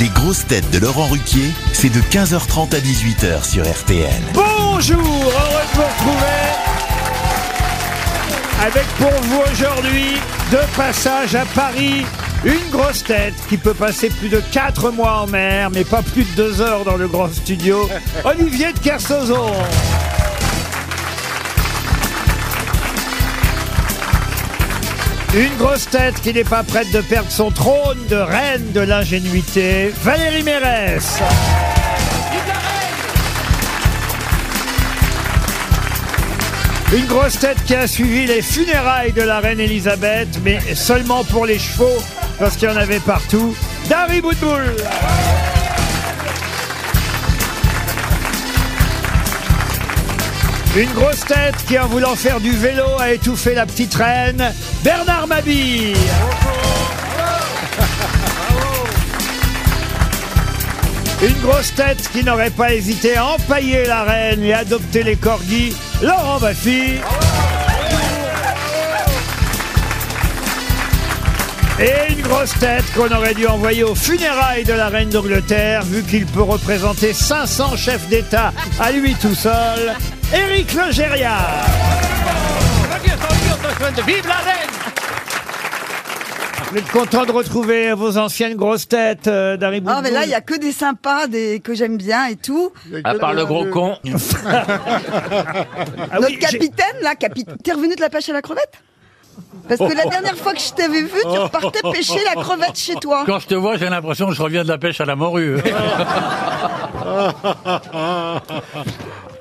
Les grosses têtes de Laurent Ruquier, c'est de 15h30 à 18h sur RTL. Bonjour, heureux de vous retrouver avec pour vous aujourd'hui deux passages à Paris. Une grosse tête qui peut passer plus de 4 mois en mer, mais pas plus de 2 heures dans le grand studio, Olivier de Kersauzon. Une grosse tête qui n'est pas prête de perdre son trône de reine de l'ingénuité, Valérie Mérès. Une grosse tête qui a suivi les funérailles de la reine Elisabeth, mais seulement pour les chevaux, parce qu'il y en avait partout. Dari Boudboul Une grosse tête qui, en voulant faire du vélo, a étouffé la petite reine, Bernard Mabille Une grosse tête qui n'aurait pas hésité à empailler la reine et adopter les corgis, Laurent Baffy. Et une grosse tête qu'on aurait dû envoyer aux funérailles de la reine d'Angleterre, vu qu'il peut représenter 500 chefs d'État à lui tout seul, Éric Legériard. Vive la reine Vous êtes content de retrouver vos anciennes grosses têtes euh, d'Harry Ah, mais là, il Boudboul n'y a que des sympas, des que j'aime bien et tout. À part le Euh, gros con. bah, Ah oui, Notre j'ai- capitaine, là, capitaine. T'es revenu de la pêche à la crevette Parce que la Oh. dernière fois que je t'avais vu, tu repartais pêcher la crevette hein. chez toi. Oh. Quand je te vois, j'ai l'impression que je reviens de la pêche à la morue.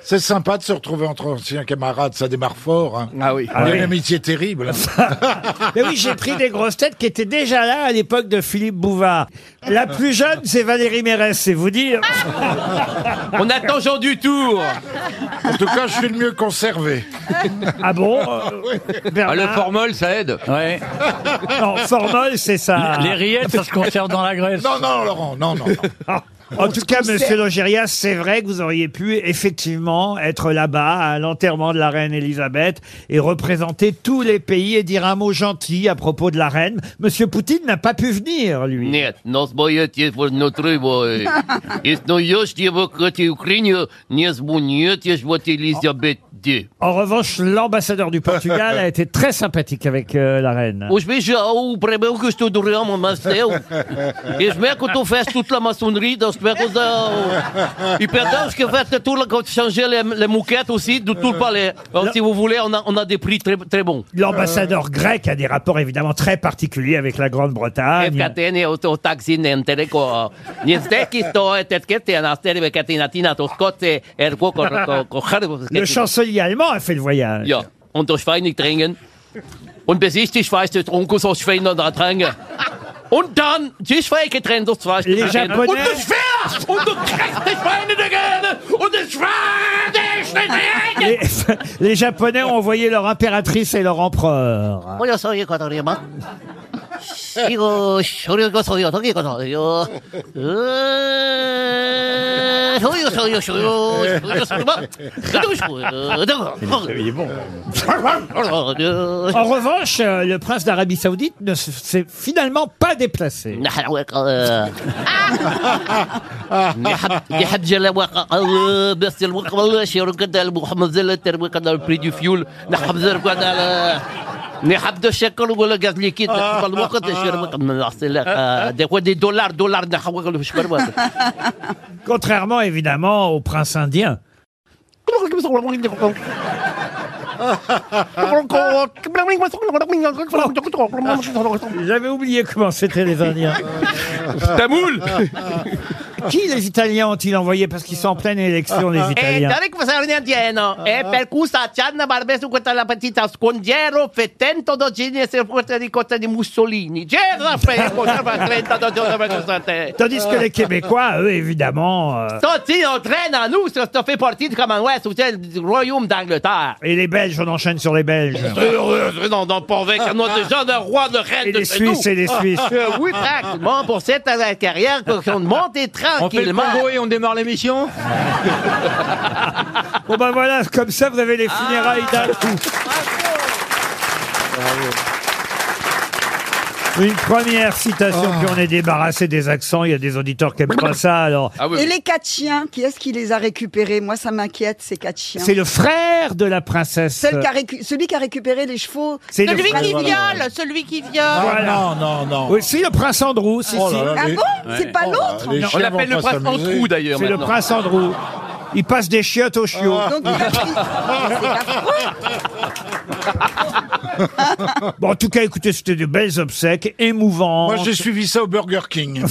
C'est sympa de se retrouver entre anciens camarades, ça démarre fort. hein. Ah oui. Il y a oui. une amitié terrible. Mais oui, j'ai pris des grosses têtes qui étaient déjà là à l'époque de Philippe Bouvard. La plus jeune, c'est Valérie Mérès, c'est vous dire. On attend Jean Dutour. En tout cas, je suis le mieux conservé. Ah bon euh, Ah, le Bernard formol, ça aide. Ouais. Non, formol, c'est ça. Les rillettes, ça se conserve dans la graisse. Non, non, Laurent, non, non. non. Ah, En tout cas, monsieur Logérias, c'est vrai que vous auriez pu effectivement être là-bas à l'enterrement de la reine Elisabeth et représenter tous les pays et dire un mot gentil à propos de la reine. Monsieur Poutine n'a pas pu venir, lui. Нет, нас боитесь вы внутри, вы. Изнаете вы к этой Украине, не звоните вот Елизабете. En revanche, l'ambassadeur du Portugal a été très sympathique avec euh, la reine. Уж бежал, прибыл к студурам, он мастел. И жмеку ту фест тут ла масонри, да жмеку за... И пятам, что фест тут ла, quand changer les, les moquettes aussi de tout le palais. Alors, si vous voulez, on a, on a des prix très, très bons. Euh. L'ambassadeur grec a des rapports évidemment très particuliers avec la Eh Grande-Bretagne. Evkateni auto taxi nentereko ni steki to etetkete anasteri bekatinatina toskote ergo ko ko Le chancelier allemand a fait le voyage. Ja, und durch Schweinig drängen. Und bis ich dich weiß, des Unkus aus Schwein und da dränge. Und dann, die Schweine getrennt aus zwei Les Japonais- Und du schwerst! Und du kriegst die Schweine der Gerne! Und du schwerst! nicht Les, les Japonais ont envoyé leur impératrice et leur empereur. Und ja, sorry, Gott, oder Mann. 이거 쇼리가 소리가 어떻게 거든요. 쇼리가 소리가 쇼리가 소리가 그도 쇼리가 euh, Il est bon. 그도 En revanche, euh, le prince d'Arabie Saoudite ne s- s'est finalement pas déplacé. نحن وقع نحب نحب جل وقع آه، بس الوقع والله شيرو كذا محمد زل الترويق على البريدي فيول نحب زر على نحب دو شكل ولا قال لي كي الوقت شيرو من اصل دي دولار دولار نحو مش بربط Contrairement évidemment au prince indien. J'avais oublié comment c'était les Indiens. Tamoul Qui les Italiens ont-ils envoyé Parce qu'ils sont en pleine élection, Eh, les E Italiens. Tarek was un indiano, e per cui sta Gianna Barbesu questa la partita scondiero, fetento do gini e se porta di cotta di Mussolini. Gerra fecco, serva 30 do giorno per questa te. Tandis que les Québécois, eux, évidemment, euh, Totti on traîne en nous, ça ça fait partie de Commonwealth, ou c'est du Royaume d'Angleterre. et les Belges, on enchaîne sur les Belges. Heureux, heureux, non, non, pas avec, on a déjà de roi, de reine, Et de les Suisses, et les Suisses. Euh, oui, pratiquement, pour cette euh, carrière, qu'on monte et On fait le tranquillement. Congo et on démarre l'émission Bon ben voilà, comme ça vous avez les Ah. funérailles d'un coup. Une première citation, Ah. puis on est débarrassé des accents. Il y a des auditeurs qui aiment pas ça. Alors, Ah oui, Et oui. les quatre chiens, qui est-ce qui les a récupérés Moi, ça m'inquiète, ces quatre chiens. c'est le frère de la princesse. Celle qui a récu- Celui qui a récupéré les chevaux. C'est le Celui frère. qui viole, celui qui Ah, viole. Voilà. Non, non, non. Oui, si, le prince Andrew. Si, Oh si. là là, Ah les- bon C'est pas l'autre bah, les On chiens l'appelle vont le pas prince en s'amuser. trou d'ailleurs C'est le maintenant. prince Andrew. Il passe des chiottes aux chiots. Ah. Donc il a pris. C'est affreux. Bon, en tout cas, écoutez, c'était de belles obsèques, émouvantes. Moi, j'ai suivi ça au Burger King.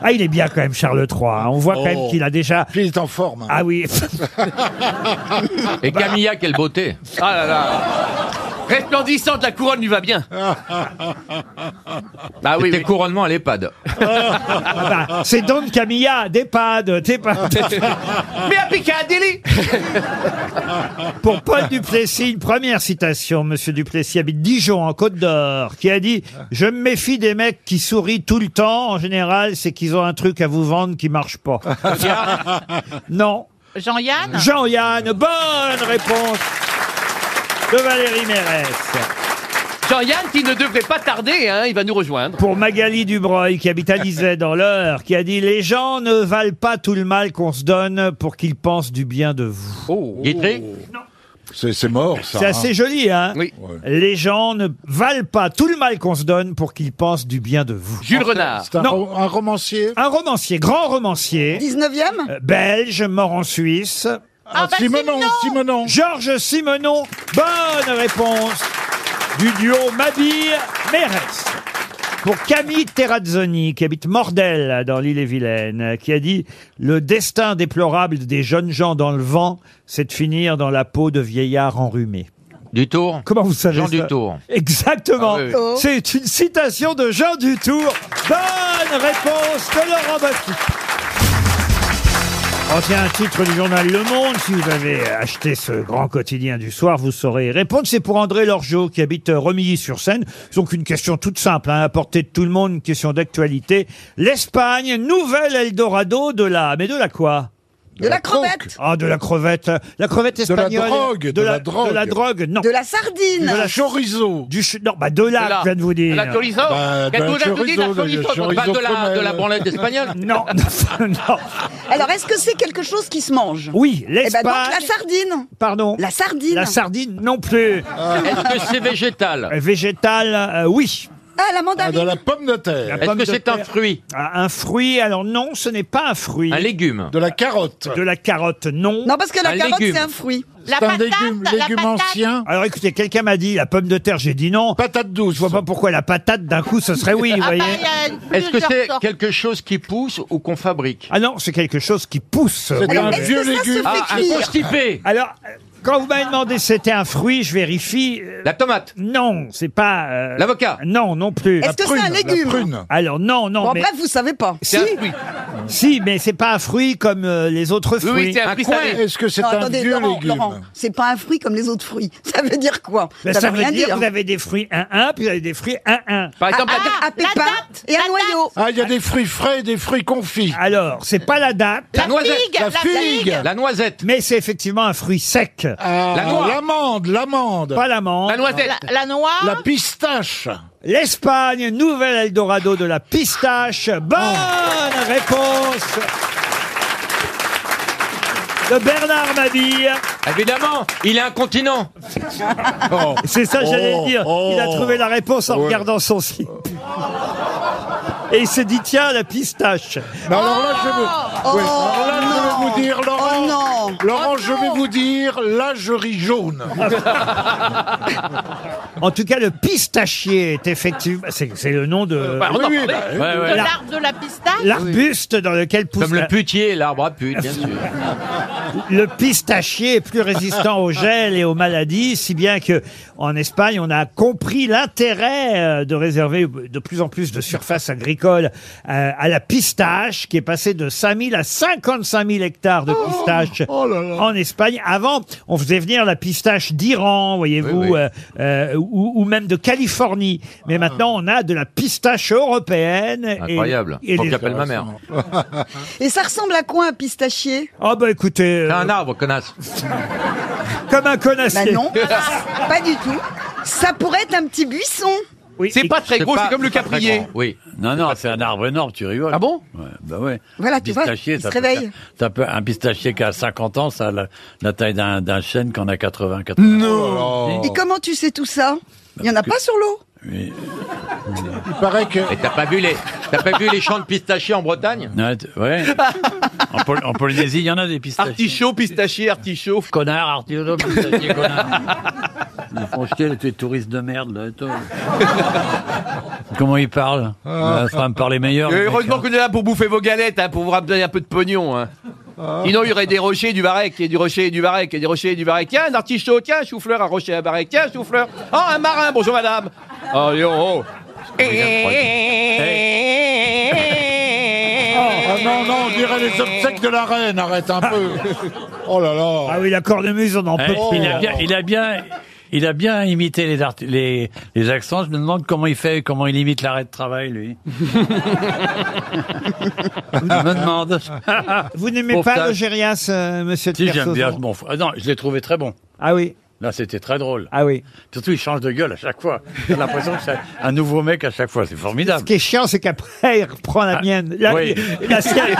Ah, il est bien quand même, Charles III. hein. On voit quand Oh. même qu'il a déjà... Puis il est en forme. hein. Ah oui, Et Camilla, quelle beauté. Ah là là. Resplendissante, la couronne lui va bien. Ah oui, oui. couronnement à l'EHPAD. Ah bah, c'est Don Camilla, d'EHPAD, t'es pas... Mais à Piccadilly Pour Paul Duplessis, une première citation. Monsieur Duplessis habite Dijon, en Côte d'Or, qui a dit « Je me méfie des mecs qui sourient tout le temps. En général, c'est qu'ils ont un truc à vous vendre qui marche pas. » Non. Jean-Yann Jean-Yann, bonne réponse de Valérie Mérès. Jean-Yann qui ne devrait pas tarder, hein, il va nous rejoindre. Pour Magali Dubreuil, qui habite à Lisay dans l'Eure, qui a dit « Les gens ne valent pas tout le mal qu'on se donne pour qu'ils pensent du bien de vous. Guitry C'est c'est mort, ça. Oh. C'est hein. assez joli, hein Oui. Ouais. Les gens ne valent pas tout le mal qu'on se donne pour qu'ils pensent du bien de vous. Jules Renard. C'est un, Non. ro- un romancier Un romancier, grand romancier, 19e euh, belge, mort en Suisse, Ah, bah, Simonon, Simonon Simonon. Georges Simenon. Bonne réponse du duo Mabille-Mérès. Pour Camille Terrazzoni, qui habite Mordel, dans l'île-et-Vilaine, qui a dit « Le destin déplorable des jeunes gens dans le vent, c'est de finir dans la peau de vieillards enrhumés. » Du tour Comment vous savez Jean ça Dutour. Exactement. Ah oui, oui. C'est une citation de Jean Dutour. Bonne réponse de Laurent Baffi. On tient un titre du journal Le Monde. Si vous avez acheté ce grand quotidien du soir, vous saurez y répondre. C'est pour André Lorgeau qui habite Remilly-sur-Seine. Donc une question toute simple, hein, à portée de tout le monde, une question d'actualité. L'Espagne, nouvelle Eldorado de la... Mais de la quoi De la crevette croque. Ah, de la crevette. La crevette la espagnole. drogue, de la drogue. De la drogue, non. De la sardine La chorizo. Du ch- non, bah de là, Là. je viens de vous dire. La chorizo Bah, Qu'est-ce bah, que vous avez dit, chorizo, la de- chorizo chorizo Bah, de la, femelle. de la branlette espagnole Non, non, non. Alors, est-ce que c'est quelque chose qui se mange Oui, Eh ben l'Espagne. donc, la sardine Pardon. La sardine La sardine, non plus. Ah. Est-ce que c'est végétal Euh, Végétal, euh, oui. Ah, la Ah, de mandarine la pomme de terre. Est-ce pomme de que c'est un terre. fruit Ah, Un fruit, alors non, ce n'est pas un fruit. Un légume De la carotte. De la carotte, non. Non, parce que la Un carotte, légume. c'est un fruit. La C'est un patate légume, La légume patate ancien. Alors écoutez, quelqu'un m'a dit la pomme de terre, j'ai dit non. Hein Patate douce. Je vois pas pourquoi la patate, d'un coup, ce serait oui, vous Ah, bah, voyez. il y a une- Est-ce que plusieurs c'est sortes. quelque chose qui pousse ou qu'on fabrique Ah non, c'est quelque chose qui pousse. C'est Alors, un est-ce vieux que ça légume. Ah, se fait un cuire constipé Alors, euh, quand vous m'avez demandé si c'était un fruit, je vérifie. euh, La tomate Non, c'est pas. euh, L'avocat Non, non plus. Est-ce que c'est un Prune, la légume prune. Alors non, non, Bon, mais bref, vous savez pas. C'est un fruit. si, mais c'est pas un fruit comme euh, les autres Oui, fruits. oui, c'est un, Un fruit coin. salé. Est-ce que c'est Non, un attendez, vieux Laurent, légume Laurent, c'est pas un fruit comme les autres fruits. Ça veut dire quoi Ben, ça veut rien dire, vous avez des fruits 1-1, puis vous avez des fruits 1-1. Par exemple, la À pépins la date, et à la noyau. Ah, il y a des fruits frais et des fruits confits. Alors, c'est pas la date, La La noisette, figue la La figue. figue La noisette. mais c'est effectivement un fruit sec. Ah, La noix. L'amande, l'amande. Pas l'amande. La noisette. La- La noix La pistache. L'Espagne, nouvel Eldorado de la pistache. Bonne Oh. réponse de Bernard Mabille. Évidemment, il est incontinent. C'est ça, j'allais Oh, dire. Il a oh. trouvé la réponse en Ouais. regardant son slip. Et il s'est dit, tiens, la pistache. Oh. Non, alors là, je vais, oui, alors là, je vais vous dire, Laurent, Oh non. Laurent, je vais vous dire, là, je ris jaune. En tout cas, le pistachier est effectivement... C'est c'est le nom de... Bah, on en oui, oui, parlait. bah, Ouais, De ouais. l'arbre de la pistache L'arbuste dans lequel pousse Comme la- le putier, l'arbre à pute, bien sûr. Le pistachier est plus résistant au gel et aux maladies, si bien que en Espagne, on a compris l'intérêt euh, de réserver de plus en plus de surface agricole euh, à la pistache, qui est passée de 5000 à 55 000 hectares de pistache oh là là. en Espagne. Avant, on faisait venir la pistache d'Iran, voyez-vous, Oui, Ah. oui. euh, euh, ou, ou même de Californie. Mais maintenant, on a de la pistache européenne. et- Incroyable. Et, Faut que des- j'appelle ma mère. Et ça ressemble à quoi un pistachier Ah bah écoutez, euh, T'as un arbre, connasse. comme Bah un Ben connassier. Ah, non, pas du tout. Ça pourrait être un petit buisson. Oui, C'est il- pas très gros, c'est comme le pas très caprier. grand. Oui. Non, non, c'est un arbre énorme, tu rigoles. Ah bon ouais, Bah ouais. Voilà, Un tu vois, pistachier, il ça se peut- réveille. ça peut- un pistachier qui a 50 ans, ça a la, la taille d'un, d'un chêne qu'on a 80, 80. Non Et comment tu sais tout ça Il n'y en a pas sur l'eau Il paraît que. Mais t'as pas vu les, t'as pas vu les champs de pistachiers en Bretagne Ouais. t- ouais. en, Pol- en Polynésie, il y en a des pistachiers. Artichaut, pistachier, artichaut. Euh, Connard, Arthur, pistachier, connard. Ils font jeter, tu es touriste de merde, là, toi. Comment il parle Ah. Ça va me parler meilleur. Euh, le mec, heureusement hein. qu'on est là pour bouffer vos galettes, hein, pour vous ramener un peu de pognon. Hein. Ah. Sinon, il y aurait des rochers et du varec, et du rocher et du varec, et des rochers et du varec. Tiens, un artichaut, tiens, un chou-fleur, un rocher, un varec, tiens, un chou-fleur. Oh, un marin, bonjour madame. eh, Oh, yo, oh. Eh. Eh. Ah non, non, on dirait les obsèques de la reine, arrête un peu. Oh là là. oh. Ah oui, la cornemuse, on en peut Eh, plus. il, a bien, il a bien, il a bien imité les, art- les, les accents. Je me demande comment il fait, comment il imite l'arrêt de travail, lui. je me demande. Vous n'aimez Pour pas ta- le gérias, euh, monsieur de si j'aime bien. Kersauzon Bon, f- ah non, je l'ai trouvé très bon. Ah oui, Là, c'était très drôle. ah oui. Surtout, il change de gueule à chaque fois. J'ai l'impression que c'est un nouveau mec à chaque fois. C'est Ce formidable. Ah, qui est chiant, c'est qu'après, il reprend la mienne. Là, oui. Ah il- la sienne.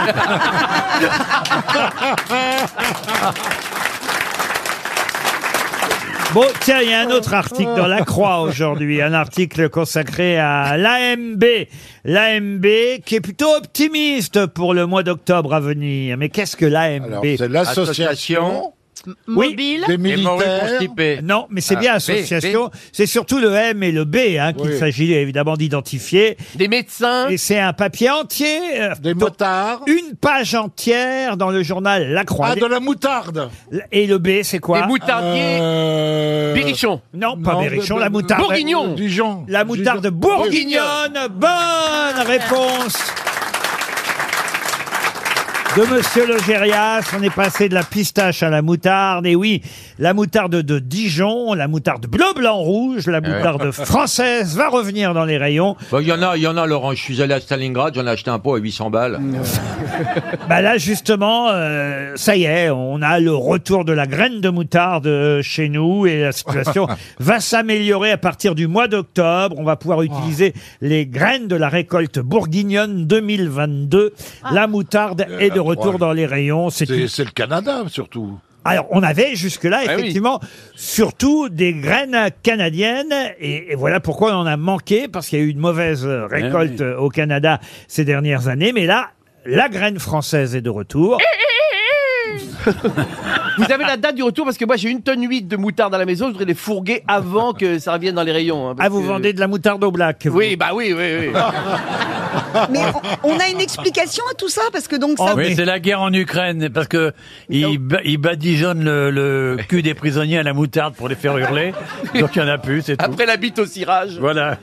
Bon, tiens, il y a un autre article dans La Croix aujourd'hui, un article consacré à l'AMB. L'AMB qui est plutôt optimiste pour le mois d'octobre à venir. Mais qu'est-ce que Alors, l'AMB c'est l'association Mobile. des Et Maurice militaires. constipé. Non, mais c'est bien Ah, B, association. C'est surtout le M et le B hein, qu'il Oui. s'agit évidemment d'identifier. Des médecins. Et c'est un papier entier. euh, Des donc, motards. une page entière dans le journal La Croix. Ah, de la moutarde. Et le B, c'est quoi Des moutardiers. Euh, Berrichon. Non, pas non, Berrichon, de- la de- moutarde. Bourguignon. Dijon. La moutarde bourguignonne. Bonne réponse. De Monsieur Logérias, on est passé de la pistache à la moutarde. Et oui, la moutarde de Dijon, la moutarde bleu-blanc-rouge, la moutarde française va revenir dans les rayons. Bon, Il y en a, il y en a, Laurent. Je suis allé à Stalingrad, j'en ai acheté un pot à 800 balles. Bah là, justement, euh, ça y est, on a le retour de la graine de moutarde euh, chez nous et la situation va s'améliorer à partir du mois d'octobre. On va pouvoir utiliser les graines de la récolte bourguignonne 2022. La moutarde est de retour dans les rayons. C'est une- Euh, C'est c'est le Canada, surtout. Eh Alors, on avait jusque-là, effectivement, surtout des graines canadiennes. Et, et voilà pourquoi on en a manqué, parce qu'il y a eu une mauvaise euh, Eh récolte oui. euh, au Canada ces dernières années. Mais là, la graine française est de retour. Vous avez la date du retour parce que moi j'ai une tonne 8 de moutarde à la maison, je voudrais les fourguer avant que ça revienne dans les rayons. hein, parce Ah, vous que- vendez de la moutarde au black vous. Oui, bah oui, oui, oui. Mais on, on a une explication à tout ça parce que donc Oh, ça. Oui, mais- c'est la guerre en Ukraine, parce que ils, ba- ils badigeonnent le, le cul des prisonniers à la moutarde pour les faire hurler. Donc il n'y en a plus, c'est tout. Après la bite au cirage. Voilà.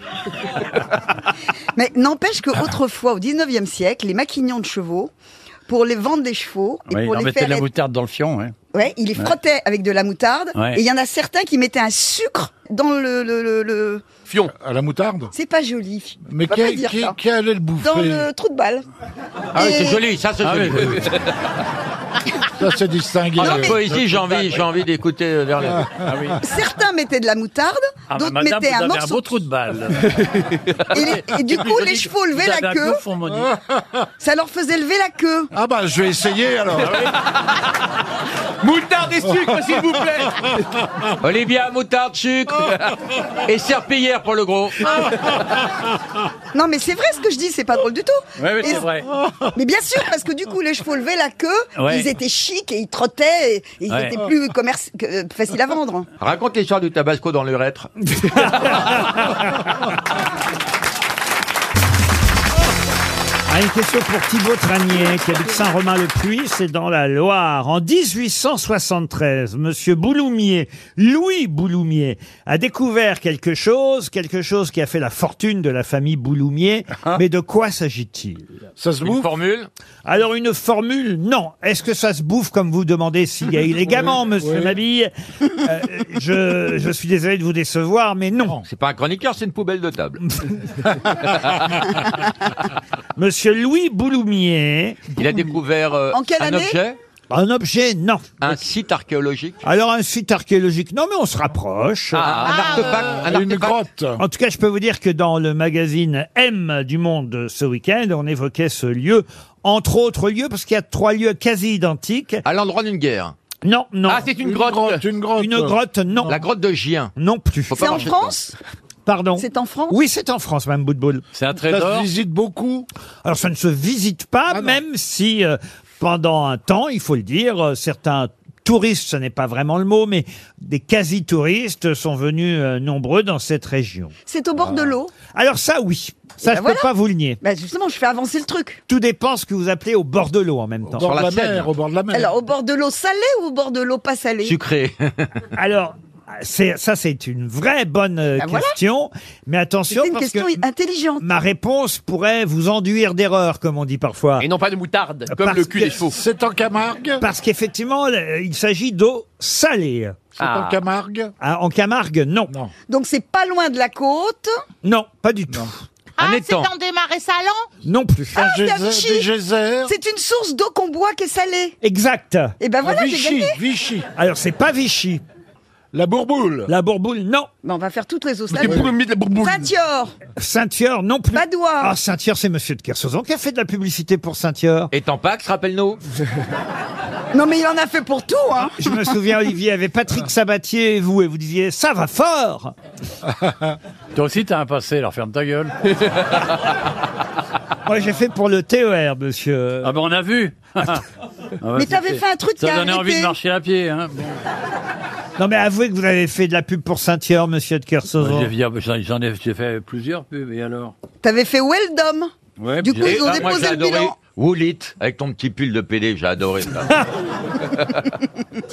Mais n'empêche que autrefois, au 19e siècle, les maquignons de chevaux, pour les vendre des chevaux et Oui, pour on les mettait faire, de la être- moutarde dans le fion. hein. ouais, ils les frottaient avec de la moutarde. Ouais. Et il y en a certains qui mettaient un sucre dans le, le, le, le- Fion. À la moutarde. C'est pas joli. Mais On va qui, pas dire qui, ça. qui allait le Dans bouffer le trou de balle. Ah oui, Et- c'est joli, ça c'est Ah joli. oui, Ça, c'est distingué. Non, mais- Poésie, j'ai envie, j'ai envie d'écouter euh, Verlaine. Ah. Certains mettaient de la moutarde, Ah, bah, d'autres madame, vous mettaient un avez un morceau. beau Ah, trou de balle. Et, les- et du coup, les chevaux levaient Vous avez la un queue. beau fourmoni. Ça leur faisait lever la queue. Ah bah, je vais essayer alors. Moutarde et sucre, s'il vous plaît. Olivia, moutarde, sucre Oh. et serpillière pour le gros. Non, mais c'est vrai ce que je dis, c'est pas drôle du tout. Oui, oui, Et- c'est vrai. Mais bien sûr, parce que du coup, les chevaux levaient la queue, Ouais. ils étaient chics et ils trottaient, et, et ils Ouais. étaient plus commerce, que- euh, faciles à vendre. Raconte l'histoire du tabasco dans l'urètre. Ah, une question pour Thibaut Tranier, qui habite Saint-Romain-le-Puy, c'est dans la Loire. En 1873, Monsieur Bouloumier, Louis Bouloumier, a découvert quelque chose, quelque chose qui a fait la fortune de la famille Bouloumier. Mais de quoi s'agit-il Ah. Ça se Une bouffe formule. Alors une formule, non. Est-ce que ça se bouffe comme vous demandez s'il y a illégalement, Monsieur Mabille Euh, je, je suis désolé de vous décevoir, mais non. C'est pas un chroniqueur, c'est une poubelle de table. Monsieur Louis Bouloumier, Il a découvert euh, En quelle un année objet. Un objet, non. Un site archéologique Alors un site archéologique, non, mais on se rapproche. Ah, Un artefact un euh, Une artefact grotte. En tout cas, je peux vous dire que dans le magazine M du Monde ce week-end, on évoquait ce lieu, entre autres lieux, parce qu'il y a trois lieux quasi identiques. À l'endroit d'une guerre. Non, non. Ah, c'est une, Une grotte. grotte, une grotte. Une grotte, non. La grotte de Gien. Non plus. Faut pas C'est en marcher France Pardon. C'est en France Oui, c'est en France, même Boutboul. C'est un Ça se trésor. visite beaucoup. Ah Alors, ça ne se visite pas, même si euh, pendant un temps, il faut le dire, euh, certains touristes, ce n'est pas vraiment le mot, mais des quasi-touristes sont venus euh, nombreux dans cette région. C'est au bord Ah. de l'eau Alors ça, oui. Ça, ben je voilà. peux pas vous le nier. Bah justement, je fais avancer le truc. Tout dépend ce que vous appelez au bord de l'eau en même Au temps. bord de la la Seine. mer, au bord de la mer. Alors, au bord de l'eau salée ou au bord de l'eau pas salée Sucré. Alors, c'est, ça, c'est une vraie bonne euh, Ben voilà. question. Mais attention, C'est une parce question que intelligente. ma réponse pourrait vous enduire d'erreur, comme on dit parfois. Et non pas de moutarde, comme Parce le cul que- des chevaux. C'est en Camargue Parce qu'effectivement, le- il s'agit d'eau salée. C'est Ah. en Camargue Ah, en Camargue, non. Non. Donc c'est pas loin de la côte. Non, pas du tout. Un Ah, c'est étang. dans des marais salants Non plus. Ah, c'est à Geyser- Des Vichy. geysers C'est une source d'eau qu'on boit qui est salée. Exact. Et ben Ah, voilà, j'ai Vichy, gagné. Vichy. Alors, c'est pas Vichy. La Bourboule. La Bourboule, non. Ben, on va faire toutes les eaux C'est salées. pour le mythe de la bourboule. Saint-Yor, Saint-Yor, non plus. Badois. Ah, Saint-Yor, c'est Monsieur de Kersauzon qui a fait de la publicité pour Saint-Yor. Et Tampax, rappelle-nous. Non mais il en a fait pour tout, hein. Je me souviens, Olivier, il y avait Patrick Sabatier et vous, et vous disiez, ça va fort Toi aussi, t'as un Ah, passé, alors ferme ta gueule. Moi, j'ai fait pour le TER, monsieur. Ah ben, on a vu. Ah bah, Mais t'avais c'était- fait un truc qui Ça a donnait envie arrêté. de marcher à pied. Hein. Non, mais avouez que vous avez fait de la pub pour Saint-Yor, monsieur de Kersauzon. J'ai- J'en j'en ai, j'ai fait plusieurs pubs, et alors T'avais fait Weldom. Ouais, Du puis coup, j'ai- ils ont Ah, moi, déposé j'ai le adoré bilan. Woolit, avec ton petit pull de PD, j'ai adoré ça.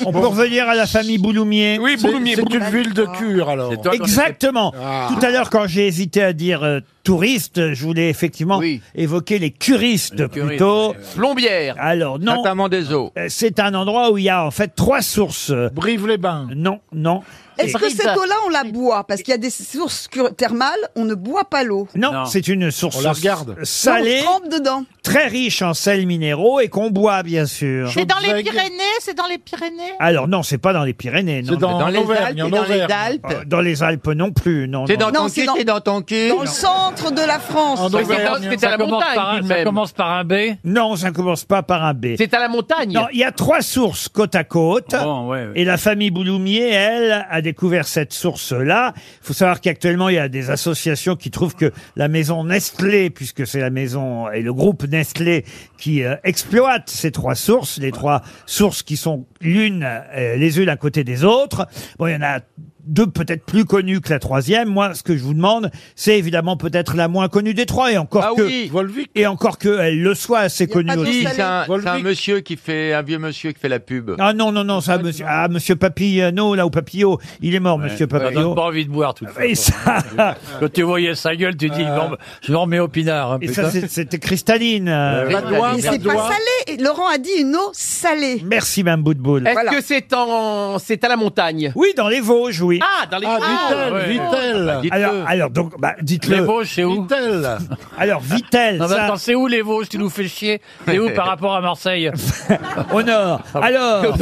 On peut revenir à la famille Bouloumier Oui, C'est Bouloumier. c'est une ville Ah. de cure, alors. C'est toi qui en Exactement. Ah. Tout à l'heure, quand j'ai hésité à dire euh, touriste, je voulais effectivement Oui. évoquer les curistes curistes, plutôt. ouais, ouais. Plombière. Alors non, Notamment des eaux. euh, c'est un endroit où il y a en fait trois sources. Euh, Brive-les-Bains. Non, non. Est-ce que Bride. cette eau-là, on la boit Parce qu'il y a des sources cur- thermales, on ne boit pas l'eau. Non, Non. c'est une source On la regarde. Non, On salée, se trempe dedans. très riche en sels minéraux et qu'on boit bien sûr. C'est dans les Chaudezague. Pyrénées C'est dans les Pyrénées Alors non, c'est pas dans les Pyrénées, non. C'est dans, Dans les Alpes l'Auvergne, et en dans les Auvergne. Alpes. Euh, dans les Alpes non plus, non. C'est non. dans Non, ton c'est cul, dans- c'est dans ton cul. Dans le centre de la France. Ah, En Parce que c'est à- Auvergne. C'est à la commence montagne, par un- tout de ça même. commence par un B. Non, ça ne commence pas par un B. C'est à la montagne. Non, il y a trois sources côte à côte. Bon, Oh, ouais, ouais. Et la famille Bouloumier, elle, a découvert cette source-là. Il faut savoir qu'actuellement, il y a des associations qui trouvent que la maison Nestlé, puisque c'est la maison et le groupe Nestlé qui euh, exploite ces trois sources, les trois sources qui sont l'une, euh, les unes à côté des autres. Bon, il y en a deux peut-être plus connues que la troisième. Moi, ce que je vous demande, c'est évidemment peut-être la moins connue des trois. Et encore Ah que, oui, Volvic. et encore que, elle le soit assez a connue pas de aussi. Si, c'est un, Volvic. c'est un monsieur qui fait, un vieux monsieur qui fait la pub. Ah non, non, non, ça, monsieur, ah, monsieur Papillon, là, ou Papillot, il est mort, monsieur Ça donne Papillot. pas envie de boire, tout de Et façon. ça, Quand tu voyais sa gueule, tu dis, bon, je l'en remets au pinard. hein, et putain. ça c'est- c'était cristalline. euh. Ouais. Badois, Mais c'est pas Verdois. salé. Et Laurent a dit une eau salée. Merci, Mme Boutboul. Est-ce Voilà. que c'est en, c'est à la montagne Oui, dans les Vosges, oui. Ah, dans les Ah, Ah, ouais. Vitel, Vitel. Dites-le. alors, alors, donc, bah, Les dites-le. Vosges, c'est où Vitel. Alors, Vitel, non, mais ça, attends, c'est où les Vosges Tu nous fais chier. C'est où par rapport à Marseille au nord. Alors,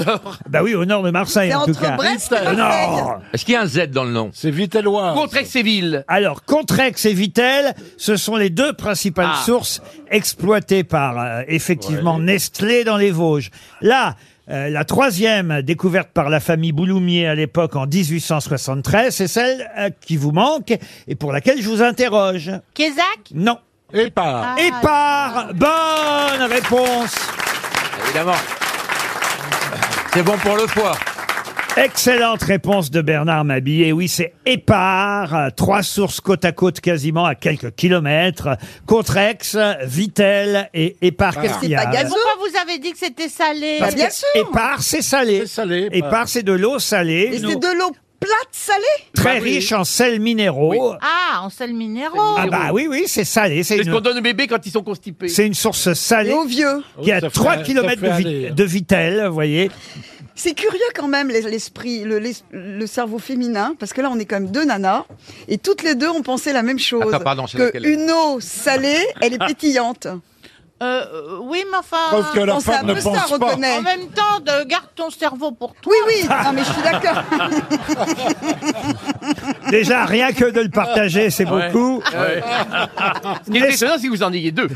bah oui, au nord de Marseille, C'est en tout entre cas. Brest et Au Marseille. nord. Est-ce qu'il y a un Z dans le nom C'est Vitellois. Contrex-Séville. Alors, Contrex et Vitel, ce sont les deux principales Ah. sources exploitées par, euh, effectivement, Nestlé dans les Vosges. Là, euh, la troisième découverte par la famille Bouloumier à l'époque en 1873, c'est celle euh, qui vous manque et pour laquelle je vous interroge. Kézak Non. Et Ah, par. Et par bonne réponse. Évidemment. C'est bon pour le foie. Excellente réponse de Bernard Mabillé. Oui, c'est Épar. euh, Trois sources côte à côte quasiment à quelques kilomètres. Contrex, Vitel et Épar. Qu'est-ce C'est qu'il y a pas gazeux. Pourquoi vous avez dit que c'était salé Parce- bien sûr. Épar, c'est salé. C'est salé, Épar. Épar, c'est de l'eau Et salée. c'est nous, de l'eau Bah plate salée Très riche en sels minéraux. Ah, en sel minéraux Ah Oh. bah oui, oui, c'est salé. C'est C'est ce une, qu'on donne aux bébés quand ils sont constipés. c'est une source salée et aux vieux. qui a Ça fait- 3 ça km de, fait vi- aller. hein. de Vitel, vous voyez. C'est curieux quand même les- l'esprit, le, l'es- le cerveau féminin, parce que là on est quand même deux nanas, et toutes les deux ont pensé la même chose. Attends, pardon, c'est que laquelle une eau salée, elle est pétillante. Euh, oui, mais enfin. Preuve que la On sait femme un ne peu ça, pense on pas. reconnaît. En même temps, de- garde ton cerveau pour toi. Oui, oui, non, mais je suis d'accord. Déjà, rien que de le partager, c'est Ouais. beaucoup. Ouais. Ce qui est étonnant, c'est que vous en ayez deux.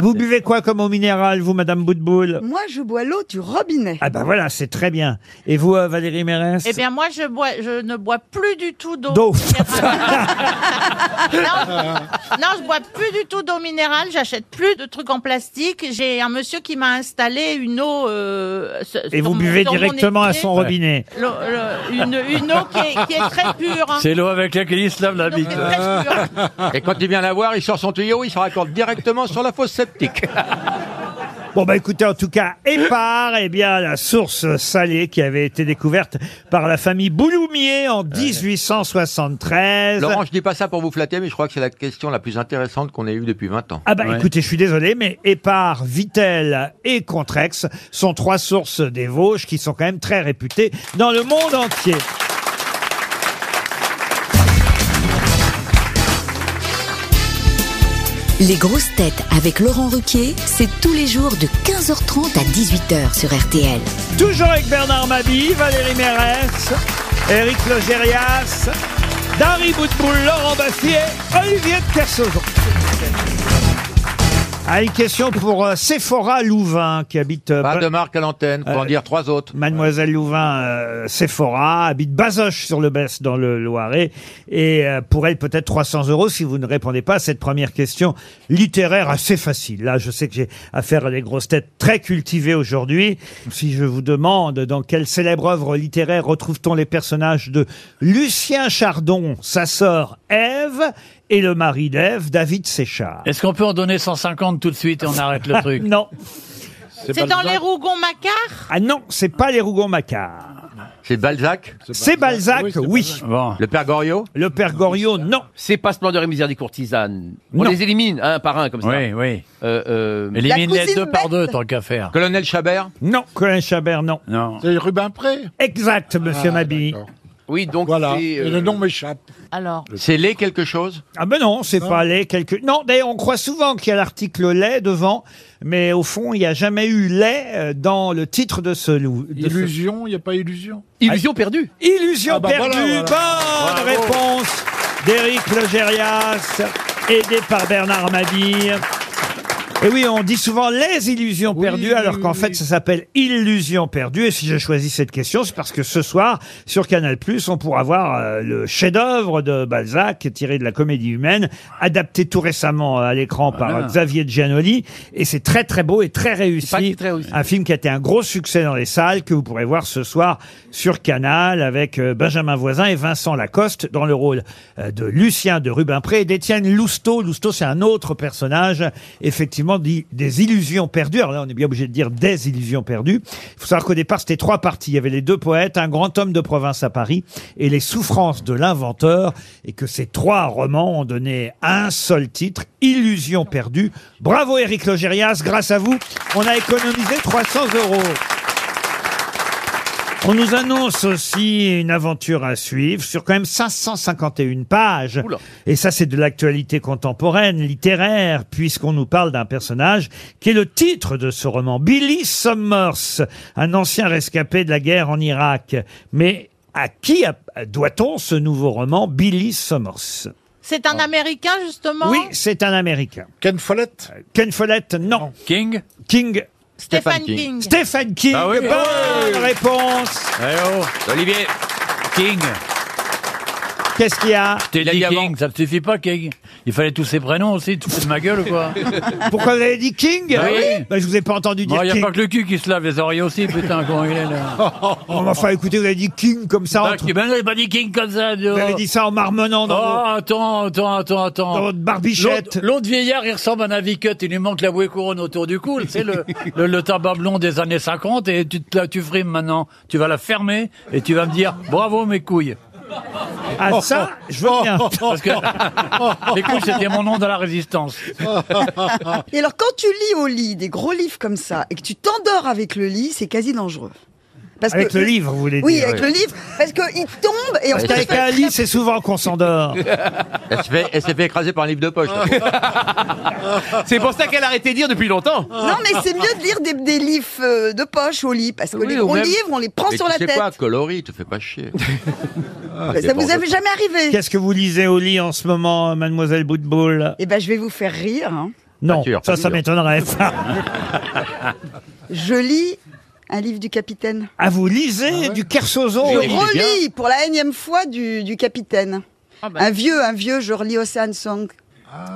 Vous buvez quoi comme eau minérale, vous, Madame Boutboul Moi, je bois l'eau du robinet. Ah ben voilà, c'est très bien. Et vous, euh, Valérie Mérès Eh bien, moi, je, bois, je ne bois plus du tout d'eau. D'eau. Non, je bois plus du tout d'eau minérale. J'achète plus de trucs en plastique. J'ai un monsieur qui m'a installé une eau. euh, sur- Et sur vous mon- buvez sur mon directement à évier. son Ouais. robinet. L'eau- le- une, une eau qui est, qui est très pure. hein. C'est l'eau avec laquelle il se lave la Une eau qui bite. est très pure. Et quand il vient la voir, il sort son tuyau, il se raccorde directement sur la fosse septique. Bon bah écoutez, en tout cas, épar, eh bien la source salée qui avait été découverte par la famille Bouloumier en 1873. Laurent, je dis pas ça pour vous flatter, mais je crois que c'est la question la plus intéressante qu'on ait eue depuis 20 ans. Ah bah Ouais. écoutez, je suis désolé, mais Épar, Vitel et Contrex sont trois sources des Vosges qui sont quand même très réputées dans le monde entier. Les grosses têtes avec Laurent Ruquier, c'est tous les jours de 15h30 à 18h sur RTL. Toujours avec Bernard Mabie, Valérie Mérès, Éric Logérias, Dari Boutboul, Laurent Bassier, Olivier de Kersauzon. Ah, une question pour euh, Sephora Louvain qui habite euh, Pas Ba- de marque à l'antenne, pour en Euh, dire trois autres. Mademoiselle Louvain, euh, Sephora, habite Bazoches sur le Besse dans le Loiret. Et euh, pour elle, peut-être 300 euros si vous ne répondez pas à cette première question littéraire assez facile. Là, je sais que j'ai affaire à des grosses têtes très cultivées aujourd'hui. Si je vous demande dans quelle célèbre œuvre littéraire retrouve-t-on les personnages de Lucien Chardon, sa sœur Ève et le mari d'Ève, David Séchard Est-ce qu'on peut en donner 150 tout de suite et on arrête le truc Non. C'est dans les Rougon-Macquart Ah non, c'est pas les Rougon-Macquart. C'est Balzac, C'est Balzac, oui. Bon. le père Goriot. Le père Goriot, non. C'est pas Splendeur et Misère des courtisanes. On Non. les élimine, un par un, comme ça. Oui, oui. Euh, euh, Élimine-les cousine deux par bête. deux, tant qu'à faire. Colonel Chabert, Non, Colin Chabert, non. Non. C'est Rubempré Exact, monsieur Ah, Mabi. d'accord. oui, donc Voilà. c'est... Et euh, le nom m'échappe. Alors, c'est les quelque chose Ah ben non, c'est pas les quelques... Non, d'ailleurs, on croit souvent qu'il y a l'article lait devant, mais au fond, il n'y a jamais eu lait euh, dans le titre de ce loup. de ce- Illusion, il n'y a pas illusion Illusion perdue. Illusion Ah bah perdue, voilà, voilà. bonne Bravo. réponse d'Éric Logérias, aidé par Bernard Mabille. Et oui, on dit souvent les illusions Oui, perdues, oui, alors oui, qu'en oui. fait, ça s'appelle illusion perdue. Et si j'ai choisi cette question, c'est parce que ce soir, sur Canal+, on pourra voir euh, le chef-d'œuvre de Balzac, tiré de la Comédie humaine, adapté tout récemment à l'écran Ah par euh, Xavier Giannoli. Et c'est très très beau et très paraît que réussi. c'est très réussi. Un film qui a été un gros succès dans les salles, que vous pourrez voir ce soir sur Canal, avec euh, Benjamin Voisin et Vincent Lacoste dans le rôle euh, de Lucien de Rubempré et d'Étienne Lousteau. Lousteau, c'est un autre personnage, effectivement, dit des illusions perdues. Alors là, on est bien obligé de dire des illusions perdues. Il faut savoir qu'au départ, c'était trois parties. Il y avait les deux poètes, un grand homme de province à Paris et les souffrances de l'inventeur, et que ces trois romans ont donné un seul titre, Illusions perdues. Bravo Éric Logérias, grâce à vous, on a économisé 300 euros. On nous annonce aussi une aventure à suivre sur quand même 551 pages. Oula. Et ça, c'est de l'actualité contemporaine, littéraire, puisqu'on nous parle d'un personnage qui est le titre de ce roman. Billy Summers, un ancien rescapé de la guerre en Irak. Mais à qui a- doit-on ce nouveau roman, Billy Summers c'est un Américain, justement Oui, c'est un Américain. Ken Follett Ken Follett, non. King King, Stephen Stephen King. King. Stephen King, Ah oui, mais- bonne réponse. Eh oh Olivier, King Qu'est-ce qu'il y a T'es Il a dit dit avant. King, ça ne suffit pas, King. Il fallait tous ses prénoms aussi, tu te fous de ma gueule ou quoi Pourquoi vous avez dit King Ah oui. Bah, Je vous ai pas entendu Il dire n'y a King. pas que le cul qui se lave les oreilles aussi, putain, comment il est là Oh, mais enfin, écoutez, vous avez dit King comme ça. Ah, entre- qui- Ben non, il a pas dit King comme ça. Vous avez dit ça en marmonnant Oh, dans, vos- attends, attends, attends, dans attends. votre barbichette. L'autre- L'autre vieillard, il ressemble à un Navicut, il lui manque la bouée couronne autour du cou, c'est le, le, le tabac blond des années 50, et tu, te la- tu frimes maintenant, tu vas la fermer, et tu vas me dire, bravo mes couilles. Oh, Ah, ça, je veux bien. Parce que les couilles, c'était mon nom dans la résistance. Et alors, quand tu lis au lit des gros livres comme ça et que tu t'endors avec le lit, c'est quasi dangereux. Avec le livre, vous voulez Oui, dire. avec Oui. le livre, parce qu'il tombe et on Parce se qu'avec un lit, c'est souvent qu'on s'endort. Elle s'est fait, elle s'est fait écraser par un livre de poche. la pauvre. C'est pour ça qu'elle a arrêté de dire depuis longtemps. Non, mais c'est mieux de lire des, des livres euh, de poche au lit, parce que Oui, les ou gros même- livres, on les prend Mais sur tu la sais tête. quoi, Ah, coloris, Oh, te fais pas chier. Ah, ça vous est jamais arrivé Qu'est-ce que vous lisez au lit en ce moment, euh, mademoiselle Boutboul Eh ben, je vais vous faire rire. hein. Non, ça, ça m'étonnerait. Je lis un livre du capitaine. ah, vous lisez du Kersozon Je relis pour la énième fois du, du capitaine. Ah bah. Un vieux, un vieux, je relis Ocean Song.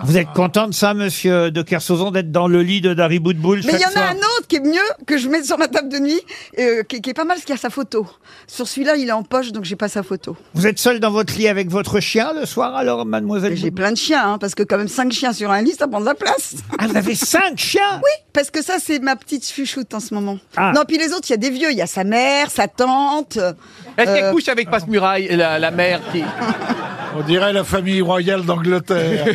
Vous êtes content de ça, monsieur de Kersozon, d'être dans le lit de Dari Boutboul Mais il y en chaque a soir un autre qui est mieux, que je mets sur ma table de nuit, euh, qui, qui est pas mal, parce qu'il y a sa photo. Sur celui-là, il est en poche, donc j'ai pas sa photo. Vous êtes seul dans votre lit avec votre chien le soir, alors, mademoiselle J'ai plein de chiens, hein, parce que quand même cinq chiens sur un lit, ça prend de la place. Ah, vous avez cinq chiens Oui, parce que ça, c'est ma petite fuchoute en ce moment. Ah. Non, puis les autres, il y a des vieux, il y a sa mère, sa tante. Est-ce qu'elle euh, couche avec Passe-Muraille, la, la mère qui... On dirait la famille royale d'Angleterre.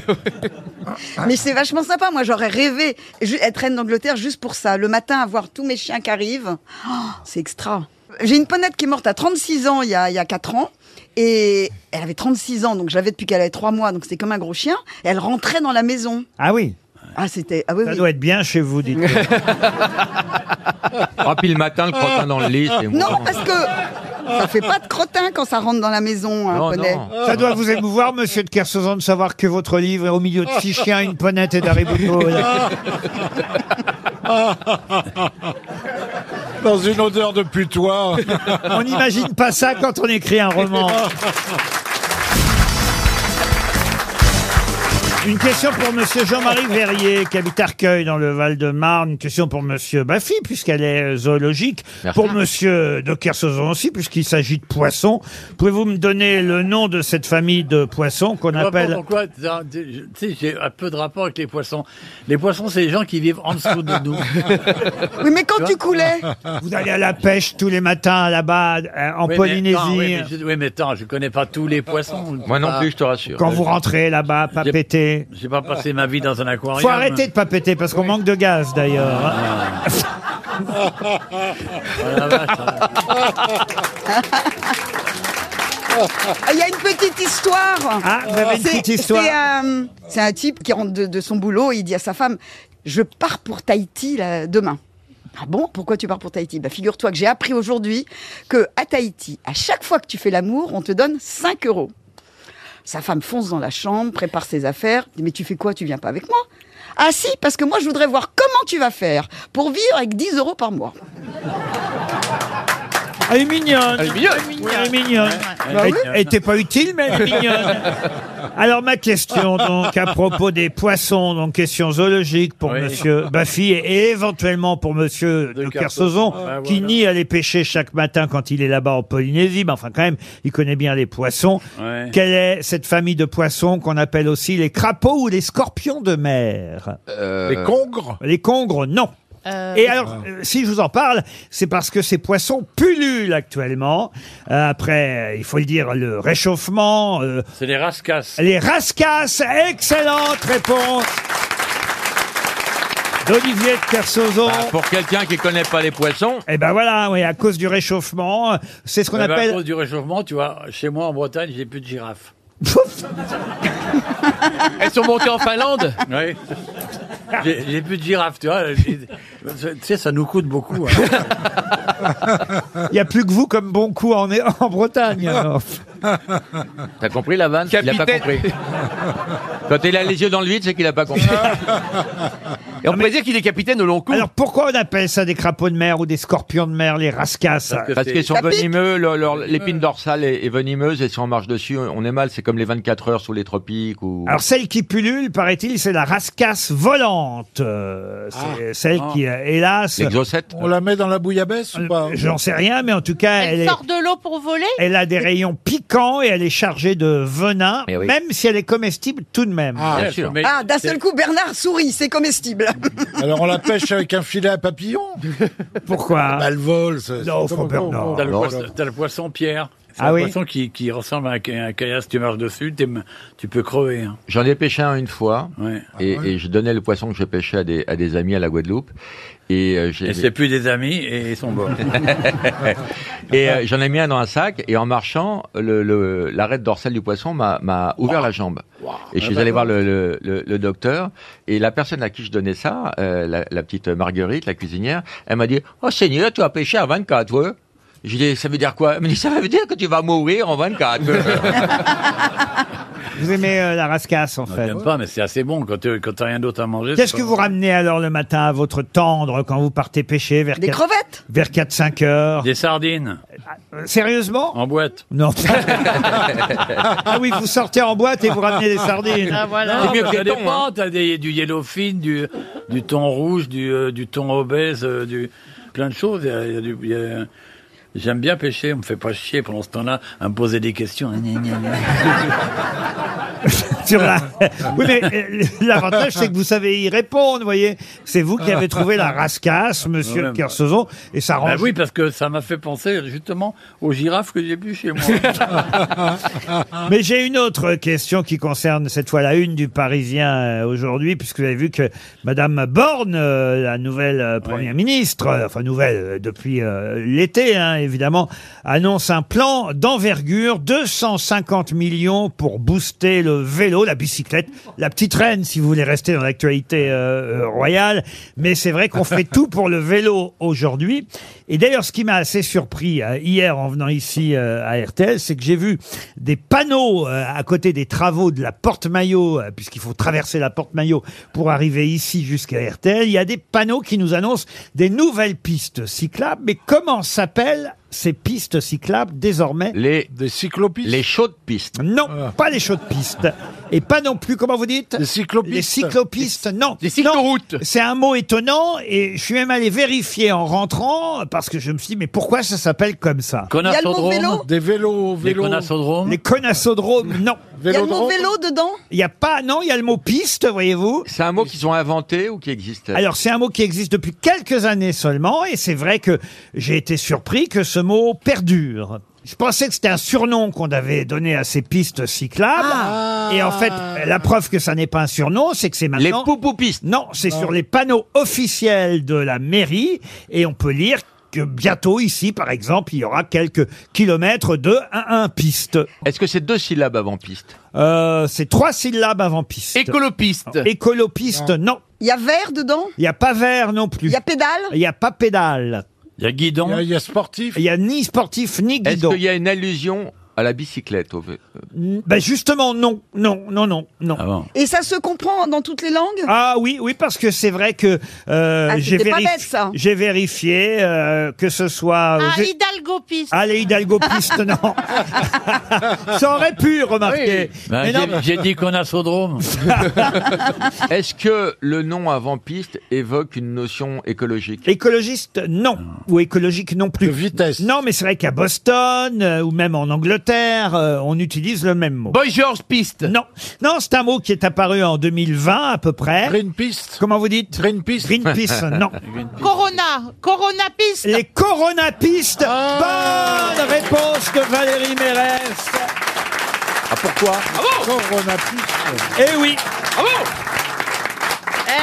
Ah, Mais c'est vachement sympa. Moi, j'aurais rêvé ju- être reine d'Angleterre juste pour ça. Le matin, avoir tous mes chiens qui arrivent. Oh, c'est extra. J'ai une ponette qui est morte à 36 ans il y a, il y a 4 ans. Et elle avait 36 ans, donc je l'avais depuis qu'elle avait 3 mois, donc c'était comme un gros chien. Et elle rentrait dans la maison. Ah oui, Ah, c'était. Ah oui, ça oui. doit être bien chez vous, dites Ah, puis le matin, le crottin dans le lit. c'est Non, mouvant. parce que ça fait pas de crottin quand ça rentre dans la maison, un Non, poney. non. Ça doit vous émouvoir, monsieur de Kersozon, de savoir que votre livre est au milieu de six chiens, une ponette et Dari Oh, Boutboul. Dans une odeur de putois. On n'imagine pas ça quand on écrit un roman. Une question pour Monsieur Jean-Marie Verrier, qui habite Arcueil, dans le Val-de-Marne. Une question pour Monsieur Baffy, puisqu'elle est euh, zoologique. Merci. Pour Monsieur de Kersozon aussi, puisqu'il s'agit de poissons. Pouvez-vous me donner le nom de cette famille de poissons qu'on Je vois pas appelle... Pourquoi t'as- Tu sais, j'ai un peu de rapport avec les poissons. Les poissons, c'est les gens qui vivent en dessous de nous. Oui, mais quand tu coulais, Vous allez à la pêche tous les matins là-bas, euh, en Oui, mais Polynésie. hein. attends, oui, mais je, oui, mais attends, je connais pas tous les poissons. Moi non Pas- plus, je te rassure. Quand vous rentrez là-bas, pas J'ai- péter. J'ai pas passé ma vie dans un aquarium. Faut arrêter de pas péter parce qu'on manque de gaz d'ailleurs. hein. Ah. Oh la vache, hein. Ah, il y a une petite histoire. Ah, vous avez une C'est- petite histoire. c'est euh, un- C'est un type qui rentre de, de son boulot et il dit à sa femme Je pars pour Tahiti là, demain. Ah bon Pourquoi tu pars pour Tahiti bah, Figure-toi que j'ai appris aujourd'hui que à Tahiti, à chaque fois que tu fais l'amour, on te donne 5 euros. Sa femme fonce dans la chambre, prépare ses affaires. dit, Mais tu fais quoi Tu viens pas avec moi Ah si, parce que moi je voudrais voir comment tu vas faire pour vivre avec 10 euros par mois. Elle est mignonne. Elle est mignonne. Oui, Elle est mignonne. Bah Elle- oui. Elle était pas utile, mais elle est mignonne. Alors ma question donc à propos des poissons, donc question zoologique pour Oui. Monsieur Baffy et, et éventuellement pour Monsieur de, De Kersozon, Kersozon. Ah, qui voilà. nie aller pêcher chaque matin quand il est là-bas en Polynésie, mais enfin quand même, il connaît bien les poissons. Ouais. Quelle est cette famille de poissons qu'on appelle aussi les crapauds ou les scorpions de mer Euh, Les congres Les congres, non. Et alors, euh, si je vous en parle, c'est parce que ces poissons pullulent actuellement. Euh, après, euh, il faut le dire, le réchauffement, euh, C'est des rascasses. les rascasses. Excellente réponse d'Olivier de Kersozon. Bah, pour quelqu'un qui connaît pas les poissons, Eh ben voilà, oui, à cause du réchauffement, euh, c'est ce qu'on Eh ben, À appelle. cause du réchauffement, tu vois, chez moi en Bretagne, j'ai plus de girafes. Elles sont montées en Finlande Oui. J'ai j'ai plus de girafes, tu vois. J'ai- Tu sais, ça nous coûte beaucoup. hein. Il n'y a plus que vous comme bon coup en, en Bretagne. hein. alors. t'as compris la vanne Il a pas Capitaine. compris. Quand il a les yeux dans le vide, c'est qu'il a pas compris. Ah, Et on Ah. pourrait dire qu'il est capitaine au long cours. Alors pourquoi on appelle ça des crapauds de mer ou des scorpions de mer, les rascasses Parce qu'ils sont Ça pique. venimeux, leur- leur- l'épine dorsale est, est venimeuse et si on marche dessus, on est mal. C'est comme les 24 heures sous les tropiques ou. Alors celle qui pullule, paraît-il, c'est la rascasse volante. Euh, c'est celle qui, euh, hélas, Ah. Les grossettes. On la met dans la bouillabaisse ou pas euh, j'en sais rien, mais en tout cas, elle, Elle est- sort de l'eau pour voler elle a des rayons piquants et elle est chargée de venin, Eh oui. même si elle est comestible tout de même. Ah, Bien Ouais, sûr. mais- Ah, d'un seul coup, Bernard sourit, c'est comestible. Alors on la pêche avec un filet à papillon Pourquoi Bah, Elle vole. c'est- Non, c'est Robert, comme- non. T'as le, Alors- poisson- t'as le poisson Pierre. Ah oui. poisson qui, qui ressemble à un, ca- un caillasse. Tu marches dessus, t'es m- tu peux crever. hein. J'en ai pêché un une fois, et, Ah ouais. et je donnais le poisson que je pêchais à des, à des amis à la Guadeloupe. Et, euh, j'ai- Et c'est plus des amis et ils sont morts. et euh, j'en ai mis un dans un sac, et en marchant, le- le- l'arête dorsale du poisson m'a- m'a ouvert la jambe. Et je Ah, suis bah, allé bah. voir le, le- le- le docteur, et la personne à qui je donnais ça, euh, la, la petite Marguerite, la cuisinière, elle m'a dit « Oh Seigneur, tu as pêché à 24 ouais. ». Je lui ai dit « Ça veut dire quoi ?» Elle m'a dit « Ça veut dire que tu vas mourir en 24 heures. Vous aimez euh, la rascasse, en fait. J'aime pas, mais c'est assez bon quand tu quand t'as rien d'autre à manger. Qu'est-ce c'est que pas vous ramenez alors le matin à votre tendre quand vous partez pêcher vers Des quatre- crevettes Vers 4-5 heures. bon. Des sardines. Ah, euh, Sérieusement En boîte. Non. ah oui, vous sortez en boîte et vous ramenez des sardines. Ah, Non, mais ça hein. dépend, t'as des- du yellowfin, du, du thon rouge, du, euh, du thon obèse, euh, du, plein de choses. Il y a- il y a du- il y a- J'aime bien pêcher, on me fait pas chier pendant ce temps-là à me poser des questions. Gna, gna, gna. Sur la- Oui, mais euh, l'avantage, c'est que vous savez y répondre, vous voyez. C'est vous qui avez trouvé la rascasse, monsieur Ouais, le bah. Kersozon, et ça rend... Bah oui, parce que ça m'a fait penser justement aux girafes que j'ai pu chez moi. Mais j'ai une autre question qui concerne cette fois la une du Parisien euh, aujourd'hui, puisque vous avez vu que Madame Borne, euh, la nouvelle euh, première ministre, euh, enfin nouvelle euh, depuis euh, l'été, hein, évidemment, annonce un plan d'envergure, 250 millions pour booster le vélo, la bicyclette, la petite reine, si vous voulez rester dans l'actualité euh, euh, royale. Mais c'est vrai qu'on fait tout pour le vélo aujourd'hui. Et d'ailleurs, ce qui m'a assez surpris euh, hier en venant ici euh, à RTL, c'est que j'ai vu des panneaux euh, à côté des travaux de la porte-maillot, euh, puisqu'il faut traverser la porte-maillot pour arriver ici jusqu'à RTL. Il y a des panneaux qui nous annoncent des nouvelles pistes cyclables. Mais comment s'appellent ces pistes cyclables désormais Les des cyclopistes. Ah. Les chaudes pistes. Non, pas les chaudes pistes. Et pas non plus, comment vous dites Les cyclopistes. Les cyclopistes, non. Les cycloroutes. C'est un mot étonnant et je suis même allé vérifier en rentrant parce que je me suis dit, mais pourquoi ça s'appelle comme ça Connassodrome. Il y a le mot vélo Des vélos, vélos. connassodromes Les connassodromes, non. Il y a le mot vélo dedans Il n'y a pas, non, il y a le mot piste, voyez-vous. C'est un mot qu'ils ont inventé ou qui existe Alors c'est un mot qui existe depuis quelques années seulement et c'est vrai que j'ai été surpris que ce mot perdure. Je pensais que c'était un surnom qu'on avait donné à ces pistes cyclables. Ah. Et en fait, la preuve que ça n'est pas un surnom, c'est que c'est maintenant... Les poupoupistes Non, c'est sur les panneaux officiels de la mairie et on peut lire que bientôt ici, par exemple, il y aura quelques kilomètres de 1-1 piste. Est-ce que c'est deux syllabes avant piste Euh, c'est trois syllabes avant piste. Écolopiste. Écolopiste, non. Il y a vert dedans Il n'y a pas vert non plus. Il y a pédale Il n'y a pas pédale. Il y a guidon. Il y a sportif. Il n'y a ni sportif ni Est-ce guidon. qu'il y a une allusion à la bicyclette au vé- Mm, Ben justement, non, non, non, non, non. Ah, Et ça se comprend dans toutes les langues oui, oui, parce que c'est vrai que euh, Ah, j'ai c'était pas vérifié, bête, ça. j'ai vérifié euh, que ce soit... Ah, j'ai- Hidalgo piste. Ah, les Hidalgo pistes, non. ça aurait pu, remarquer. Ben, Mais non, j'ai- J'ai dit connassodrome. Est-ce que le nom avant piste évoque une notion écologique Écologiste, non. Ou écologique, non plus. vitesse. Non, mais c'est vrai qu'à Boston, euh, ou même en Angleterre, euh, on utilise le même mot. Boy George Piste. Non. Non, c'est un mot qui est apparu en 2020, à peu près. Green Piste. Comment vous dites Green Piste. Green Piste, non. Corona, Corona piste. Les Corona Pistes. Ah. Bonne réponse de Valérie Mérès. Ah, pourquoi Corona Eh oui.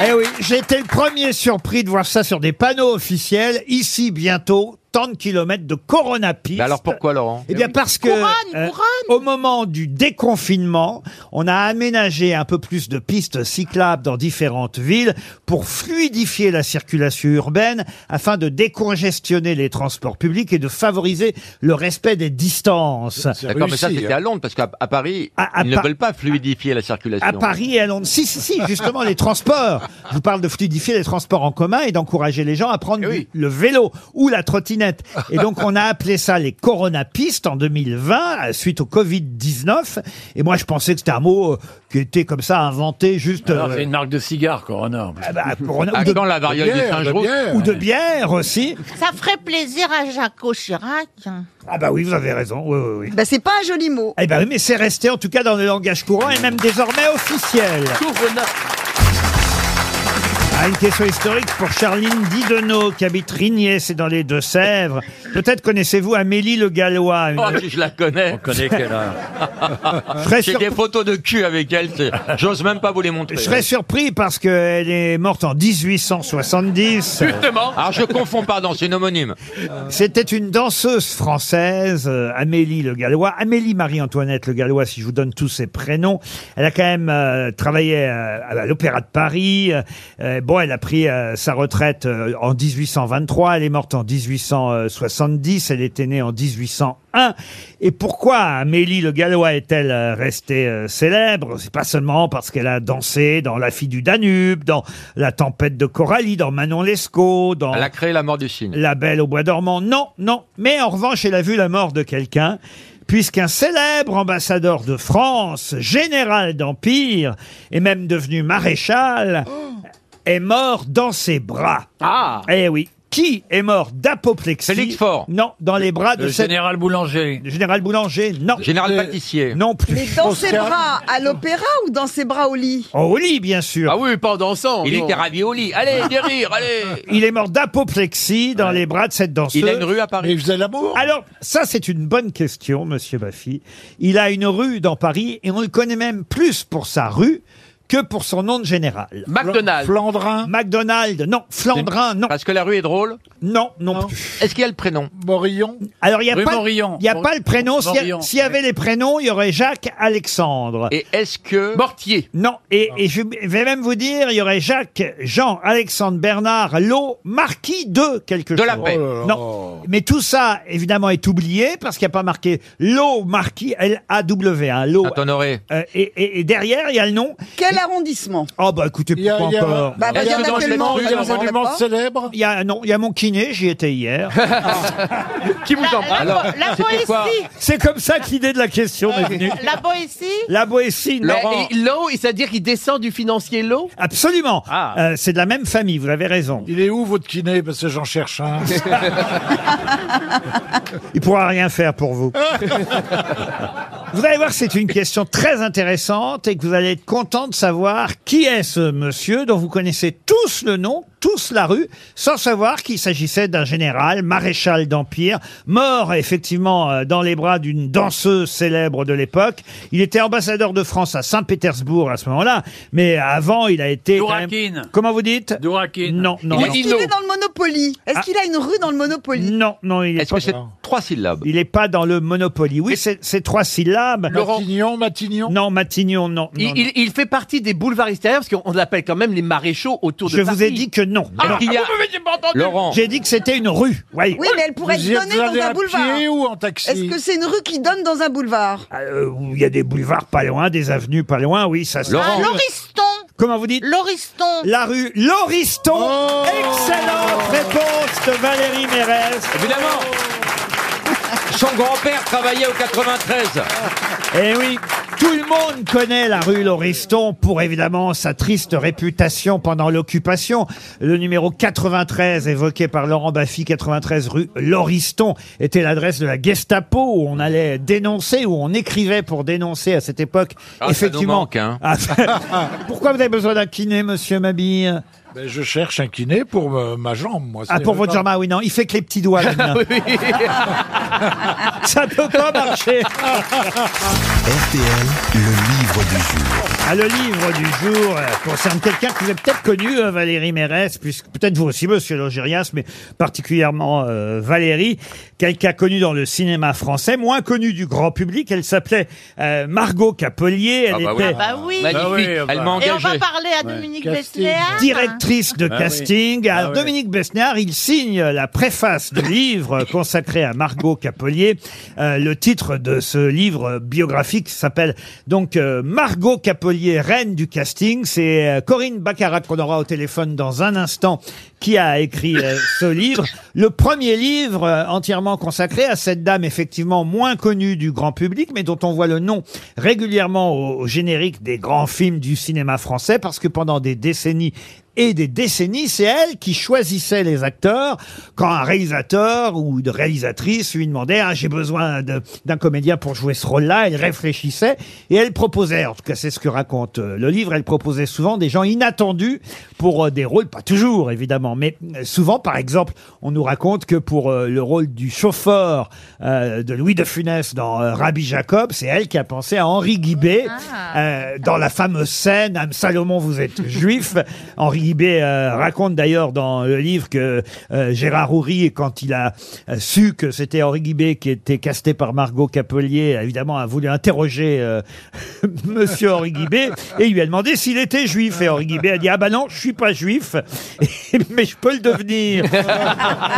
Eh oui, j'ai été le premier surpris de voir ça sur des panneaux officiels. Ici, bientôt, tant de kilomètres de Corona Piste. Mais alors pourquoi, Laurent Eh bien parce que euh, au moment du déconfinement, on a aménagé un peu plus de pistes cyclables dans différentes villes pour fluidifier la circulation urbaine afin de décongestionner les transports publics et de favoriser le respect des distances. D'accord, mais ça hein. c'était à Londres, parce qu'à à Paris, ils ne Par- veulent pas fluidifier la circulation. à Paris et à Londres. Si, si, si, justement, les transports. Je vous parle de fluidifier les transports en commun et d'encourager les gens à Eh prendre du- le vélo ou la trottinette. Et donc, on a appelé ça les coronapistes en 2020, euh, suite au Covid-19. Et moi, je pensais que c'était un mot euh, qui était comme ça inventé juste... Alors, euh, C'est une marque de cigare, Corona. en plus. bah, pour- Ah, ou de- dans la variole De bière, du singe de rose. bière. Ou de bière aussi. Ça ferait plaisir à Jaco Chirac. Ah bah oui, vous avez raison. Oui, oui, oui. Bah c'est pas un joli mot. Eh ben oui, mais c'est resté en tout cas dans le langage courant et même désormais officiel. Corona. Ah, une question historique pour Charline Didonneau, qui habite Rigné, c'est dans les Deux-Sèvres. Peut-être connaissez-vous Amélie Le Gallois. une- Oh, si je la connais. On connaît qu'elle a. Très J'ai surpris. des photos de cul avec elle. c'est- J'ose même pas vous les montrer. Je serais surpris parce qu'elle est morte en 1870. Justement. Alors je confonds pas dans une homonyme. C'était une danseuse française, euh, Amélie Le Gallois. Amélie Marie-Antoinette Le Gallois, si je vous donne tous ses prénoms. Elle a quand même euh, travaillé euh, à l'Opéra de Paris. Euh, euh, bon, elle a pris euh, sa retraite euh, en 1823. Elle est morte en 1870. Elle était née en 1801. Et pourquoi Amélie Le Gallois est-elle euh, restée euh, célèbre C'est pas seulement parce qu'elle a dansé dans La fille du Danube, dans La tempête de Coralie, dans Manon Lescaut, dans... Elle a créé la mort du cygne. La Belle au Bois dormant, non, non. Mais en revanche, elle a vu la mort de quelqu'un, puisqu'un célèbre ambassadeur de France, général d'Empire, et même devenu maréchal, Oh. est mort dans ses bras. Ah Eh oui. Qui est mort d'apoplexie Félix Faure. Non, dans les bras de Le cette- général Boulanger. Le Général Boulanger, non. Euh, Général pâtissier. Non plus. Mais dans ses bras à l'opéra ou dans ses bras au lit Oh, au lit, bien sûr. Ah oui, pas en dansant. Il non. était ravi au lit. Allez, des rires, allez. Il est mort d'apoplexie dans les bras de cette danseuse. Il a une rue à Paris. Il faisait l'amour. Alors, ça, c'est une bonne question, monsieur Baffy. Il a une rue dans Paris et on le connaît même plus pour sa rue que pour son nom de général. McDonald's. Flandrin, McDonald, non. Flandrin, non. Parce que la rue est drôle. Non, non. plus. Est-ce qu'il y a le prénom Morillon. Alors, il n'y a, Rue pas, Morillon. il y a pas le prénom. S'il y a- Morillon, s'il y avait les prénoms, il y aurait Jacques Alexandre. Et est-ce que. Mortier. Non, et, et je vais même vous dire, il y aurait Jacques, Jean, Alexandre, Bernard, Lot, Marquis de quelque De chose. la paix. Oh là là. Non, mais tout ça, évidemment, est oublié parce qu'il n'y a pas marqué Lot, Marquis, L-A-W, hein, Lot. Saint-Honoré. Euh, et, et- et derrière, il y a le nom. Quel arrondissement Oh, bah écoutez, Il y a- pourquoi il y a- encore Bah, parce Est-ce qu'il y en que dans a cette tellement. rue, Il y a un monument célèbre. il y a, non, il y a mon kiné, j'y étais hier. Qui vous La, embrasse la- Alors, la c'était quoi Boétie. C'est comme ça que l'idée de la question m'est venue. La Boétie. La Boétie, non. Laurent. Et L'eau, c'est-à-dire qu'il descend du financier l'eau Absolument. Ah. Euh, c'est de la même famille, vous avez raison. Il est où votre kiné Parce que j'en cherche un. Il pourra rien faire pour vous. vous allez voir, que c'est une question très intéressante et que vous allez être content de savoir qui est ce monsieur dont vous connaissez tous le nom, tous la rue, sans savoir qu'il s'agissait d'un général, maréchal d'Empire, mort effectivement euh, dans les bras d'une danseuse célèbre de l'époque. Il était ambassadeur de France à Saint-Pétersbourg à ce moment-là, mais avant, il a été... quand même- Dourakine. Comment vous dites Dourakine. Non, Il non, non. Ah. est Est-ce qu'il est dans le Monopoly Est-ce qu'il a une rue dans le Monopoly Non, non, il est Est-ce pas... que c'est trois syllabes Il n'est pas dans le Monopoly. Oui, c'est c'est trois syllabes. Matignon, Matignon. Non, Matignon, non. non, non. il, il- il fait partie des boulevards extérieurs parce qu'on on l'appelle quand même les maréchaux autour de Je vous ai Paris. dit que non. Ah, Alors, qu'il y a- vous m'avez pas entendu Laurent. J'ai dit que c'était une rue. voyez. Oui, mais elle pourrait être Vous y donnée allez dans à un boulevard. pied ou en taxi Est-ce que c'est une rue qui donne dans un boulevard Euh, où il y a des boulevards pas loin, des avenues pas loin, oui, ça se... Laurent. Ah, Lauriston. Comment vous dites Lauriston. La rue Lauriston. Oh. Excellente réponse de Valérie Mérès. Évidemment. Son grand-père travaillait au 93. Eh oui, tout le monde connaît la rue Lauriston pour évidemment sa triste réputation pendant l'occupation. Le numéro 93 évoqué par Laurent Baffy, 93 rue Lauriston, était l'adresse de la Gestapo où on allait dénoncer, où on écrivait pour dénoncer à cette époque. Ah, ça nous manque, hein. Ah, Pourquoi vous avez besoin d'un kiné, monsieur Mabille Ben, Je cherche un kiné pour me- ma jambe, Oh, moi. Ah, c'est- pour votre jambe, ah oui, non, il fait que les petits doigts. le mien. Ça peut pas marcher. RTL, le livre du jour. Ah, le livre du jour euh, concerne quelqu'un que vous avez peut-être connu, euh, Valérie Mérès, puisque peut-être vous aussi, monsieur Logérias, mais particulièrement euh, Valérie, quelqu'un connu dans le cinéma français, moins connu du grand public. Elle s'appelait euh, Margot Capelier. Elle Ah bah oui. était Ah bah oui. Magnifique. Ah oui, ah bah. Elle m'a Et on va engagé. parler à Dominique Casting. Besnéard. directrice de Ah oui. casting. Alors, oui. Dominique Besnard, il signe la préface du livre consacré à Margot Capelier. Euh, le titre de ce livre biographique s'appelle donc euh, Margot Capelier, reine du casting. C'est euh, Corinne Baccarat qu'on aura au téléphone dans un instant qui a écrit euh, ce livre. Le premier livre euh, entièrement consacré à cette dame effectivement moins connue du grand public, mais dont on voit le nom régulièrement au, au générique des grands films du cinéma français, parce que pendant des décennies et des décennies. C'est elle qui choisissait les acteurs quand un réalisateur ou une réalisatrice lui demandait ah, j'ai besoin de- d'un comédien pour jouer ce rôle-là. Elle réfléchissait et elle proposait, en tout cas c'est ce que raconte euh, le livre, elle proposait souvent des gens inattendus pour euh, des rôles, pas toujours évidemment, mais euh, souvent par exemple, on nous raconte que pour euh, le rôle du chauffeur euh, de Louis de Funès dans euh, Rabbi Jacob, c'est elle qui a pensé à Henri Guibé euh, dans la fameuse scène Âme Salomon, vous êtes juif. Henri Guibé euh, raconte d'ailleurs dans le livre que euh, Gérard Houry, quand il a euh, su que c'était Henri Guibé qui était casté par Margot Capelier, évidemment a voulu interroger euh, Monsieur Henri Guibé et il lui a demandé s'il était juif. Et Henri Guibé a dit ah bah non, je suis pas juif, mais je peux le devenir.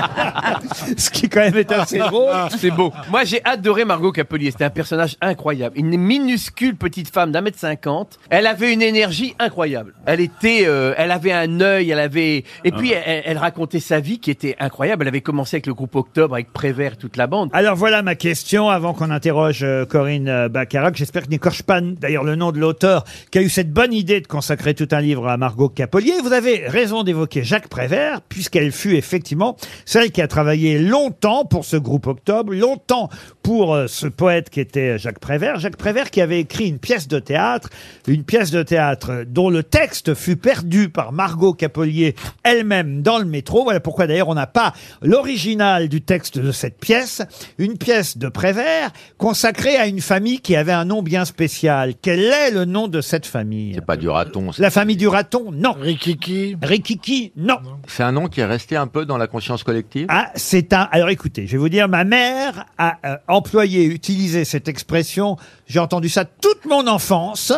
Ce qui quand même est Ah, assez drôle. Ah, C'est beau. Moi, j'ai adoré Margot Capelier. C'était un personnage incroyable. Une minuscule petite femme d'un mètre cinquante. Elle avait une énergie incroyable. Elle était, euh, elle avait un œil, elle avait, et puis Ah. elle, elle racontait sa vie qui était incroyable. Elle avait commencé avec le groupe Octobre, avec Prévert, toute la bande. Alors voilà ma question avant qu'on interroge euh, Corinne euh, Bacharach. J'espère que n'écorche pas d'ailleurs le nom de l'auteur qui a eu cette bonne idée de consacrer tout un livre à Margot Capelier. Vous avez raison d'évoquer Jacques Prévert puisqu'elle fut effectivement celle qui a travaillé longtemps pour ce groupe Octobre, longtemps pour euh, ce poète qui était Jacques Prévert. Jacques Prévert qui avait écrit une pièce de théâtre, une pièce de théâtre euh, dont le texte fut perdu par Margot Capelier elle-même dans le métro. Voilà pourquoi d'ailleurs on n'a pas l'original du texte de cette pièce, une pièce de Prévert consacrée à une famille qui avait un nom bien spécial. Quel est le nom de cette famille C'est pas du raton. c'est- La famille du raton Non. Rikiki Rikiki Non. C'est un nom qui est resté un peu dans la conscience collective. Ah, c'est un. Alors écoutez, je vais vous dire, ma mère a euh, employé, utilisé cette expression. J'ai entendu ça toute mon enfance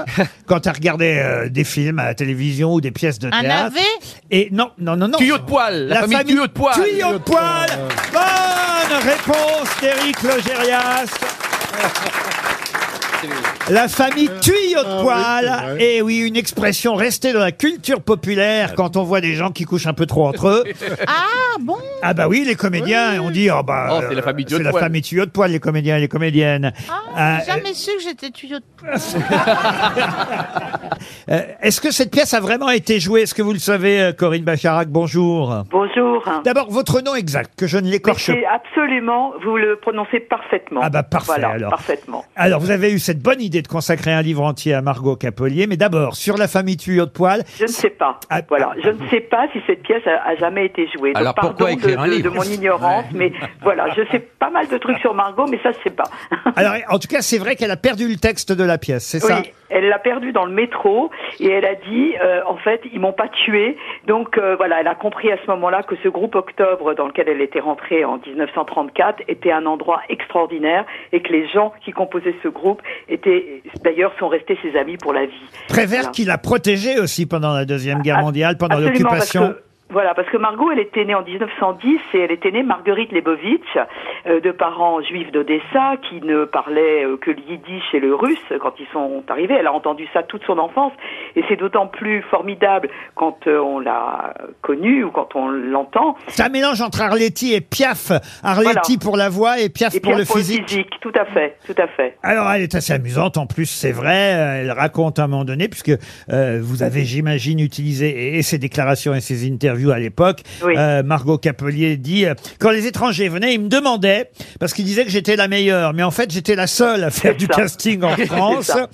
quand elle regardait euh, des films à la télévision ou des pièces de Un théâtre. navet Et non, non, non, non. Tuyau de poil, la famille tuyau de poil. Tuyau de poil. Bonne réponse, d'Éric Logérias. La famille tuyau de c'est poil. et oui, une expression restée dans la culture populaire quand on voit des gens qui couchent un peu trop entre eux. Ah bon Ah bah oui, les comédiens, on dit oh bah Oh, c'est la euh, famille tuyau c'est de la poil. famille tuyau de poil, les comédiens et les comédiennes. Ah, j'ai Euh, jamais su que j'étais tuyau de euh, Est-ce que cette pièce a vraiment été jouée Est-ce que vous le savez, euh, Corinne Bacharac Bonjour. Bonjour. D'abord, votre nom exact, que je ne Mais l'écorche c'est pas. absolument, vous le prononcez parfaitement. Ah bah parfait, Voilà, alors. parfaitement. Alors, vous avez eu cette bonne idée de consacrer un livre entier à Margot Capelier, mais d'abord, sur la famille tuyau de poil, Je ne sais pas. Ah, voilà, je ne sais pas si cette pièce a, a jamais été jouée. Donc, Alors, pardon pourquoi écrire de, un de- livre de mon ignorance, mais voilà, je sais pas mal de trucs sur Margot, mais ça je sais pas. alors en tout cas, c'est vrai qu'elle a perdu le texte de la pièce, c'est ça Oui, elle l'a perdu dans le métro et elle a dit, euh, en fait, ils m'ont pas tué. Donc euh, voilà, elle a compris à ce moment-là que ce groupe Octobre dans lequel elle était rentrée en 1934 était un endroit extraordinaire et que les gens qui composaient ce groupe étaient, d'ailleurs, sont restés ses amis pour la vie. Prévert Voilà. qui l'a protégée aussi pendant la Deuxième Guerre Ah, mondiale, pendant absolument, parce l'occupation. que- Voilà, parce que Margot, elle était née en 1910 et elle était née Marguerite Lebovitch, euh, de parents juifs d'Odessa qui ne parlaient euh, que le yiddish et le russe quand ils sont arrivés. Elle a entendu ça toute son enfance et c'est d'autant plus formidable quand euh, on l'a connue ou quand on l'entend. C'est un mélange entre Arletty et Piaf. Arletty Voilà. pour la voix et Piaf Et pour puis le pour physique. le physique, tout à fait, tout à fait. Alors, elle est assez amusante en plus, c'est vrai. Euh, Elle raconte à un moment donné, puisque euh, vous avez, Mhm. j'imagine, utilisé et, et ses déclarations et ses interviews à l'époque. Oui. Euh, Margot Capelier dit euh, quand les étrangers venaient, ils me demandaient parce qu'ils disaient que j'étais la meilleure, mais en fait, j'étais la seule à faire C'est du ça. casting en C'est France. ça.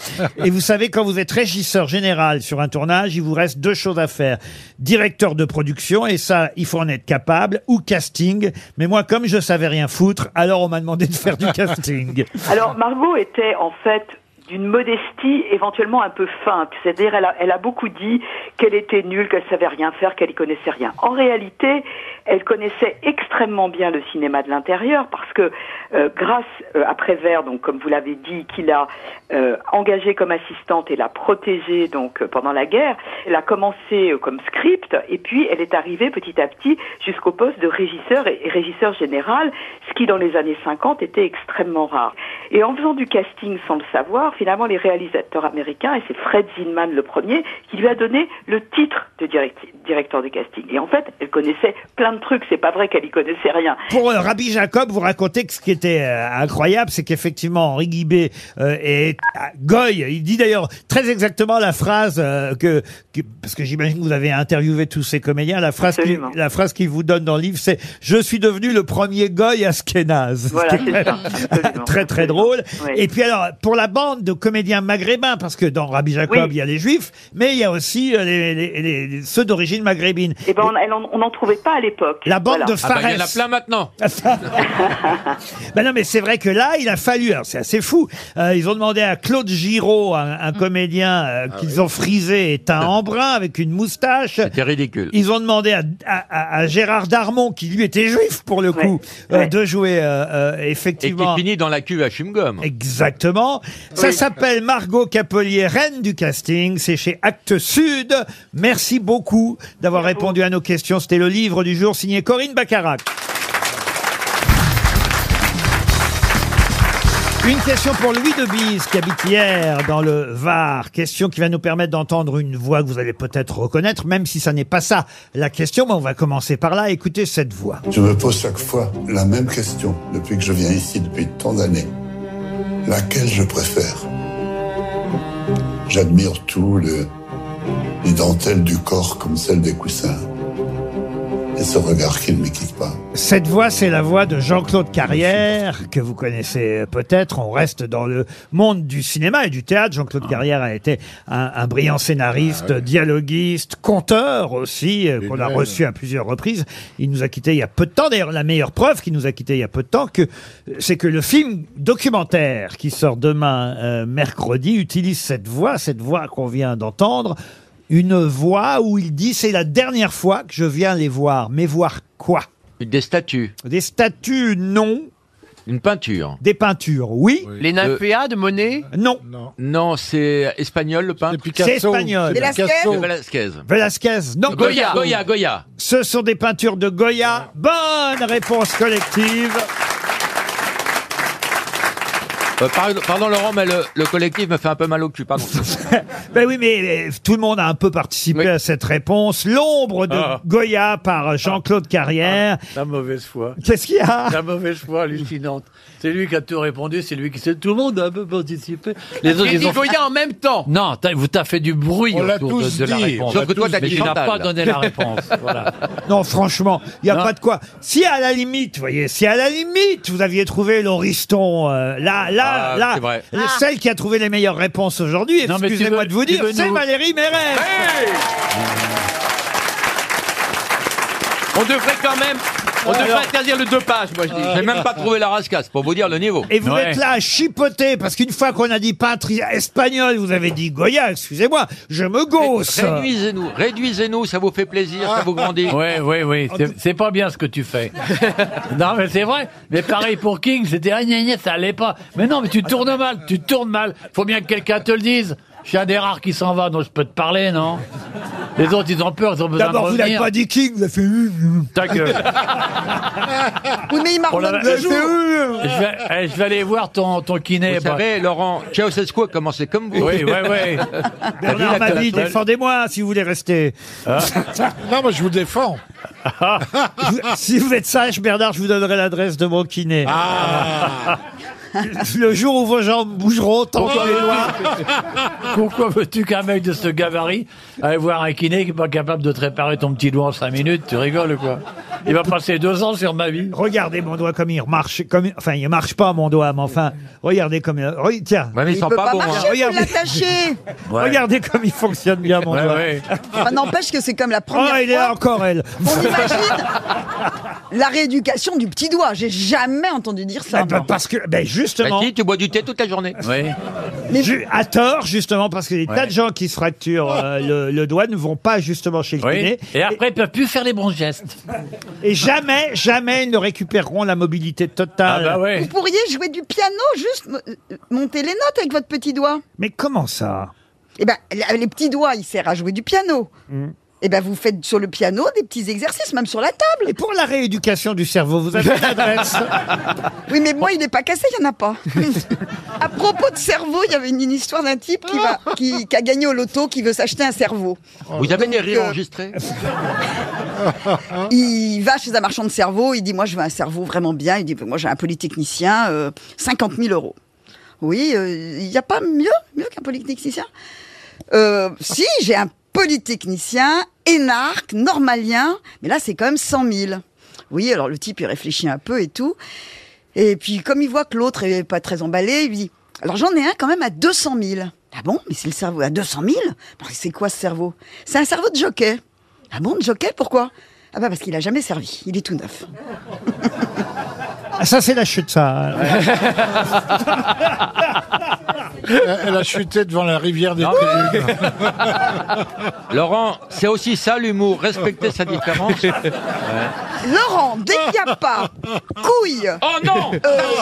Et vous savez, quand vous êtes régisseur général sur un tournage, il vous reste deux choses à faire directeur de production, et ça, il faut en être capable, ou casting. Mais moi, comme je savais rien foutre, alors on m'a demandé de faire du casting. Alors Margot était en fait d'une modestie éventuellement un peu feinte, c'est-à-dire elle a, elle a beaucoup dit qu'elle était nulle, qu'elle savait rien faire, qu'elle y connaissait rien. En réalité, elle connaissait extrêmement bien le cinéma de l'intérieur parce que euh, grâce euh, à Prévert, donc comme vous l'avez dit, qu'il a euh, engagée comme assistante et l'a protégée donc euh, pendant la guerre, elle a commencé euh, comme script et puis elle est arrivée petit à petit jusqu'au poste de régisseur et, et régisseur général, ce qui dans les années 50 était extrêmement rare. Et en faisant du casting sans le savoir, finalement les réalisateurs américains, et c'est Fred Zinman le premier, qui lui a donné le titre de directi- directeur de casting. Et en fait, elle connaissait plein de trucs, c'est pas vrai qu'elle y connaissait rien. Pour euh, Rabbi Jacob, vous racontez que ce qui était euh, incroyable, c'est qu'effectivement Henri Guibé euh, est à Goy. Il dit d'ailleurs très exactement la phrase euh, que, que- parce que j'imagine que vous avez interviewé tous ces comédiens. La phrase qui, Absolument. la phrase qu'il vous donne dans le livre, c'est je suis devenu le premier Goy Ashkenaz. Voilà, c'est ça. très très drôle. Oui. Et puis alors pour la bande de comédiens maghrébins, parce que dans Rabbi Jacob Oui. il y a les juifs, mais il y a aussi euh, les- les- les- les- ceux d'origine maghrébine. Et ben, on- elle en- on n'en trouvait pas à l'époque. La bande de Fares. Farès. Ah, maintenant. Ah, Ben non, mais c'est vrai que là, il a fallu. alors c'est assez fou. euh, ils ont demandé à Claude Giraud, un, Mm. un comédien euh, Ah qu'ils ont frisé et teint en brun avec une moustache. C'était ridicule. Ils ont demandé à, à- à- à Gérard Darmon, qui lui était juif pour le coup, euh, de jouer euh, euh, Et qui effectivement. finit dans la cuve à chum-gum. Exactement. Ça s'appelle Margot Capolier, reine du casting. C'est chez Actes Sud. Merci beaucoup d'avoir répondu à nos questions. C'était le livre du jour signé Corinne Bacarac. Une question pour Louis de Bise qui habite hier dans le Var. Question qui va nous permettre d'entendre une voix que vous allez peut-être reconnaître, même si ça n'est pas ça la question. Mais on va commencer par là. Écoutez cette voix. Je me pose chaque fois la même question depuis que je viens ici depuis tant d'années. Laquelle je préfère J'admire tout le, les dentelles du corps comme celle des coussins et ce regard qui ne me quitte pas. Cette voix, c'est la voix de Jean-Claude Carrière, que vous connaissez peut-être. On reste dans le monde du cinéma et du théâtre. Jean-Claude Carrière a été un, un brillant scénariste, dialoguiste, conteur aussi, euh, qu'on a Lui-même. reçu à plusieurs reprises. Il nous a quittés il y a peu de temps. D'ailleurs, la meilleure preuve qu'il nous a quittés il y a peu de temps, que, euh, c'est que le film documentaire qui sort demain, euh, mercredi, utilise cette voix, cette voix qu'on vient d'entendre, une voix où il dit c'est la dernière fois que je viens les voir. Mais voir quoi Des statues. Des statues, non. Une peinture. Des peintures, oui. Les Euh. nymphéas de Monet Non. Euh, Non, c'est espagnol le peintre. C'est espagnol. Velázquez Picasso. Velázquez. Velasquez, non. Goya. Goya, Goya. Ce sont des peintures de Goya. Bonne réponse collective. Euh, pardon, pardon, Laurent, mais le, le collectif me fait un peu mal au cul, pardon. Ben oui, mais euh, tout le monde a un peu participé à cette réponse. L'ombre de Ah. Goya par Jean-Claude Carrière. La mauvaise foi. Qu'est-ce qu'il y a La mauvaise foi hallucinante. C'est lui qui a tout répondu, c'est lui qui sait. Tout le monde a un peu participé. Les J'ai Ah, dit Goya en même temps. Non, t'as- vous t'as fait du bruit On l'a autour de, tous de la dit. réponse. Sauf que toi, t'as Mais dit tu n'as Chantal. pas donné la réponse. Voilà. Non, franchement, il n'y a pas de quoi. Si à la limite, vous voyez, si à la limite, vous aviez trouvé l'Oriston, euh, là, là, Ah, là, c'est vrai. le- celle qui a trouvé les meilleures réponses aujourd'hui, Non, mais tu excusez-moi veux- de vous tu dire, veux c'est nous- Valérie Mérès. On devrait quand même. On devrait interdire le deux pages, moi je dis. J'ai même pas trouvé la rascasse pour vous dire le niveau. Et vous êtes là à chipoter, parce qu'une fois qu'on a dit peintre espagnol, vous avez dit Goya, excusez-moi, je me gausse. Réduisez-nous, réduisez-nous, ça vous fait plaisir, ça vous grandit. Oui, oui, oui. C'est- C'est pas bien ce que tu fais. non, mais c'est vrai. Mais pareil pour King, c'était ah, gna, gna, ça allait pas. Mais non, mais tu tournes mal, tu tournes mal. Faut bien que quelqu'un te le dise. Je suis un des rares qui s'en va, donc je peux te parler, non Les autres, ils ont peur, ils ont besoin de D'abord, vous n'avez revenir. pas dit King, vous avez fait... Ta gueule. Oui, mais il m'a Oh là là, remonté le je- jour. Je vais, eh, je vais aller voir ton, ton kiné. Vous bah. savez, Laurent, Ceausescu a commencé comme vous. Oui, oui, oui. Bernard Mabie, défendez-moi si vous voulez rester. Ah. Ah. non, mais je vous défends. Je- si vous êtes sage, Bernard, je vous donnerai l'adresse de mon kiné. Ah. Le jour où vos jambes bougeront, tant Pourquoi que les lois. veux-tu- Pourquoi veux-tu qu'un mec de ce gabarit aille voir un kiné qui n'est pas capable de te réparer ton petit doigt en 5 minutes Tu rigoles ou quoi Il va passer deux ans sur ma vie. Regardez mon doigt comme il marche, comme enfin il marche pas mon doigt, mais enfin regardez comme il, re- tiens. mais Il peut pas, hein. marcher, vous l'attacher. Regardez comme il fonctionne bien mon doigt. Enfin, N'empêche que c'est comme la Oh, première il est là encore elle. On imagine la rééducation du petit doigt. J'ai jamais entendu dire ça. Eh ben, moi. parce que ben justement. Bah si, tu bois du thé toute la journée. Oui. Ju- à tort justement parce que des tas Ouais. de gens qui se fracturent euh, le, le doigt ne vont pas justement chez le Oui. kiné Et après, ils ne peuvent plus faire les bons gestes. et jamais jamais ils ne récupéreront la mobilité totale. Ah bah ouais. Vous pourriez jouer du piano, juste mo- euh, monter les notes avec votre petit doigt. Mais comment ça Hmm. Eh ben, la- les petits doigts, il sert à jouer du piano. Eh ben, vous faites sur le piano des petits exercices, même sur la table. Et pour la rééducation du cerveau, vous avez une adresse Ah Oui, mais moi, il n'est pas cassé, il n'y en a pas. à propos de cerveau, il y avait une, une histoire d'un type qui, Ah. va, qui, qui a gagné au loto, qui veut s'acheter un cerveau. Vous avez des Donc, rires euh, enregistrés il va chez un marchand de cerveau, il dit Moi, je veux un cerveau vraiment bien. Il dit Moi, j'ai un polytechnicien, euh, 50 000 euros. Oui, euh, il n'y a pas mieux, mieux qu'un polytechnicien Euh, Si, j'ai un polytechnicien, énarque, normalien, mais là, c'est quand même 100 000. Oui, alors le type, il réfléchit un peu et tout. Et puis, comme il voit que l'autre est pas très emballé, il lui dit Alors, j'en ai un quand même à 200 000. Ah bon Mais c'est le cerveau à 200 000 Bon, C'est quoi ce cerveau C'est un cerveau de jockey. Ah bon, de jockey Pourquoi Ah bah parce qu'il a jamais servi. Il est tout neuf. Ah, Ça, c'est la chute, ça. Elle elle a chuté devant la rivière des Télumes. Laurent, c'est aussi ça l'humour, respecter sa différence. Laurent, dès qu'il n'y a pas couille. Euh, Oh non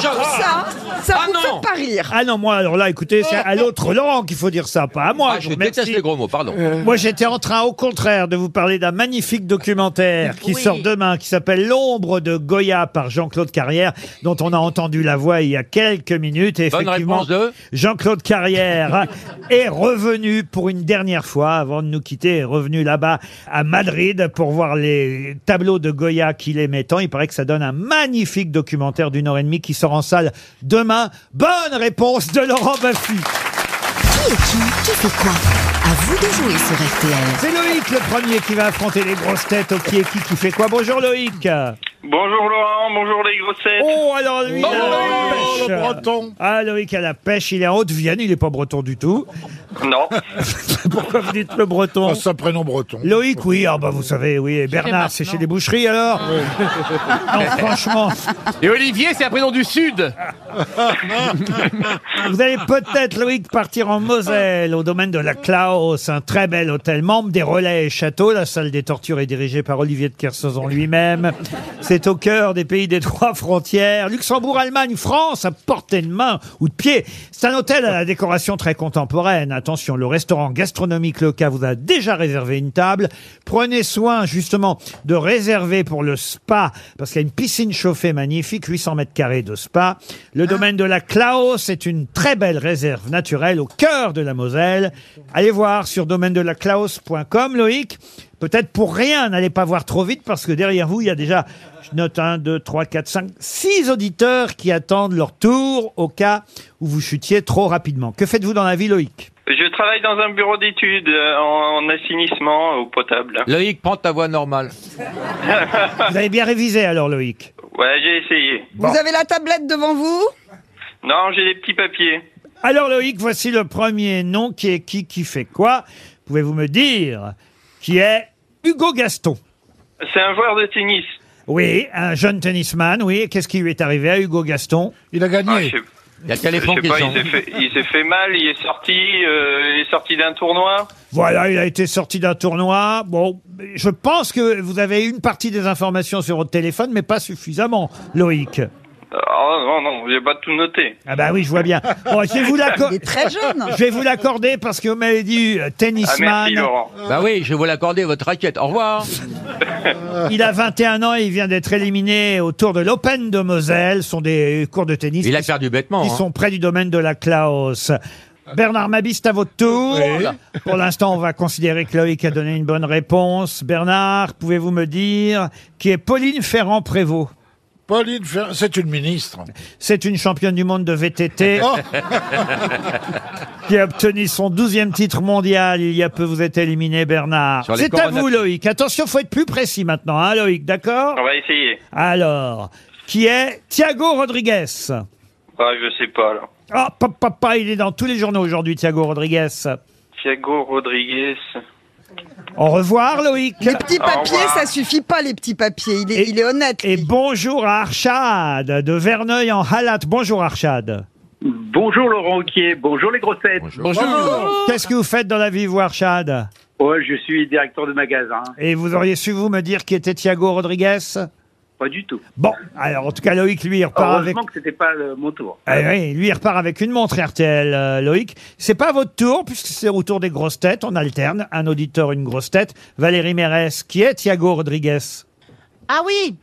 Ça, ça vous fait pas rire. Ah non, moi, alors là, écoutez, c'est à l'autre Laurent qu'il faut dire ça, pas à moi. Ah, je vous remercie. déteste les Euh. gros mots, pardon. Moi, j'étais en train, au contraire, de vous parler d'un magnifique documentaire qui Oui. sort demain, qui s'appelle L'ombre de Goya par Jean-Claude Carrière, dont on a entendu la voix il y a quelques minutes. Et Bonne effectivement, réponse de Jean-Claude Carrière est revenu pour une dernière fois, avant de nous quitter, est revenu là-bas à Madrid pour voir les tableaux de Goya qu'il aimait tant. Il paraît que ça donne un magnifique documentaire d'une heure et demie qui sort en salle demain. Bonne réponse de Laurent Baffy. Qui est qui Qui fait quoi À vous de jouer sur RTL. C'est Loïc le premier qui va affronter les grosses têtes au qui est qui qui fait quoi. Bonjour Loïc. Bonjour Laurent, bonjour les grossettes. Oh alors lui, Bonjour, il a la Oh, Loïc, pêche. le breton. Ah Loïc à la pêche, il est en Haute-Vienne, il n'est pas breton du tout. Non. Pourquoi vous dites le breton Oh, c'est un prénom breton. Loïc, oui, ah bah vous savez, oui, et Bernard, c'est chez les boucheries alors Non, franchement. Et Olivier, c'est un prénom du Sud. Vous allez peut-être, Loïc, partir en Moselle, au domaine de la Klaus, un très bel hôtel, membre des Relais et Châteaux. La salle des tortures est dirigée par Olivier de Kersauzon lui-même. C'est au cœur des pays des trois frontières, Luxembourg, Allemagne, France, à portée de main ou de pied. C'est un hôtel à la décoration très contemporaine. Attention, le restaurant gastronomique Leca vous a déjà réservé une table. Prenez soin, justement, de réserver pour le spa, parce qu'il y a une piscine chauffée magnifique, 800 mètres carrés de spa. Ah. Le domaine de la Klaus est une très belle réserve naturelle au cœur de la Moselle. Allez voir sur domaine de la Klaus.com, Loïc. Peut-être pour rien, n'allez pas voir trop vite parce que derrière vous, il y a déjà, je note 1, 2, 3, 4, 5, 6 auditeurs qui attendent leur tour au cas où vous chutiez trop rapidement. Que faites-vous dans la vie, Loïc Je travaille dans un bureau d'études euh, en, en assainissement au potable. Loïc, prends ta voix normale. Vous avez bien révisé alors, Loïc Ouais, j'ai essayé. Vous avez la tablette devant vous Non, j'ai des petits papiers. Alors, Loïc, voici le premier nom qui est qui, qui fait quoi Pouvez-vous me dire qui est Hugo Gaston C'est un joueur de tennis. Oui, un jeune tennisman, oui. Qu'est-ce qui lui est arrivé à Hugo Gaston Il a Ah, je gagné. sais- Il y a je sais pas, il s'est fait, il s'est fait mal, il est sorti, euh, il est sorti d'un tournoi. Voilà, il a été sorti d'un tournoi. Bon, je pense que vous avez une partie des informations sur votre téléphone, mais pas suffisamment, Loïc. Oh non, non, j'ai pas tout noté. Ah bah oui, je vois bien. Bon, je vais vous l'accorder. Il est très jeune. Je vais vous l'accorder parce que vous m'avez dit Ah, euh, tennisman. Bah oui, je vais vous l'accorder, votre raquette. Au revoir. Il a 21 ans et il vient d'être éliminé au tour de l'Open de Moselle. Ce sont des cours de tennis. Il a qui- perdu bêtement, Qui hein. sont près du domaine de la Klaus. Bernard Mabie, c'est à votre tour. Oui. Pour l'instant, on va considérer que Loïc a donné une bonne réponse. Bernard, pouvez-vous me dire qui est Pauline Ferrand-Prévot Pauline Fer- c'est une ministre. C'est une championne du monde de VTT Oh. qui a obtenu son 12e titre mondial. Il y a peu, vous êtes éliminé, Bernard. Sur les C'est à coronavirus. vous, Loïc. Attention, faut être plus précis maintenant, hein, Loïc, d'accord On va essayer. alors, qui est Thiago Rodriguez. Oh, Ah, je sais pas là. Ah, papa, papa, il est dans tous les journaux aujourd'hui, Thiago Rodriguez. Thiago Rodriguez. Au revoir, Loïc. Les petits papiers, ça suffit pas, les petits papiers. Il est, il est honnête. Et bonjour à Archad, de Verneuil en Halat. Bonjour, Archad. Bonjour Laurent Ruquier, bonjour les grossettes. Qu'est-ce que vous faites dans la vie, vous, Archad Ouais, je suis directeur de magasin. Et vous auriez su, vous, me dire qui était Thiago Rodriguez Pas du tout. Bon, alors en tout cas, Loïc, lui, il Oh, repart avec. Heureusement que c'était pas le- mon tour. Ah oui, lui, il repart avec une montre RTL, euh, Loïc. C'est pas votre tour, puisque c'est au tour des grosses têtes. On alterne un auditeur, une grosse tête. Valérie Mérès, qui est Thiago Rodriguez Ah oui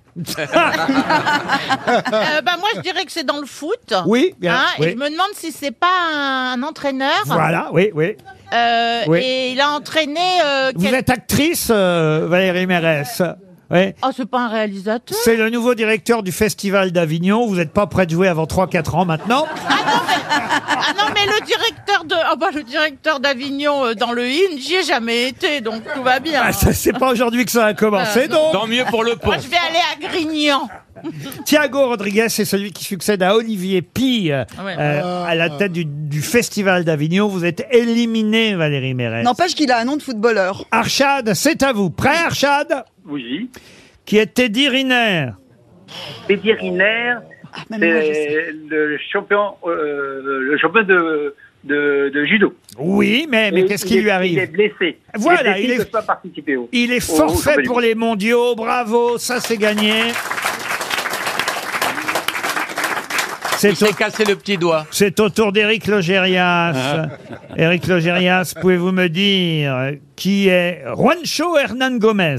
Euh, bah, moi, je dirais que c'est dans le foot. Oui, bien, Hein, oui. Et je me demande si c'est pas un, un entraîneur. Voilà, oui, oui. Euh, Oui. Et il a entraîné. euh, Vous quel- êtes actrice, euh, Valérie Mérès oui. Oh, c'est pas un réalisateur. C'est le nouveau directeur du Festival d'Avignon. Vous n'êtes pas prêt de jouer avant 3-4 ans maintenant. Ah non, mais le directeur de. Ah bah, le directeur d'Avignon euh, dans le IN, j'y ai jamais été, donc tout va bien. Euh, Ah, ça, c'est pas aujourd'hui que ça a commencé, donc. Moi, je vais aller à Grignan. Thiago Rodriguez, c'est celui qui succède à Olivier Pille euh, Ah ouais. euh, à la tête du, du Festival d'Avignon. Vous êtes éliminé, Valérie Mérès. N'empêche qu'il a un nom de footballeur. Archad, c'est à vous. Prêt, Archad Oui. Qui est Teddy Riner Teddy Riner, même moi, je c'est euh, le champion, euh, le champion de, de, de judo. Oui, mais- mais Et qu'est-ce il qui est- lui arrive Il est blessé. Voilà, il il est blessé, est- ne peut pas participer au. Il est Oh, au- au forfait championnat pour du les mondiaux. Bravo, ça c'est gagné. C'est Il s'est cassé le petit doigt. C'est au tour d'Éric Ah. Logérias. Éric Logérias, pouvez-vous me dire euh, qui est Juancho Hernan Gomez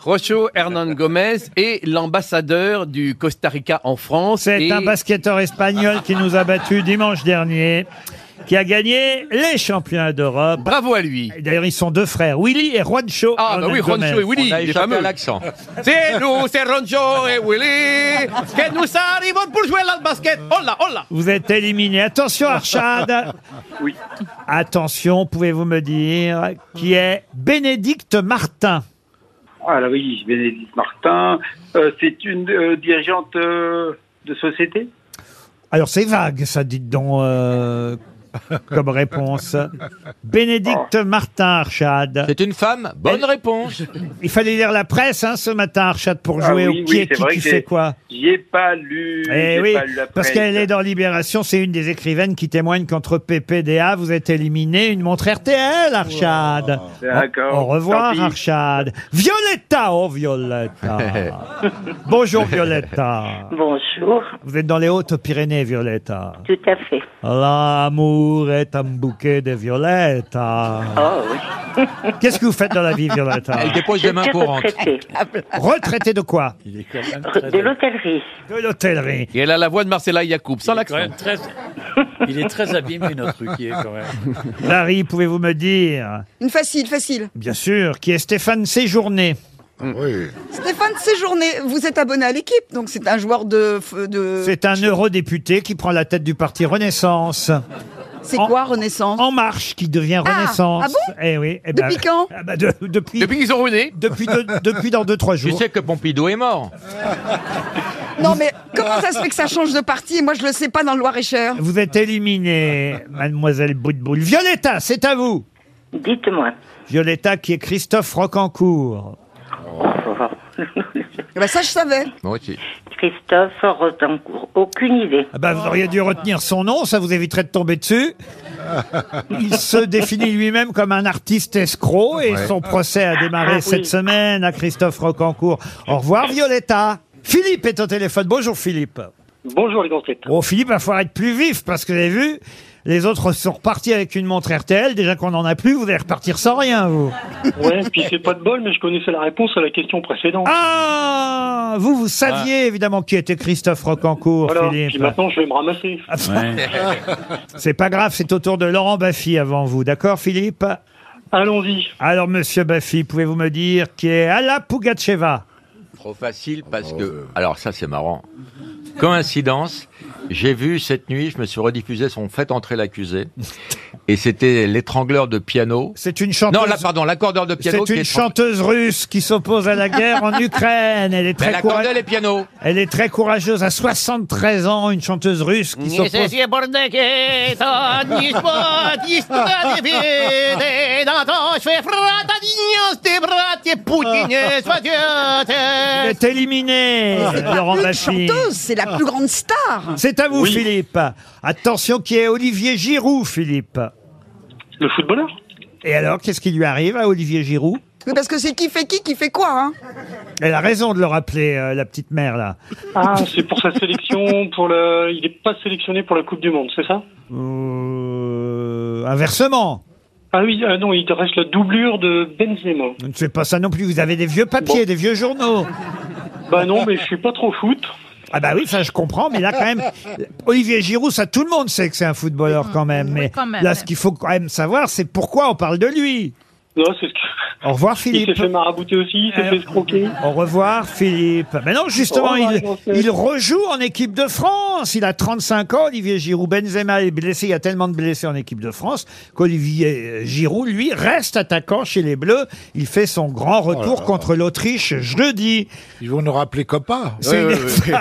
Rocho Hernan Gomez est l'ambassadeur du Costa Rica en France. C'est et- un basketteur espagnol qui nous a battus dimanche dernier, qui a gagné les championnats d'Europe. Bravo à lui. D'ailleurs, ils sont deux frères, Willy et Juancho. Ah, bah Hernan oui, Roncho Gomez. et Willy. les fameux. C'est nous, c'est Roncho et Willy, que nous arrivons pour jouer là le basket. Oh Hola, hola. Vous êtes éliminé. Attention, Archad. Oui. Attention, pouvez-vous me dire qui est Bénédicte Martin Voilà, Ah, oui, Bénédicte Martin. Euh, c'est une euh, dirigeante euh, de société Alors, c'est vague, ça, dites donc, euh, comme réponse. Bénédicte Martin, Archad. C'est une femme Bonne réponse. Il fallait lire la presse hein, ce matin, Archad, pour Ah jouer oui, au qui oui, est c'est qui, vrai qui que fait j'ai- quoi. J'y ai pas lu. Eh j'ai oui, pas lu la parce presse. qu'elle est dans Libération, c'est une des écrivaines qui témoigne qu'entre PPDA, vous êtes éliminé une montre RTL, Archad. Oh, D'accord, Au- Au revoir, tant pis. Archad. Violetta, oh Violetta. Bonjour, Violetta. Bonjour, Vous êtes dans les Hautes-Pyrénées, Violetta. tout à fait. L'amour est un bouquet de violettes. Oh oui. Qu'est-ce que vous faites dans la vie, Violetta Elle dépose des mains Je suis courantes. retraitée. Retraité de quoi De l'hôtellerie. De l'hôtellerie. Et elle a la voix de Marcella Yacoub, sans Quand l'accent. même très- Il est très abîmé, notre ruquier, quand même. Larry, pouvez-vous me dire, Une facile, facile. bien sûr, qui est Stéphane Séjourné Oui. Stéphane Séjourné, vous êtes abonné à l'équipe, donc c'est un joueur de. f- de... C'est un eurodéputé qui prend la tête du parti Renaissance. C'est quoi Renaissance En Marche qui devient Ah, Renaissance. ah bon Eh oui. eh Depuis quand Ah bah de- depuis, Depuis qu'ils ont ruiné depuis, deux- depuis dans 2-3 Tu jours. sais que Pompidou est mort. Non, mais comment ça se fait que ça change de parti Moi, je le sais pas dans le Loir-et-Cher. Vous êtes éliminée, mademoiselle Boutboul. Violetta, c'est à vous. Dites-moi. Violetta qui est Christophe Rocancourt. Eh ben, ça, je savais. Moi aussi. Christophe Rotencourt, aucune idée. Ah bah, vous auriez dû retenir son nom, ça vous éviterait de tomber dessus. Il se définit lui-même comme un artiste escroc et Ouais. son procès a démarré Ah oui. cette semaine à Christophe Rocancourt. Au revoir Violetta. Philippe est au téléphone. Bonjour Philippe. Bonjour les grosses têtes. Oh Philippe, il va falloir être plus vif parce que vous avez vu, les autres sont repartis avec une montre RTL. Déjà qu'on n'en a plus, vous allez repartir sans rien vous. Ouais, puis c'est pas de bol, mais je connaissais la réponse à la question précédente. Ah, vous, vous saviez évidemment qui était Christophe Rocancourt, voilà. Puis Philippe. Ah, maintenant, je vais me ramasser. C'est pas grave, c'est au tour de Laurent Baffy avant vous, d'accord Philippe Allons-y. Alors monsieur Baffy, pouvez-vous me dire qui est Alla Pugacheva Trop facile parce que. Alors, ça, c'est marrant. Coïncidence, j'ai vu cette nuit, je me suis rediffusé son Fait entrer l'accusé. Et c'était l'étrangleur de piano. C'est une chanteuse. Non, là, pardon, l'accordeur de piano. C'est qui une est- chanteuse russe qui s'oppose à la guerre en Ukraine. Elle est Mais elle très accordait courageuse. les pianos. Elle est très courageuse à 73 ans, une chanteuse russe qui s'oppose. jo, Elle est éliminée, C'est pas Eh, Laurent Ah. une Baffy. Ah. chanteuse, c'est la plus grande star. C'est à vous, Philippe. Attention, qui est Olivier Giroud, Philippe. Le footballeur Et alors, qu'est-ce qui lui arrive à Olivier Giroud Oui, parce que c'est qui fait qui qui fait quoi, hein Elle a raison de le rappeler, euh, la petite mère, là. Ah, c'est pour sa sélection, pour le... il n'est pas sélectionné pour la Coupe du Monde, c'est ça Euh, inversement. Ah oui, ah non, il te reste la doublure de Benzema. Je ne fais pas ça non plus. Vous avez des vieux papiers, des vieux journaux. Bah non, mais je suis pas trop foot. Ah bah oui, ça je comprends, mais là quand même, Olivier Giroud, ça tout le monde sait que c'est un footballeur quand même. Mais quand même, là, ouais. ce qu'il faut quand même savoir, c'est pourquoi on parle de lui. Non, c'est ce que... Au revoir Philippe. Il s'est fait marabouter aussi, il s'est fait escroquer. Au revoir Philippe. Mais non, justement, Au revoir, il, Jean-Pierre. il rejoue en équipe de France. Il a 35 ans, Olivier Giroud. Benzema est blessé, il y a tellement de blessés en équipe de France qu'Olivier euh, Giroud, lui, reste attaquant chez les Bleus. Il fait son grand retour contre l'Autriche jeudi. Oh Ils vont nous rappeler Copa. C'est Oui, une- oui,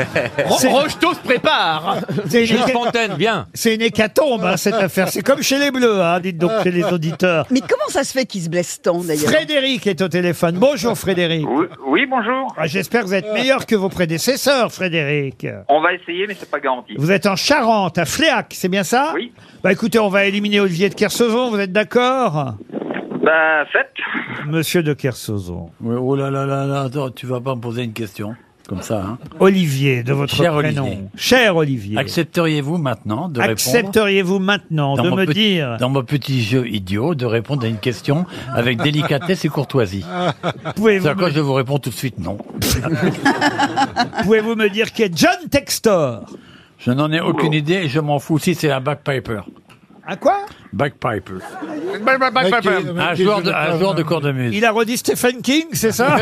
oui. C'est- Rocheteau se prépare C'est une, Gilles Fontaine, bien. C'est une hécatombe, hein, cette affaire. C'est comme chez les Bleus, hein, dites donc, chez les auditeurs. Mais comment ça se fait qu'il se blesse tant, d'ailleurs hein. Frédéric est au téléphone. Bonjour, Frédéric. Oui, bonjour. Ah, J'espère que vous êtes meilleur que vos prédécesseurs, Frédéric. On va essayer, mais c'est pas garanti. Vous êtes en Charente, à Fléac, c'est bien ça Oui. Bah écoutez, on va éliminer Olivier de Kersauzon, vous êtes d'accord Bah, faites. Monsieur de Kersauzon. Oui, oh là là là là, attends, tu vas pas me poser une question comme ça. Hein. Olivier, de votre Cher prénom. Olivier. Cher Olivier. Accepteriez-vous maintenant de répondre Accepteriez-vous maintenant de mon me petit- dire dans mon petit jeu idiot de répondre à une question avec délicatesse et courtoisie. Pouvez-vous C'est-à-dire que je vous réponds tout de suite non. Pouvez-vous me dire qui est John Textor Je n'en ai aucune idée et je m'en fous si c'est un backpiper. Un quoi Backpiper. Backpiper. Un joueur de, un joueur de corps de musique. Il a redit Stephen King, c'est ça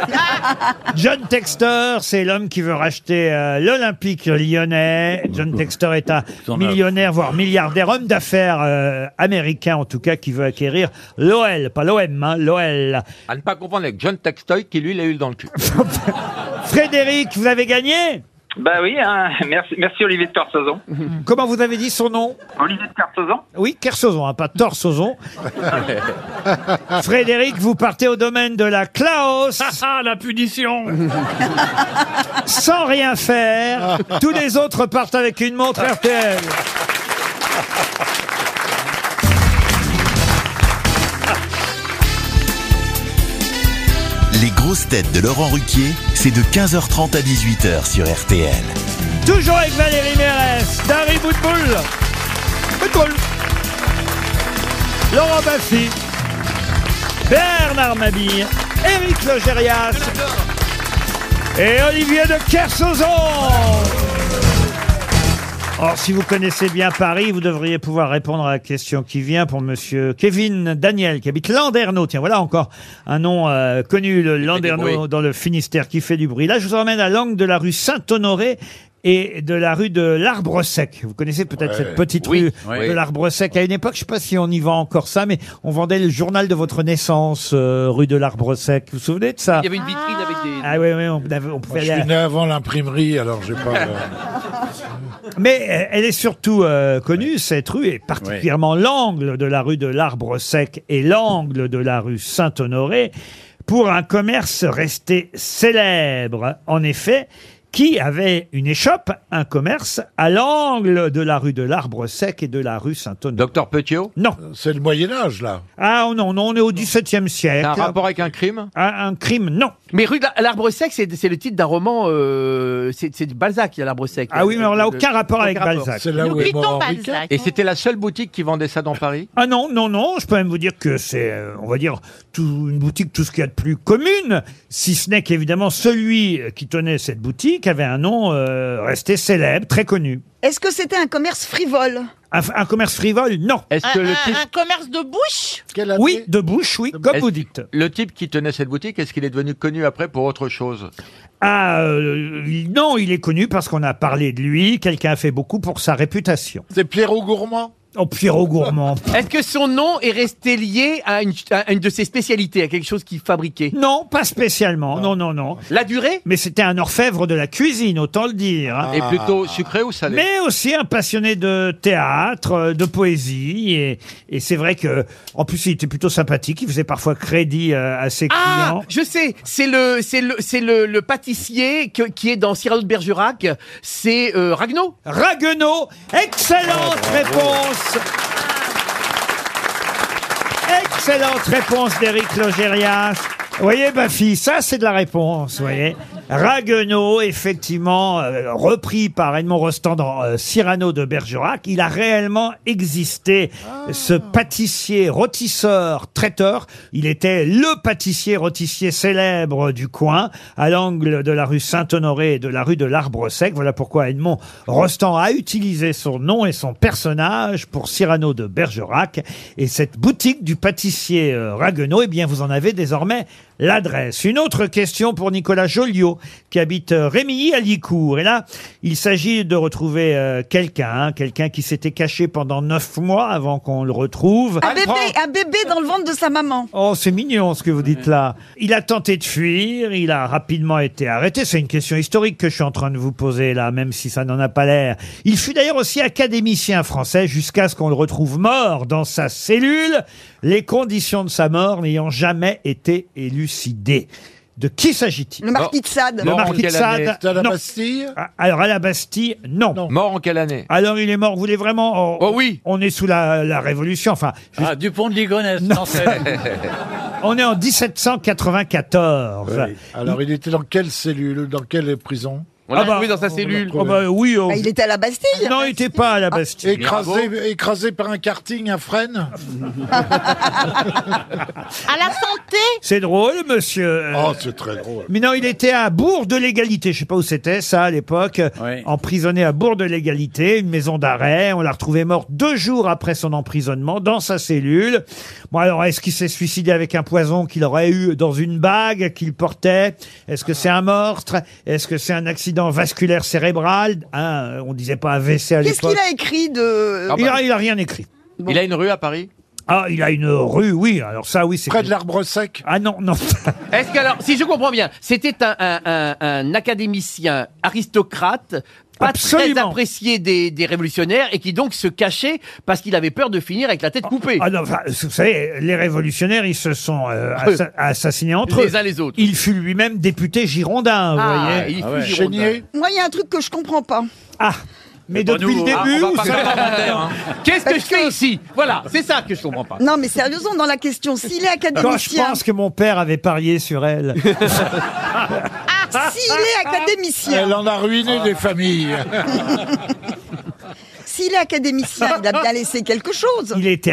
John Textor, c'est l'homme qui veut racheter euh, l'Olympique lyonnais. John Textor est un millionnaire, voire milliardaire, homme d'affaires euh, américain en tout cas, qui veut acquérir l'OL, pas l'OM, hein, l'OL. À ne pas confondre avec John Textoy qui lui l'a eu dans le cul. Frédéric, vous avez gagné Bah oui, hein. merci, merci Olivier de Carsozon. Comment vous avez dit son nom Olivier de Carsozon Oui, Kersozon, hein, pas Torsozon. Frédéric, vous partez au domaine de la Klaus. Ah, la punition Sans rien faire. Tous les autres partent avec une montre RTL. Les grosses têtes de Laurent Ruquier, c'est de 15h30 à 18h sur RTL. Toujours avec Valérie Mérès, Dari Boutboul, Boutboul, Laurent Baffy, Bernard Mabille, Éric Logérias et Olivier de Kersauzon. Or, si vous connaissez bien Paris, vous devriez pouvoir répondre à la question qui vient pour monsieur Kevin Daniel, qui habite Landerneau. Tiens, voilà encore un nom euh, connu, le Landerneau, dans le Finistère, qui fait du bruit. Là, je vous emmène à l'angle de la rue Saint-Honoré et de la rue de l'Arbre Sec. Vous connaissez peut-être Ouais. cette petite Oui, rue oui. de l'Arbre Sec. À une époque, je sais pas si on y vend encore ça, mais on vendait le journal de votre naissance, euh, rue de l'Arbre Sec. Vous vous souvenez de ça Il y avait une vitrine avec des... Ah oui, oui, on, avait- on pouvait Je aller à- suis né avant l'imprimerie, alors j'ai pas. euh, Mais euh, elle est surtout euh, connue, cette rue, et particulièrement l'angle de la rue de l'Arbre Sec et l'angle de la rue Saint-Honoré, pour un commerce resté célèbre. En effet, qui avait une échoppe, un commerce, à l'angle de la rue de l'Arbre Sec et de la rue Saint-Honoré Docteur Petiot Non. C'est le Moyen-Âge, là. Ah non, non, on est au XVIIe siècle. un rapport avec un crime un, un crime, non. Mais Rue de la- l'arbre sec, c'est c'est le titre d'un roman. euh, c'est c'est de Balzac, il y a l'arbre sec. Ah oui, mais on n'a aucun rapport avec Balzac. C'est là où est mort Henri IV. Balzac. Et c'était la seule boutique qui vendait ça dans Paris Ah non, non, non, je peux même vous dire que c'est, euh, on va dire, tout, une boutique, tout ce qu'il y a de plus commune, si ce n'est qu'évidemment celui euh, qui tenait cette boutique avait un nom euh, resté célèbre, très connu. Est-ce que c'était un commerce frivole Un, un commerce frivole, non. Ah, Est-ce que un, le un- type- un commerce de bouche Oui, de bouche, oui, comme Est-ce- vous dites. Le type qui tenait cette boutique, est-ce qu'il est devenu connu après pour autre chose Ah, euh, il- non, il est connu parce qu'on a parlé de lui, quelqu'un a fait beaucoup pour sa réputation. C'est Pierrot Gourmand Oh, Pierrot Gourmand. Est-ce que son nom est resté lié à une, à une de ses spécialités, à quelque chose qu'il fabriquait non, pas spécialement, non, non, non. La durée Mais c'était un orfèvre de la cuisine, autant le dire. hein. Et Ah. plutôt sucré ou salé Mais aussi un passionné de théâtre, euh, de poésie. Et, et c'est vrai que, en plus, il était plutôt sympathique. Il faisait parfois crédit euh, à ses Ah, clients. je sais, c'est le, c'est le, c'est le, le pâtissier que- qui est dans Cyrano de Bergerac, c'est euh, Ragnaud. Raguenaud, Ah, excellente réponse. Excellente réponse d'Éric Logérias. Vous voyez, ma fille, ça, c'est de la réponse, vous voyez. Raguenaud, effectivement, euh, repris par Edmond Rostand dans euh, Cyrano de Bergerac, il a réellement existé, ce pâtissier, rôtisseur, traiteur. Il était le pâtissier, rôtissier célèbre du coin, à l'angle de la rue Saint-Honoré et de la rue de l'Arbre Sec. Voilà pourquoi Edmond Rostand a utilisé son nom et son personnage pour Cyrano de Bergerac. Et cette boutique du pâtissier euh, Raguenaud, eh bien, vous en avez désormais l'adresse. Une autre question pour Nicolas Joliot, qui habite euh, Rémilly à Licourt. Et là, il s'agit de retrouver euh, quelqu'un, hein, quelqu'un qui s'était caché pendant neuf mois avant qu'on le retrouve. Un bébé, un bébé dans le ventre de sa maman. Oh, c'est mignon ce que vous dites là. Il a tenté de fuir, il a rapidement été arrêté. C'est une question historique que je suis en train de vous poser là, même si ça n'en a pas l'air. Il fut d'ailleurs aussi académicien français jusqu'à ce qu'on le retrouve mort dans sa cellule, les conditions de sa mort n'ayant jamais été élucidées. De qui s'agit-il Le marquis de Sade. Le Mort en marquis de quelle Sade. année C'était à la non. Bastille Ah, Alors à la Bastille, non. Mort en quelle année Alors il est mort, vous voulez vraiment Oh oui On est sous la, la Révolution, enfin... je- Ah, Dupont de Ligonnès, français. On est en 1794. Alors, il était dans quelle cellule, dans quelle prison On l'a Ah bah, retrouvé dans sa on l'a cellule. retrouvé. Ah bah oui, on- Bah, il était à la Bastille. Ah. Non, il n'était pas à la Bastille. Écrasé, écrasé par un karting, un frêne À la santé C'est drôle, monsieur. Oh, c'est très drôle. Mais non, il était à Bourg de l'égalité. Je sais pas où c'était ça à l'époque. Emprisonné à Bourg de l'égalité, une maison d'arrêt. On l'a retrouvé mort deux jours après son emprisonnement dans sa cellule. Bon alors, est-ce qu'il s'est suicidé avec un poison qu'il aurait eu dans une bague qu'il portait Est-ce que c'est un meurtre Est-ce que c'est un accident vasculaire cérébral hein, On disait pas AVC à Qu'est-ce l'époque. qu'il a Ah, bah. écrit de... Ah bah. il, a, il a rien écrit. Il a une rue à Paris Ah, il a une rue, oui. Alors ça, oui, c'est près de l'arbre sec. Ah non, non. Est-ce que, alors, si je comprends bien, c'était un, un- un- un académicien aristocrate, pas très apprécié des, des révolutionnaires, et qui donc se cachait parce qu'il avait peur de finir avec la tête coupée. Ah non, enfin, vous savez, les révolutionnaires, ils se sont euh, assa- assassinés entre eux. Les uns les autres. Il fut lui-même député girondin, vous Ah, voyez. il fut Ah ouais. girondin. Chénier. Moi, il y a un truc que je comprends pas. Ah, mais Pas depuis le nouveau, hein. début, On va vous pas faire savez- l'inventaire, hein. Qu'est-ce que je fais ici Voilà, c'est ça que je comprends pas. Non, mais sérieusement, dans la question, s'il est Quand je académicien... pense que mon père avait parié sur elle. Ah, s'il est académicien... Elle en a ruiné des familles. S'il est académicien, il a bien laissé quelque chose. Il était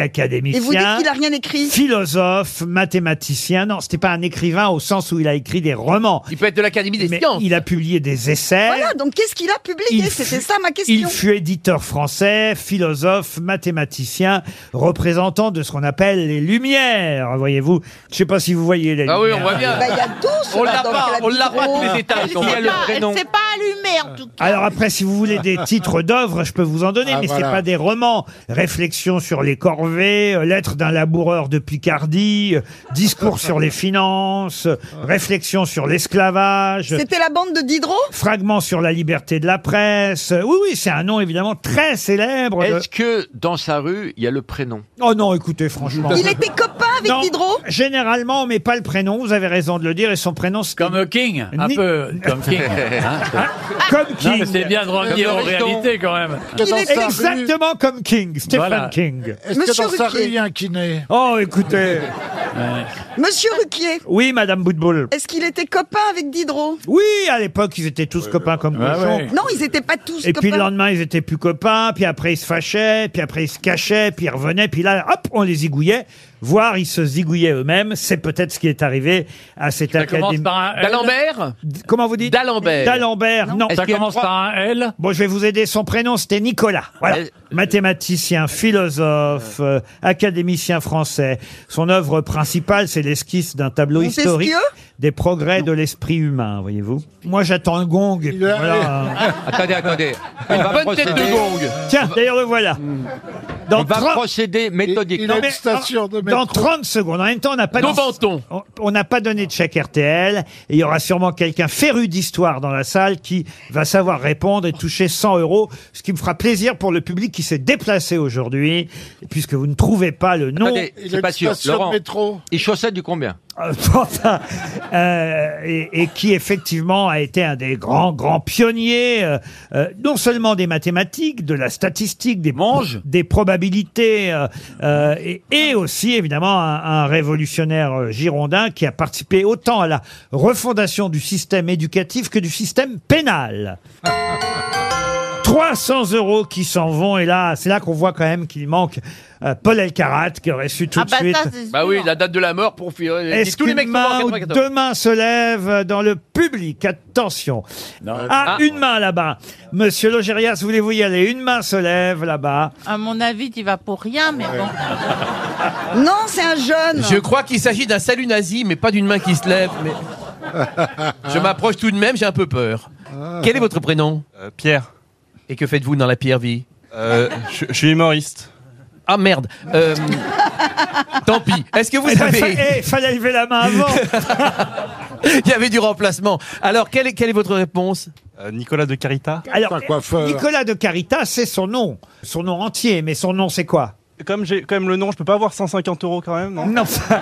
académicien. Et vous dites qu'il a rien écrit Philosophe, mathématicien. Non, c'était pas un écrivain au sens où il a écrit des romans. Il peut être de l'Académie des Mais sciences. il a publié des essais. Voilà, donc qu'est-ce qu'il a publié Il C'était fut- ça ma question. Il fut éditeur français, philosophe, mathématicien, représentant de ce qu'on appelle les Lumières, voyez-vous. Je sais pas si vous voyez les Ah oui, Lumières. on voit bien. Bah, il y a tout, on là, l'a dans pas, la on l'a pas vidéo. tous les étages. on voit Elle le ne s'est prénom. pas, elle s'est pas allumée, en tout cas. Alors après, si vous voulez des titres d'œuvres, je peux vous en donner, Ah, mais voilà. c'est pas des romans. Réflexions sur les corvées, euh, Lettres d'un laboureur de Picardie, euh, Discours sur les finances, euh, Réflexions sur l'esclavage. C'était la bande de Diderot Fragments sur la liberté de la presse. Oui, oui, c'est un nom évidemment très célèbre. de- Est-ce que dans sa rue, il y a le prénom Oh non, écoutez, franchement. Il était copain avec Non, Diderot Généralement, mais pas le prénom, vous avez raison de le dire, et son prénom c'est. Comme King, un peu comme King. hein. Comme Non, King. mais c'est bien de revenir aux réalités quand même. Exactement comme King, Stephen Voilà. King. Est-ce que dans sa rue, il y a un kiné Oh, écoutez. Monsieur Ruquier, Oui, Madame Boutboul. est-ce qu'il était copain avec Diderot Oui, à l'époque, ils étaient tous copains comme Ouais, Ah cochons. ouais. Non, ils n'étaient pas tous Ah Et copains. puis le lendemain, ils étaient plus copains, puis après ils se fâchaient, puis après ils se cachaient, puis ils revenaient, puis là, hop, on les zigouillait, voire ils se zigouillaient eux-mêmes. C'est peut-être ce qui est arrivé à cette Ça commence académie. par un L. D'Alembert Comment vous dites D'Alembert. D'Alembert, non. Est-ce Ça qu'il y a commence trois- par un L Bon, je vais vous aider. Son prénom, c'était Nicolas. Voilà. Mathématicien, philosophe, euh, académicien français. Son œuvre principale, c'est l'esquisse d'un tableau Montesquieu historique des progrès de l'esprit humain, voyez-vous. Moi, j'attends le gong. et puis voilà. Attendez, attendez. On Une va bonne tête de procéder- gong. Tiens, d'ailleurs, le voilà. Dans On va 30 procéder méthodiquement. Mm. Non, mais en- Dans 30 secondes. En même temps, on n'a pas, Nos don- bantons. on- on n'a pas donné de chèque RTL. Et il y aura sûrement quelqu'un féru d'histoire dans la salle qui va savoir répondre et toucher 100 euros. Ce qui me fera plaisir pour le public qui s'est déplacé aujourd'hui, puisque vous ne trouvez pas le nom. Attendez, c'est pas sûr. Laurent, il chaussait du combien Euh, enfin, euh, et, et qui effectivement a été un des grands grands pionniers, euh, euh, non seulement des mathématiques, de la statistique, des des probabilités, euh, euh, et, et aussi évidemment un, un révolutionnaire euh, girondin qui a participé autant à la refondation du système éducatif que du système pénal. 300 euros qui s'en vont et là, c'est là qu'on voit quand même qu'il manque euh, Paul Elkarat qui aurait su tout de suite. Bah oui, la date de la mort pour fuir. Est-ce Tous les mecs qu'une qui sont morts en main ou 94. deux mains se lèvent dans le public Attention. ah, une main là-bas. Monsieur Logérias, voulez-vous y aller Une main se lève là-bas. À mon avis, tu vas pour rien, mais bon. Non, c'est un jeune. Je crois qu'il s'agit d'un salut nazi, mais pas d'une main qui se lève. Mais... Je m'approche tout de même, j'ai un peu peur. Ah. Quel est votre prénom Euh, Pierre. Et que faites-vous dans la pierre vie je, suis humoriste. Ah merde. Euh, tant pis. Est-ce que vous Eh ben, avez... fa- eh, fallait lever la main avant. Il y avait du remplacement. Alors, quelle est, quelle est votre réponse Euh, Nicolas de Carita. Alors, Nicolas de Carita, c'est son nom. Son nom entier, mais son nom, c'est quoi Comme j'ai quand même le nom, je peux pas avoir 150 euros quand même, non Non, enfin,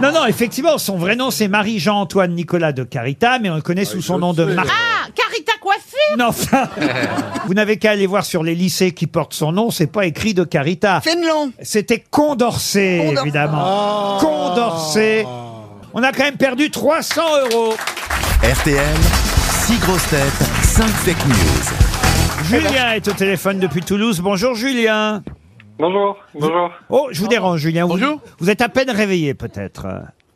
non, non, effectivement, son vrai nom, c'est Marie-Jean-Antoine Nicolas de Carita, mais on le connaît sous son nom de Marie. Ah, Carita coiffure Non, enfin, vous n'avez qu'à aller voir sur les lycées qui portent son nom, c'est pas écrit de Carita. Fénelon. C'était Condorcet, Condorcet. Ah. évidemment. Condorcet. On a quand même perdu 300 euros. RTL, 6 grosses têtes, 5 fake news. Julien est au téléphone depuis Toulouse. Bonjour Julien. Bonjour, bonjour. Oh, je vous dérange Julien. Vous- Vous, êtes à peine réveillé peut-être.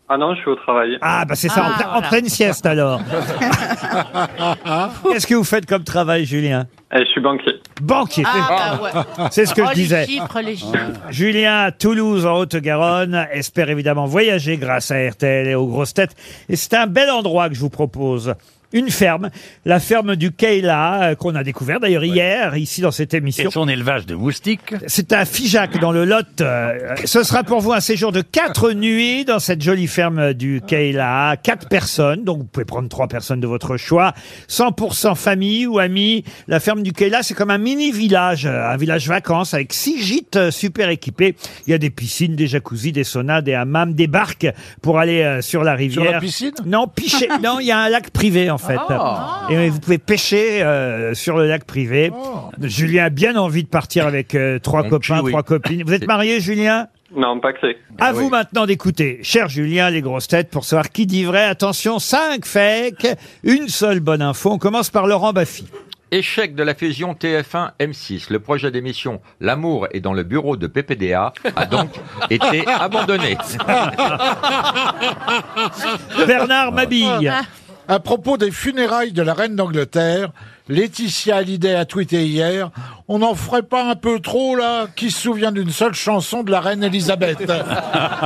Ah non, je suis au travail. Ah bah c'est ça, en, pla- en pleine sieste alors. Qu'est-ce que vous faites comme travail Julien Eh, je suis banquier. Banquier. Ah, C'est- bah ouais. C'est ce que Oh, les je disais. chiffres, les chiffres. Ouais. Julien, à Toulouse, en Haute-Garonne, espère évidemment voyager grâce à RTL et aux grosses têtes. Et c'est un bel endroit que je vous propose. Une ferme, la ferme du Keila, euh, qu'on a découvert d'ailleurs hier, ici dans cette émission. Et son élevage de moustiques. C'est à Figeac, dans le Lot. Euh, Ce sera pour vous un séjour de quatre nuits dans cette jolie ferme du Keila. Quatre personnes, donc vous pouvez prendre trois personnes de votre choix. 100% famille ou amis. La ferme du Keila, c'est comme un mini-village, euh, un village vacances avec six gîtes euh, super équipés. Il y a des piscines, des jacuzzis, des saunas, des hammams, des barques pour aller euh, sur la rivière. la piscine Non, picher. non, il y a un lac privé en fait. Et vous pouvez pêcher euh, sur le lac privé. Julien a bien envie de partir avec euh, trois Mon copains, petit, oui. Ah trois copines. Vous êtes marié, Julien Non, pas que c'est. à vous maintenant d'écouter, cher Julien, les grosses têtes, pour savoir qui dit vrai. Attention, cinq fakes, une seule bonne info. On commence par Laurent Baffy. Échec de la fusion TF1-M6. Le projet d'émission L'amour est dans le bureau de PPDA a donc été abandonné. Bernard Mabille. À propos des funérailles de la reine d'Angleterre, Laetitia Hallyday a tweeté hier On n'en ferait pas un peu trop, là Qui se souvient d'une seule chanson de la reine Elisabeth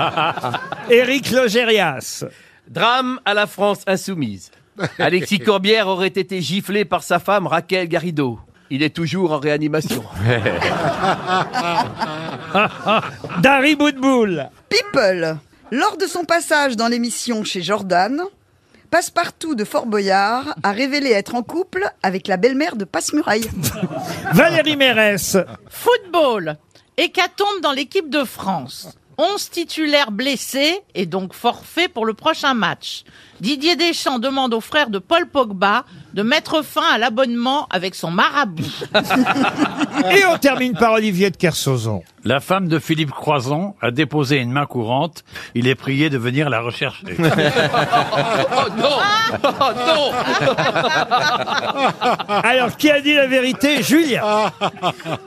Éric Logérias. Drame à la France insoumise. Alexis Corbière aurait été giflé par sa femme Raquel Garrido. Il est toujours en réanimation. Ah, Dari Boudboul. People, lors de son passage dans l'émission chez Jordan, Passepartout de Fort Boyard a révélé être en couple avec la belle-mère de Passe-Muraille. Valérie Mérès. Football. Hécatombe dans l'équipe de France. 11 titulaires blessés et donc forfait pour le prochain match. Didier Deschamps demande aux frères de Paul Pogba de mettre fin à l'abonnement avec son marabout. Et on termine par Olivier de Kersauzon. La femme de Philippe Croison a déposé une main courante. Il est prié de venir la rechercher. oh non Oh non Alors, qui a dit la vérité Julien.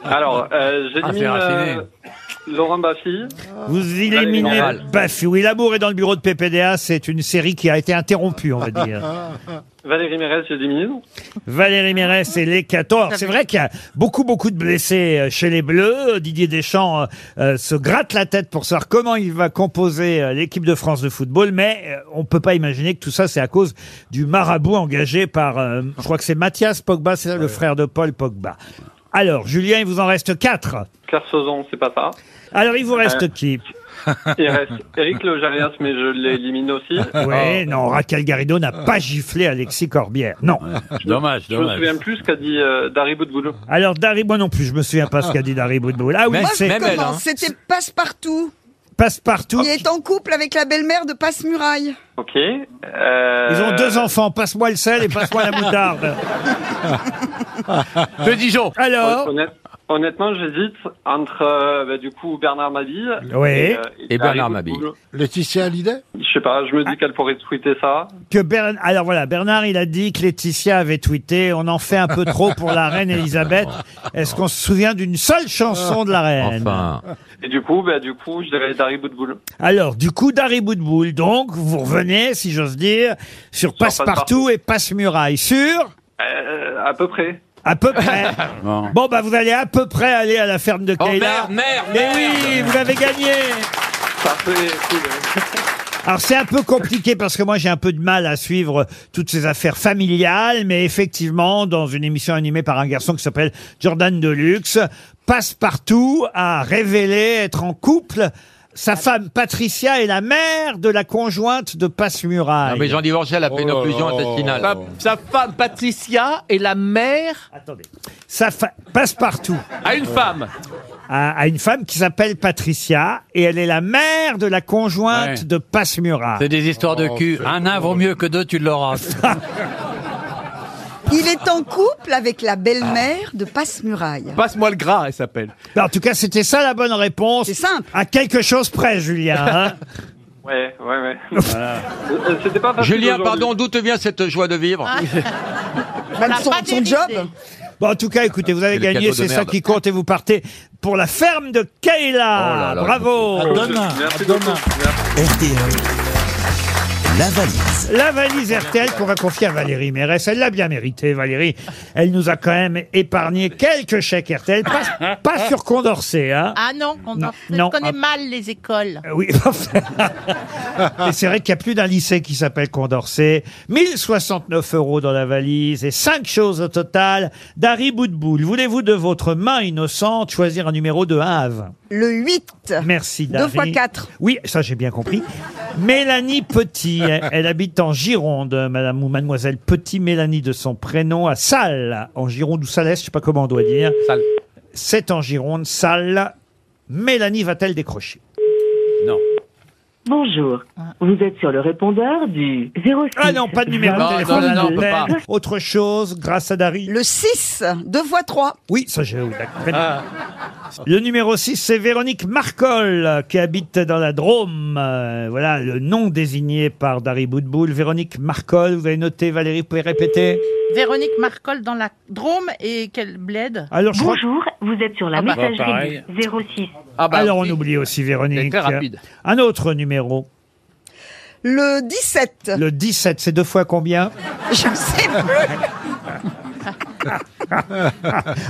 Alors, euh, j'élimine Ah, c'est raffiné. euh, Laurent Baffy. Vous éliminez Normal. Baffy. Oui, l'amour est dans le bureau de PPDA. C'est une série qui a été interrompue, on va dire. Valérie Mérez, j'élimine. Valérie Mérès et les 14. C'est vrai qu'il y a beaucoup, beaucoup de blessés euh, chez les Bleus. Didier Deschamps euh, euh, se gratte la tête pour savoir comment il va composer euh, l'équipe de France de football, mais euh, on peut pas imaginer que tout ça, c'est à cause du marabout engagé par, euh, je crois que c'est Mathias Pogba, c'est le frère de Paul Pogba. Alors, Julien, il vous en reste quatre. Kersozon, c'est pas ça. Alors, il vous reste Euh, qui Il reste Eric Lojarias, mais je l'élimine aussi. Oui, Oh. non, Raquel Garrido n'a pas giflé Alexis Corbière. Non. Dommage, Je me dommage. souviens plus ce qu'a dit euh, Dari Boudboulou. Alors, Dari, moi non plus, je me souviens pas ce qu'a dit Dari Boudboul. Ah oui, Moi, je c'est... commence. C'était Passepartout Passepartout. Il est en couple avec la belle-mère de Passe-Muraille. Ok. euh, Ils ont deux enfants, passe-moi le sel et passe-moi la moutarde. De Dijon. Alors Honnêtement, j'hésite entre euh, bah, du coup Bernard Mabille Oui. euh, Et Bernard Larry Mabille. Woodbull. Laetitia Hallyday Je sais pas, je Ah. me dis qu'elle pourrait tweeter ça. Que Bern- Alors voilà, Bernard, il a dit que Laetitia avait tweeté On en fait un peu trop pour la reine Elisabeth. Est-ce qu'on se souvient d'une seule chanson de la reine Et du coup, bah, du coup, je dirais Dari Boudboul. Alors, du coup, d'Harry Boudboul, donc, vous revenez, si j'ose dire, sur Passe-Partout et Passe-Muraille. Sur Euh, à peu près. À peu près. bon, bah, vous allez à peu près aller à la ferme Oh, de Kayla. Mais oui, vous avez gagné. Parfait, cool. Alors c'est un peu compliqué parce que moi j'ai un peu de mal à suivre toutes ces affaires familiales, mais effectivement dans une émission animée par un garçon qui s'appelle Jordan Deluxe, Passepartout a révélé être en couple. Sa Ah. femme Patricia est la mère de la conjointe de Passe-Muraille. Non, mais Jean Divorcel a fait Oh une occlusion intestinale. Sa femme Patricia est la mère Sa fa- Passepartout. à une femme. à, à une femme qui s'appelle Patricia et elle est la mère de la conjointe Ouais. de Passemura. Oh, C'est des histoires Oh, de cul. Un nain vaut mieux que deux, tu l'auras. Il est en couple avec la belle-mère de Passe-Muraille. Passe-moi le gras, elle s'appelle. Ben, En tout cas, c'était ça la bonne réponse. C'est simple. À quelque chose près, Julien. hein. Ouais, ouais, ouais. Euh, C'était pas facile Julien, aujourd'hui. pardon, d'où te vient cette joie de vivre Même son, son job. Bon, en tout cas, écoutez, vous avez C'est le gagné, cadeau de c'est ça merde. qui compte et vous partez pour la ferme de Kayla. Oh là là. Ah, Bravo. Merci beaucoup. La valise. La valise RTL qu'on va confier à Valérie Mérès. Elle l'a bien mérité, Valérie. Elle nous a quand même épargné quelques chèques RTL. Pas, pas sur Condorcet, hein. Ah non, on Non, je non, connais ah. mal les écoles. Euh, Oui. Mais c'est vrai qu'il n'y a plus d'un lycée qui s'appelle Condorcet. 1069 euros dans la valise et cinq choses au total. Dari Boudboul, voulez-vous de votre main innocente choisir un numéro de 1 à 20 Le 8. Merci Deux Dari. fois quatre. Oui, ça j'ai bien compris. Mélanie Petit, elle, elle habite en Gironde, madame ou mademoiselle Petit Mélanie de son prénom à Salles, en Gironde ou Salès, je sais pas comment on doit dire. Salles. C'est en Gironde, Salles. Mélanie va-t-elle décrocher Non. Bonjour, vous êtes sur le répondeur du 06. Ah non, pas de numéro Non, de téléphone. non, non, non, on peut Mais pas. Autre chose, grâce à Dari. Le 6. Deux fois 3. Oui, ça j'ai eu Ah. la crème. Le numéro 6, c'est Véronique Marcol, euh, qui habite dans la Drôme. Euh, voilà le nom désigné par Dari Boudboul. Véronique Marcol, vous avez noté, Valérie, vous pouvez répéter Véronique Marcol dans la Drôme et quelle bled. Alors, je crois- Bonjour, vous êtes sur la Ah bah, messagerie pareil. du 06. Ah bah, Alors on oui. oublie aussi Véronique. C'est très rapide. Un autre numéro, Le 17. le 17, c'est deux fois combien Je sais plus.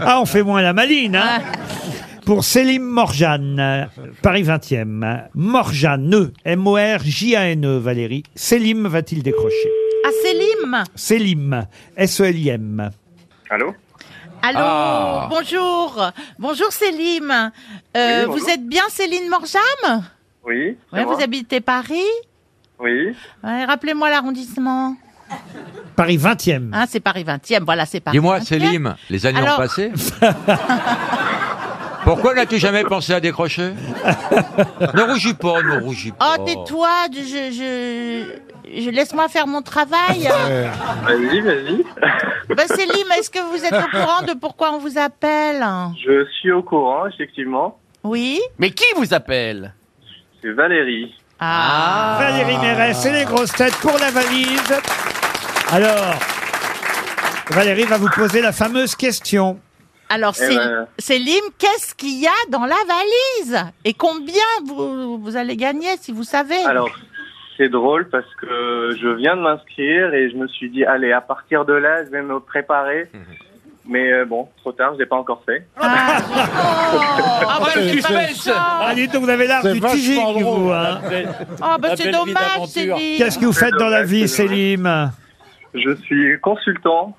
Ah, on fait moins la maline, hein Pour Célim Morjane, euh, Paris 20e. hein. Morjane, M-O-R-J-A-N-E, E, Valérie. Célim va-t-il décrocher Ah, Célim Célim, E S-E-L-I-M. Allô Allô, Ah. bonjour. Bonjour Célim. Euh, Oui, bonjour. vous êtes bien Céline Morjam Oui. c'est Ouais, moi. Vous habitez Paris Oui. Ouais, Rappelez-moi l'arrondissement. Hmm. Paris 20e. Hein, c'est Paris 20e, voilà, c'est Paris Dis-moi, 20e. Célim, les années Alors- ont passé. Pourquoi n'as-tu jamais pensé à décrocher Ne rougis pas, ne rougis Oh, pas. tais-toi, je, je, je, je- laisse-moi faire mon travail. Vas-y, vas-y. bah, Célim, est-ce que vous êtes au courant de pourquoi on vous appelle Je suis au courant, effectivement. Oui Mais qui vous appelle C'est Valérie. Ah, Valérie Mérès et les grosses têtes pour la valise. Alors, Valérie va vous poser la fameuse question. Alors, Eh Cé- ben. Célim, qu'est-ce qu'il y a dans la valise Et combien vous, vous allez gagner, si vous savez Alors, c'est drôle parce que je viens de m'inscrire et je me suis dit, allez, à partir de là, je vais me préparer. Mais euh, bon, trop tard, je l'ai pas encore fait. Ah, oh, Ah bah, c'est le pas suspense. méchant. Ah, dites donc, vous avez l'art C'est du vachement teasing, drôle. vous. hein. Ah, bah, La c'est belle vie dommage, d'aventure. Célim. Qu'est-ce que vous faites dans la vie, Célim Je suis consultant,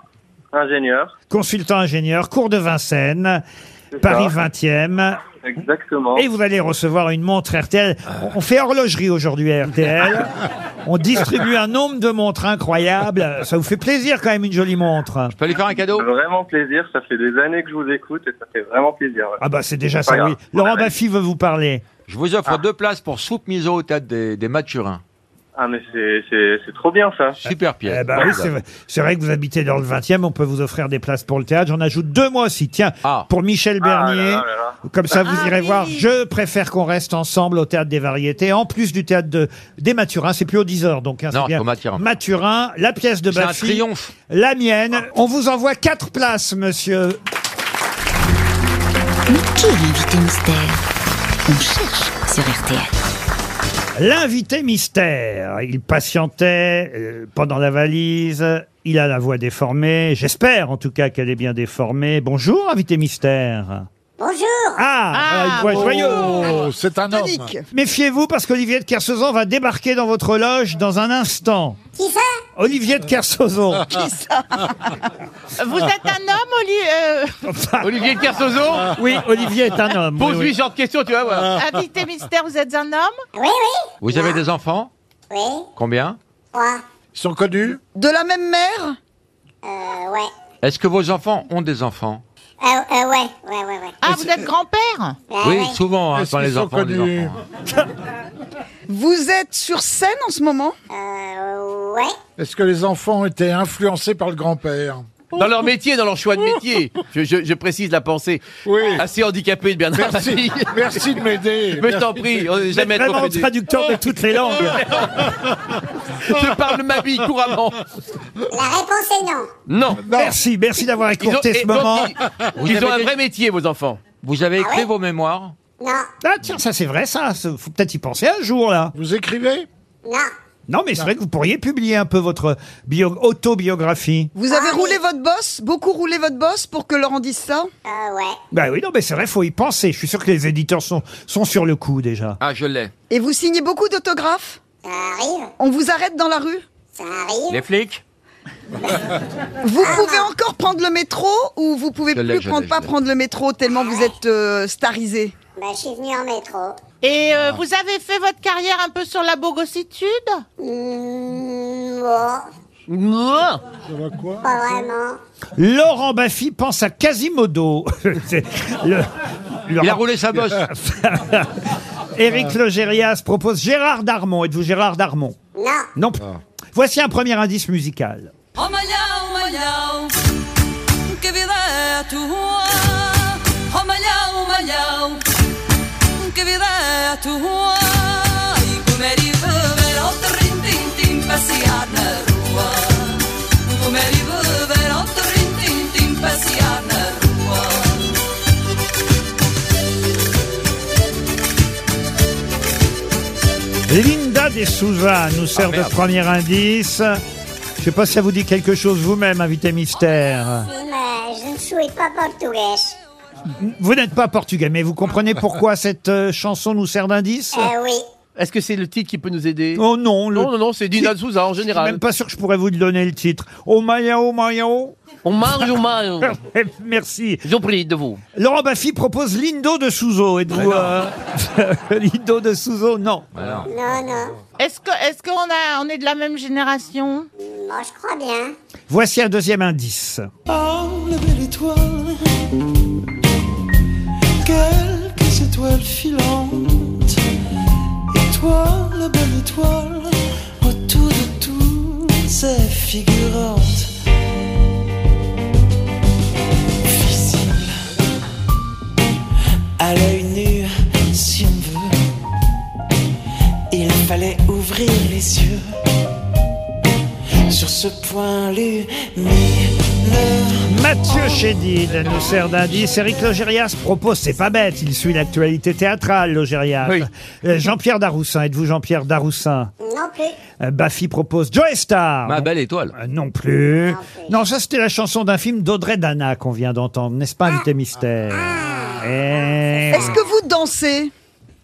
ingénieur. Consultant ingénieur, cours de Vincennes, c'est Paris ça, 20e. Exactement. Et vous allez recevoir une montre RTL. On fait horlogerie aujourd'hui à RTL. On distribue un nombre de montres incroyables. Ça vous fait plaisir quand même une jolie montre. Je peux lui faire un cadeau Vraiment plaisir, ça fait des années que je vous écoute et ça fait vraiment plaisir. ouais. Ah bah c'est déjà Pas ça, grave. oui. Laurent Baffy veut vous parler. Je vous Ah. offre deux places pour soupe miso au théâtre des, des Mathurins. Ah, mais c'est- c'est c'est trop bien ça. Super pièce. Eh ben oui, c'est vrai- c'est vrai que vous habitez dans le 20e, on peut vous offrir des places pour le théâtre. J'en ajoute deux mois aussi. Tiens, Ah. pour Michel Bernier. Ah là là là. Comme ça, vous Ah irez oui. voir. Je préfère qu'on reste ensemble au théâtre des variétés, en plus du théâtre de- des Mathurins. C'est plus au 10 heures, donc hein, c'est Non, bien. au Mathurin. Mathurin, la pièce de C'est un Baffy. triomphe. La mienne. On vous envoie quatre places, monsieur. Mais qui est l'invité mystère On cherche sur RTL. L'invité mystère, il patientait euh, pendant la valise, il a la voix déformée, j'espère en tout cas qu'elle est bien déformée. Bonjour invité mystère. Bonjour Ah, voilà, une voix Oh, joyeuse. C'est un Oh, Tonique. Méfiez-vous parce qu'Olivier de Kersauzon va débarquer dans votre loge dans un instant. Qui ça Olivier de Kersauzon. Vous êtes un homme, Oli- euh, Olivier de Kersozo Oui, Olivier est un homme. Pose-lui Ah, oui, oui. ce genre de question, tu vas voir. invité mystère, vous êtes un homme Oui, oui. Vous avez des enfants Oui, Combien moi. Ils sont connus De la même mère Euh, ouais. Est-ce que vos enfants ont des enfants Euh, euh, ouais, ouais, ouais, Ben ouais. Ah, vous êtes grand-père Oui, souvent, hein, quand les enfants, les enfants. Vous êtes sur scène en ce moment Euh, ouais. Est-ce que les enfants ont été influencés par le grand-père Dans leur métier, dans leur choix de métier. Je, je- je précise la pensée. Oui. Assez handicapé de Bernard Merci, Mabille. merci de m'aider. Mais je t'en prie, on n'est Vous jamais êtes trop vraiment aidé. traducteur de toutes les langues. Je parle ma vie couramment. La réponse est non. Non. Merci, merci d'avoir écourté ce et donc, moment. ils- Ils, ont un vrai métier, vos enfants. Vous avez écrit vos mémoires Non, Ah tiens, ça c'est vrai ça, Ça, faut peut-être y penser un jour là. Vous écrivez non. Non mais c'est vrai que vous pourriez publier un peu votre bio- autobiographie. Vous Ah, avez roulé votre bosse Beaucoup roulé votre bosse pour que Laurent dise ça Euh, ouais. Ben oui, non mais c'est vrai, faut y penser. Je suis sûr que les éditeurs sont, sont sur le coup déjà. Ah, je l'ai. Et vous signez beaucoup d'autographes Ça arrive, On vous arrête dans la rue ça arrive. Les flics Vous Ah, pouvez encore prendre le métro ou vous pouvez Je l'ai, plus je l'ai, prendre, je pas l'ai. prendre le métro tellement vous êtes euh, starisé Bah, je suis venu en métro. Et euh, vous avez fait votre carrière un peu sur la bogossitude Mmh, bon, quoi pas vraiment. Laurent Baffy pense à Quasimodo. C'est le- Il a Laurent- roulé sa bosse. Éric Ah. Logérias propose Gérard Darmon. Êtes-vous Gérard Darmon Non. Non. Ah. Voici un premier indice musical. Linda de Souza Ah, nous sert de premier indice. Je sais pas si ça vous dit quelque chose vous-même, invité mystère. Si, mais je ne suis pas portugais. Vous n'êtes pas portugais, mais vous comprenez pourquoi cette euh, chanson nous sert d'indice Euh, oui. Est-ce que c'est le titre qui peut nous aider Oh non, le- Non, non, non, c'est Dina Souza en Je suis général. même pas sûr que je pourrais vous le donner le titre. Oh Mayao, Mayao. On mange, on mange. Merci. Je vous prie de vous. Laurent Baffy propose Lindo de Souzo. Êtes-vous euh, Lindo de Souzo Non. Non, non. Est-ce que est-ce qu'on a on est de la même génération Moi, je crois bien. Voici un deuxième indice. Enlevez l'étoile, quelques étoiles filantes. Et toi, la belle étoile, autour de tout ces figurantes. Visible à l'œil nu, si on veut. Il fallait ouvrir les yeux sur ce point lumineux. Mathieu Chédid nous sert d'indice. Eric Logérias propose, c'est pas bête, il suit l'actualité théâtrale, Logérias. Euh, Jean-Pierre Daroussin, êtes-vous Jean-Pierre Daroussin Non plus. Euh, Baffy propose Joe Star. Ma belle étoile. Ah, Non plus. Non, ça c'était la chanson d'un film d'Audrey Dana qu'on vient d'entendre, n'est-ce pas, Invité Mystère Eh. Est-ce que vous dansez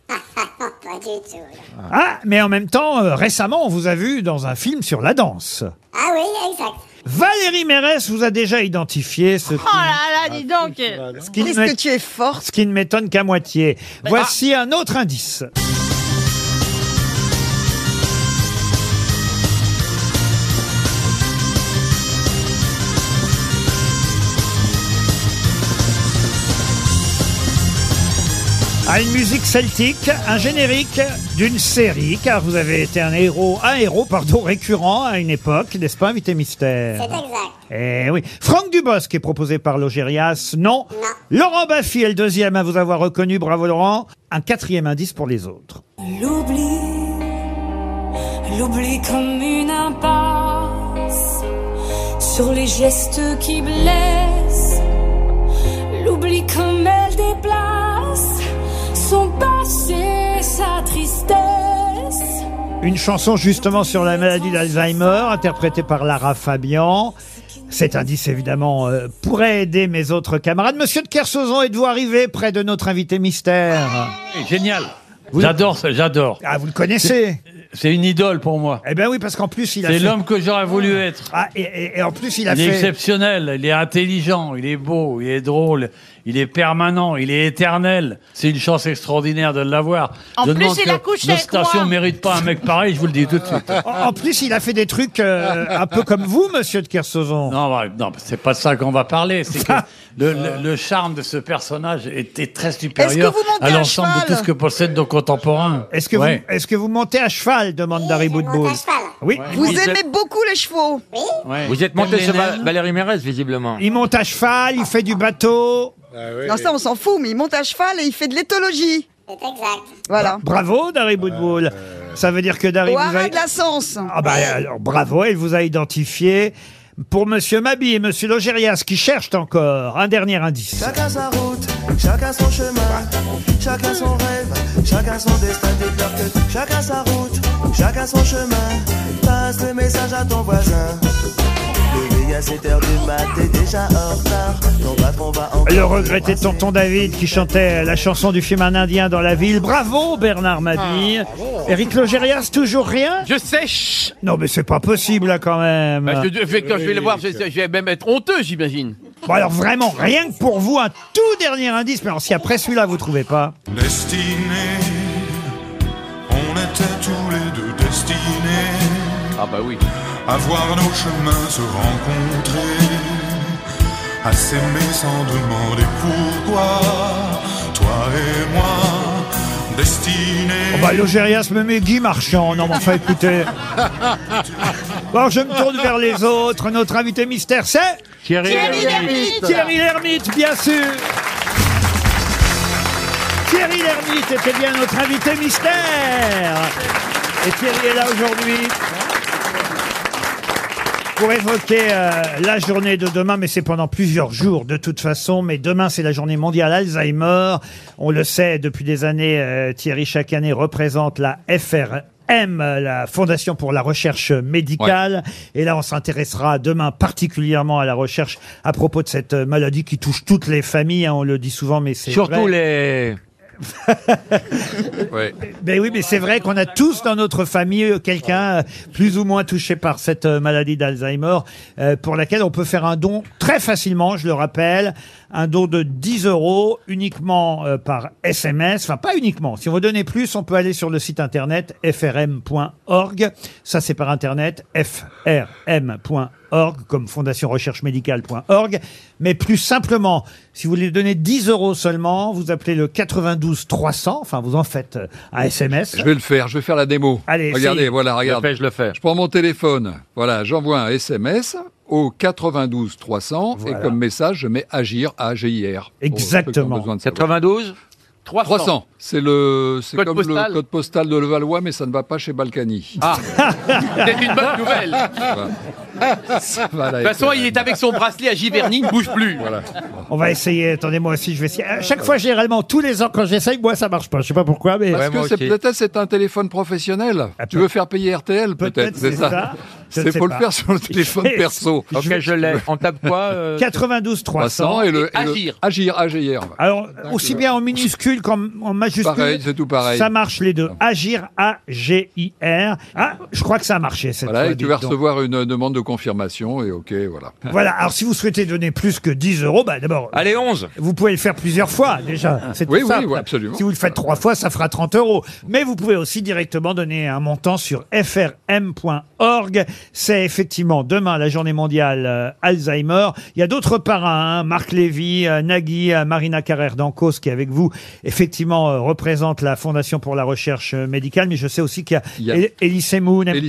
Pas du tout. Ah, mais en même temps, euh, récemment, on vous a vu dans un film sur la danse. Ah oui, exact. Valérie Mérès vous a déjà identifié ce qui, Oh là là, Ah, dis donc ce qui ne Est-ce m'é- que tu es forte Bah. ce qui ne m'étonne qu'à moitié. Voici un autre indice. à une musique celtique, un générique d'une série, car vous avez été un héros, un héros, pardon, récurrent à une époque, n'est-ce pas, invité mystère C'est exact. Eh oui. Franck Dubosc qui est proposé par Logérias, non. Laurent Baffy est le deuxième à vous avoir reconnu, bravo Laurent. Un quatrième indice pour les autres. L'oubli, l'oubli comme une impasse sur les gestes qui blessent. L'oubli comme elle déplace son passé, sa tristesse. Une chanson justement sur la maladie d'Alzheimer, interprétée par Lara Fabian. Cet indice, évidemment, euh, pourrait aider mes autres camarades. Monsieur de Kersauzon, êtes-vous arrivé près de notre invité mystère Génial. J'adore ça, j'adore. Ah, vous le connaissez C'est une idole pour moi. Eh bien oui, parce qu'en plus, il a C'est fait- l'homme que j'aurais voulu être. Ah, et, et- et en plus, il a Il est fait... exceptionnel, il est intelligent, il est beau, il est drôle, il est permanent, il est éternel. C'est une chance extraordinaire de l'avoir. En Je plus, demande il que a couché Notre avec moi. station ne mérite pas un mec pareil, je vous le dis tout de suite. En en plus, il a fait des trucs euh, un peu comme vous, monsieur de Kersauzon. Non, bah, non c'est pas ça qu'on va parler. C'est que le, le- le charme de ce personnage était très supérieur vous montez à à l'ensemble de cheval tout ce que possèdent nos contemporains. Est-ce que, Ouais. vous, est-ce que vous montez à cheval demande Darry Boudboul. Oui. Ah. Vous Vous aimez beaucoup les chevaux Oui. Vous êtes monté Comme sur les Va- naines. Valérie Mérez, visiblement. Il monte à cheval, il fait du bateau. Non, ça, on s'en fout, mais il monte à cheval et il fait de l'éthologie. C'est exact. Voilà. Bravo, Darry Boudboul. Ça veut dire que Darry Au vous a... haras de la Sens. Ah bah, alors, bravo, elle vous a identifié. Pour Monsieur Mabi et Monsieur Logérias qui cherchent encore un dernier indice. Chacun sa route, chacun son chemin, chacun son rêve, chacun son destin. Déclare que chacun sa route, chacun son chemin. Passe le message à ton voisin. Levé à 7h du mat, t'es déjà en retard. Ton patron va en Le regretté tonton David qui chantait la chanson du film Un Indien dans la ville. Bravo Bernard Mabille. Eric Logérias, toujours rien Ah, Je sèche Non mais c'est pas possible là quand même. Bah, je- je- fait- quand je vais le voir, je, je vais même être honteux, j'imagine. Bon alors vraiment, rien que pour vous, un tout dernier indice. Mais alors si après celui-là vous trouvez pas... Destiné, on était tous les deux destinés. Ah bah oui. À voir nos chemins se rencontrer, à s'aimer sans demander pourquoi. Toi et moi, destinés. Oh bah Logérias me met Guy Marchand. Non mais enfin écoutez... Bon, je me tourne vers les autres. Notre invité mystère, c'est Thierry Thierry Lhermitte. Lhermitte. Thierry Lhermitte, bien sûr. Thierry Lhermitte était bien notre invité mystère. Et Thierry est là aujourd'hui. Pour évoquer euh, la journée de demain, mais c'est pendant plusieurs jours de toute façon. Mais demain, c'est la journée mondiale Alzheimer. On le sait depuis des années, euh, Thierry, chaque année représente la FRM, euh, la Fondation pour la recherche médicale. Et là, on s'intéressera demain particulièrement à la recherche à propos de cette euh, maladie qui touche toutes les familles. hein, on le dit souvent, mais c'est Surtout vrai. les. ouais. Ben oui, mais c'est vrai qu'on a tous dans notre famille euh, quelqu'un euh, plus ou moins touché par cette euh, maladie d'Alzheimer, euh, pour laquelle on peut faire un don très facilement, je le rappelle, un don de 10 euros uniquement euh, par SMS, enfin pas uniquement. Si on veut donner plus, on peut aller sur le site internet frm.org. Ça, c'est par internet frm.org comme fondationrecherchemédicale.org. Mais plus simplement, si vous voulez donner 10 euros seulement, vous appelez le 92 300. Enfin, vous en faites euh, un SMS. Je vais le faire, je vais faire la démo. Allez, regardez, essayez. voilà, Je le regarde. fais, je le fais. Je prends mon téléphone, voilà, j'envoie un SMS au 92 300 Voilà. et comme message, je mets agir, A-G-I-R. pour ceux qui ont Exactement. besoin de savoir. 300. 92 300. C'est le, c'est Code comme postal. le code postal de Levallois, mais ça ne va pas chez Balkany. Ah, c'est une bonne nouvelle. De toute façon, il est avec son bracelet à Giverny, il ne bouge plus. On va essayer. Attendez, moi aussi, je vais essayer. À chaque fois, généralement, tous les ans, quand j'essaye, moi, ça marche pas. Je sais pas pourquoi, mais. Parce que c'est peut-être c'est un téléphone professionnel. Ah, tu veux faire payer RTL peut-être, c'est ça. Je ne C'est sais faut le pas. faire sur le téléphone vais- perso. je vais- On tape quoi 92 300 et le, et le- agir agir. Alors aussi bien en minuscule qu'en en majuscule. Pareil, c'est tout pareil. Ah. Ça marche les deux. Agir A G I R. Ah, je crois que ça a marché cette Voilà, fois. et tu dites vas donc. recevoir une demande de confirmation et OK, voilà. Voilà, alors si vous souhaitez donner plus que 10 euros, bah d'abord. Allez, 11 Vous pouvez le faire plusieurs fois déjà. C'est Ah. Oui, tout oui, simple. oui, absolument. Si vous le faites trois fois, ça fera 30 euros. Mais vous pouvez aussi directement donner un montant sur frm.org. C'est effectivement demain la journée mondiale euh, Alzheimer. Il y a d'autres parrains, hein, Marc Lévy, euh, Nagui, euh, Marina Carrère d'Ancos qui est avec vous, effectivement euh, représente la Fondation pour la recherche euh, médicale, mais je sais aussi qu'il Il y y a, a- El- Elie Moon, Elie Semoun,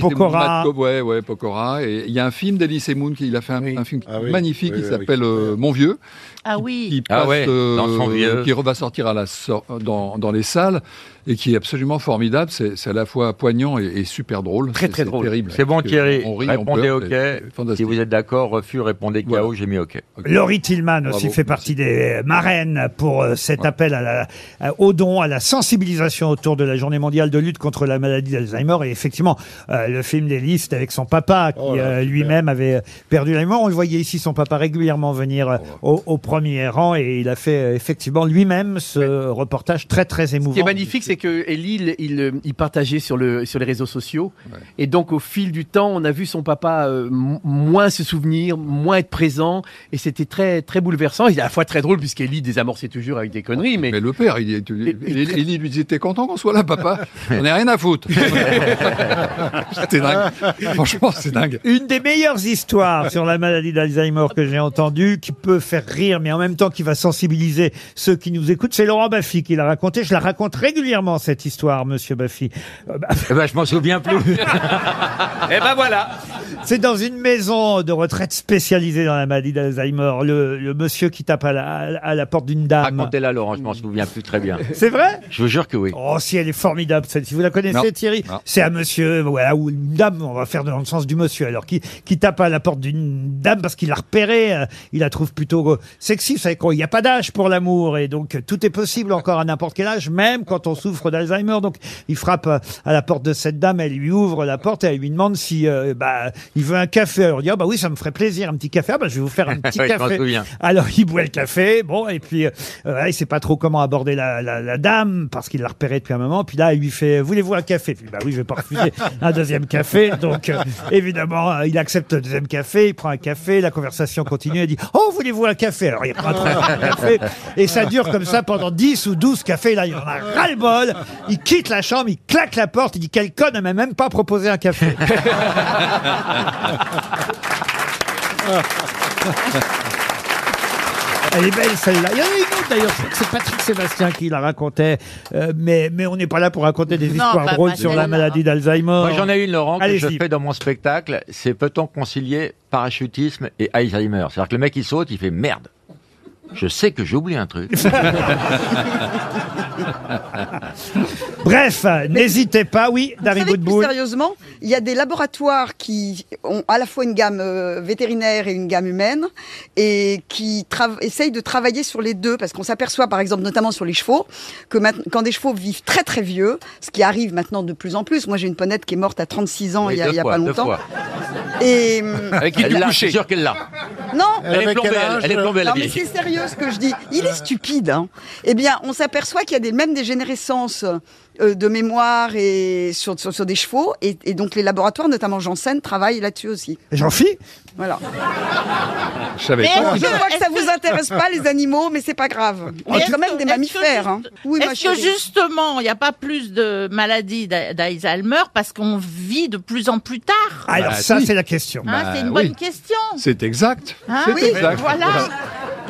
Matt Pokora. Co- ouais, ouais, Pokora. Et il y a un film d'Elie Semoun qui il a fait un, un film oui. magnifique Oui, qui oui, s'appelle euh, Mon vieux. Ah oui. qui Ah passe, ouais, euh, l'enfant vieux. qui re- va sortir à la sor- dans, dans les salles et qui est absolument formidable. C'est c'est à la fois poignant et, et super drôle. Très très drôle. Terrible. C'est bon Parce que Thierry, on rit, on répondez pleure, OK. mais- Si vous êtes d'accord, refus, répondez KO, Voilà. j'ai mis OK. Laurie Tillman aussi Bravo, fait partie des euh, marraines pour euh, cet appel à la, à- au don, à la sensibilisation autour de la journée mondiale de lutte contre la maladie d'Alzheimer. Et effectivement, euh, le film des listes avec son papa, qui là, euh, lui-même avait perdu la mémoire. On le voyait ici, son papa régulièrement venir euh, au, au premier rang. Et il a fait euh, effectivement lui-même ce reportage très, très émouvant. Ce qui est magnifique, c'est que Ellie, il, il- il partageait sur, le, sur les réseaux sociaux. Et donc, au fil du temps, on a vu son papa euh, m- moins se souvenir, moins être présent. Et c'était très, très bouleversant. Il est à la fois très drôle, puisqu'Ellie désamorçait toujours avec des conneries. Mais, le père, il, lui disait T'es content qu'on soit là, papa On n'a rien à foutre. C'était dingue. Franchement, c'est dingue. Une des meilleures histoires sur la maladie d'Alzheimer que j'ai entendue, qui peut faire rire, mais en même temps qui va sensibiliser ceux qui nous écoutent, c'est Laurent Baffy qui l'a raconté. Je la raconte régulièrement, cette histoire, monsieur Baffy. Euh, bah, Eh ben, je m'en souviens plus. Et ben voilà C'est dans une maison de retraite spécialisée dans la maladie d'Alzheimer, le, le monsieur qui tape à la, à la porte d'une dame. Racontez-la, Laurent, je m'en souviens plus très bien. C'est vrai Je vous jure que oui. Oh, si elle est formidable, celle-ci. Vous la connaissez, Non. Thierry Non. C'est un monsieur, voilà, ou une dame, on va faire dans le sens du monsieur, alors, qui, qui tape à la porte d'une dame parce qu'il l'a repérée. euh, il la trouve plutôt euh, sexy. Vous savez quoi Il n'y a pas d'âge pour l'amour. Et donc, euh, tout est possible encore à n'importe quel âge, même quand on souffre d'Alzheimer. Donc, il frappe euh, à la porte de cette dame, elle lui ouvre la porte et elle lui demande si euh, bah, il veut un café. Alors, il dit Ah, bah oui, ça me ferait plaisir, un petit café. Ah, bah, je vais vous faire un petit Ouais, je m'en café. souviens. Alors il boit le café, bon, et puis euh, voilà, il sait pas trop comment aborder la, la- la dame parce qu'il l'a repérée depuis un moment. Puis là, il lui fait voulez-vous un café Puis bah oui, je vais pas refuser un deuxième café. Donc euh, évidemment, euh, il accepte le deuxième café, il prend un café, la conversation continue. Il dit oh voulez-vous un café Alors il prend un troisième café et ça dure comme ça pendant 10 ou 12 cafés. Là, il en a ras le bol. Il quitte la chambre, il claque la porte, il dit quel con ne m'a même pas proposé un café. Elle est belle celle-là. Il y en a une autre d'ailleurs, je crois que c'est Patrick Sébastien qui la racontait, Euh, mais, mais on n'est pas là pour raconter des Non, histoires pas- drôles pas sur la celle-là. maladie d'Alzheimer. Moi, j'en ai une, Laurent, que je Allez-y. fais dans mon spectacle. C'est peut-on concilier parachutisme et Alzheimer C'est-à-dire que le mec, il saute, il fait merde. Je sais que j'ai oublié un truc. Bref, euh, n'hésitez pas, oui, Dari Vous savez que plus Boudboul. sérieusement, il y a des laboratoires qui ont à la fois une gamme euh, vétérinaire et une gamme humaine et qui trava- essayent de travailler sur les deux parce qu'on s'aperçoit par exemple notamment sur les chevaux que maintenant- quand des chevaux vivent très très vieux, ce qui arrive maintenant de plus en plus. Moi j'ai une ponette qui est morte à 36 ans Oui, il y a, deux il y a fois, pas deux longtemps. Euh, fois. Et Avec qui tu Elle l'a, couchais. je suis sûr qu'elle l'a. Non, Elle est Elle est plombée, quel elle- âge, elle est plombée, la Non, mais vieille. c'est sérieux ce que je dis. Il est stupide. hein. Eh bien, on s'aperçoit qu'il y a des, même des générescences euh, de mémoire et sur, sur, sur des chevaux. Et, et donc, les laboratoires, notamment Janssen, travaillent là-dessus aussi. J'en fis Voilà. Je savais Mais pas. je vois que ça vous intéresse pas, les animaux, mais c'est pas grave. On Mais est est-ce quand même des mammifères. hein. Oui, ma Est-ce que chérie. justement, il n'y a pas plus de maladies d'A- d'Alzheimer parce qu'on vit de plus en plus tard Ah, Alors Bah, Hein, ça, c'est la question. C'est une bonne question. C'est exact. Hein c'est Oui, exact. voilà.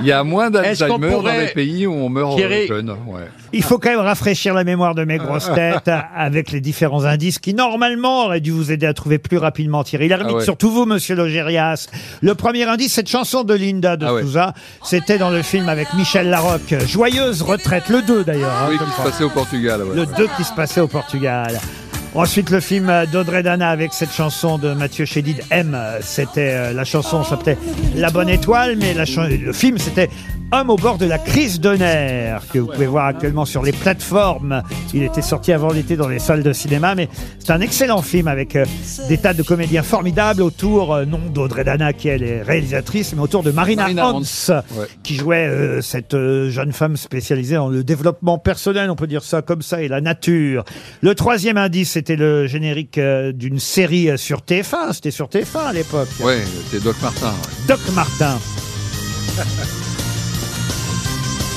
Il y a moins Est-ce qu'on d'Alzheimer dans pourrait- les pays où on meurt Thierry- euh, jeune. ouais. Il faut quand même rafraîchir la mémoire de mes grosses têtes euh, avec les différents indices qui, normalement, auraient dû vous aider à trouver plus rapidement Thierry Lhermitte, Ah ouais. surtout vous, monsieur Logérias. Le premier indice, cette chanson de Linda Ah de Souza, c'était dans le film avec Michel Larocque, Joyeuse retraite, le 2 d'ailleurs. hein, Oui, je qui se crois. passait au Portugal. ouais. Le 2 qui se passait au Portugal. Ensuite, le film d'Audrey Dana avec cette chanson de Mathieu Chédid, M. C'était euh, la chanson s'appelait La Bonne Étoile, mais la chan- le film c'était Homme au bord de la crise de nerfs que vous pouvez voir actuellement sur les plateformes. Il était sorti avant l'été dans les salles de cinéma, mais c'est un excellent film avec euh, des tas de comédiens formidables autour, euh, non d'Audrey Dana qui elle est réalisatrice, mais autour de Marina, Marina Hans, qui jouait euh, cette euh, jeune femme spécialisée dans le développement personnel, on peut dire ça comme ça, et la nature. Le troisième indice, c'était le générique euh, d'une série euh, sur TF1. C'était sur TF1 à l'époque. Ouais, c'est Doc Martin. ouais. Doc Martin.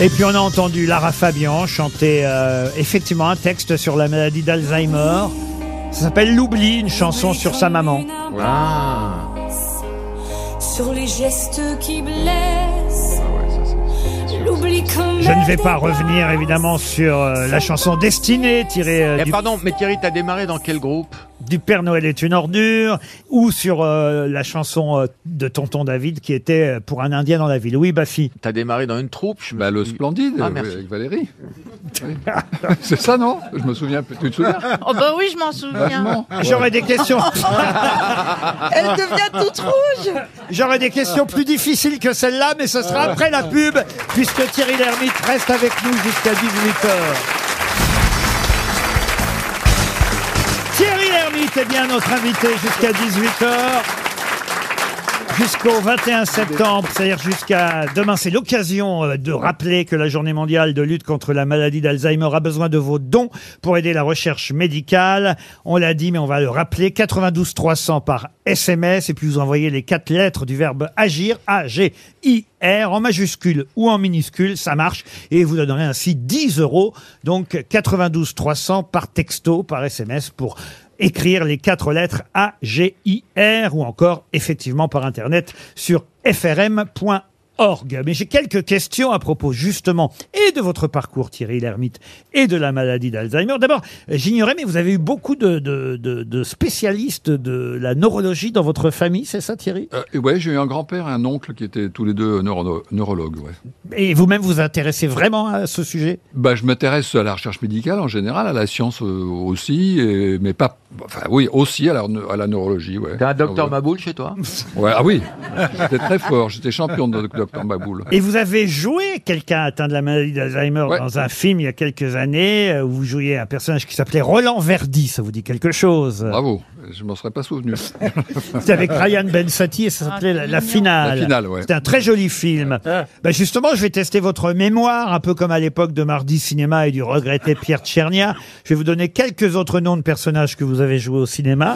Et puis on a entendu Lara Fabian chanter euh, effectivement un texte sur la maladie d'Alzheimer. Ça s'appelle L'oubli, une chanson sur sa maman. Sur les gestes qui Ah blessent. L'oubli comme Je ne vais pas revenir évidemment sur euh, la chanson Destinée tirée euh, du, Eh, Pardon, mais Thierry, t'as démarré dans quel groupe du Père Noël est une ordure ou sur euh, la chanson euh, de Tonton David qui était euh, pour un Indien dans la ville. Oui, Bafi. T'as démarré dans une troupe Bah, le Splendide, Ah, euh, merci. avec Valérie. Oui. C'est ça, non Je me souviens, plus. tu te souviens Oh bah oui, je m'en souviens. Vachement. J'aurais des questions. Elle devient toute rouge. J'aurais des questions plus difficiles que celle-là, mais ce sera après la pub, puisque Thierry Lhermitte reste avec nous jusqu'à 18h. Thierry Lhermitte est bien notre invité jusqu'à 18h. Jusqu'au 21 septembre, c'est-à-dire jusqu'à demain, c'est l'occasion euh, de rappeler que la journée mondiale de lutte contre la maladie d'Alzheimer a besoin de vos dons pour aider la recherche médicale. On l'a dit, mais on va le rappeler, 92 300 par SMS, et puis vous envoyez les quatre lettres du verbe agir, A-G-I-R, en majuscule ou en minuscule, ça marche, et vous donnerez ainsi 10 euros, donc 92 300 par texto, par SMS, pour écrire les quatre lettres A, G, I, R ou encore effectivement par Internet sur frm.org. Mais j'ai quelques questions à propos justement et de votre parcours Thierry Lhermitte et de la maladie d'Alzheimer. D'abord, j'ignorais, mais vous avez eu beaucoup de, de- de- de spécialistes de la neurologie dans votre famille, c'est ça Thierry Euh, et ouais, j'ai eu un grand-père et un oncle qui étaient tous les deux neuro- neurologues. Ouais. Et vous-même vous intéressez vraiment hein, à ce sujet Bah, je m'intéresse à la recherche médicale en général, à la science euh, aussi, et- mais pas. Enfin, oui, aussi à la, à la neurologie. Ouais. T'es un docteur Ah, Maboul chez toi ouais. Ouais, ah oui, j'étais très fort, j'étais champion de docteur Maboul. Et vous avez joué quelqu'un atteint de la maladie d'Alzheimer dans un film il y a quelques années euh, où vous jouiez un personnage qui s'appelait Roland Verdi, ça vous dit quelque chose Bravo, je m'en serais pas souvenu. C'était avec Ryan Bensati et ça s'appelait la, La finale. La finale, ouais. C'était un très joli film. Bah, justement, je vais tester votre mémoire, un peu comme à l'époque de Mardi Cinéma et du regretté Pierre Tchernia. Je vais vous donner quelques autres noms de personnages que vous avez joués au cinéma.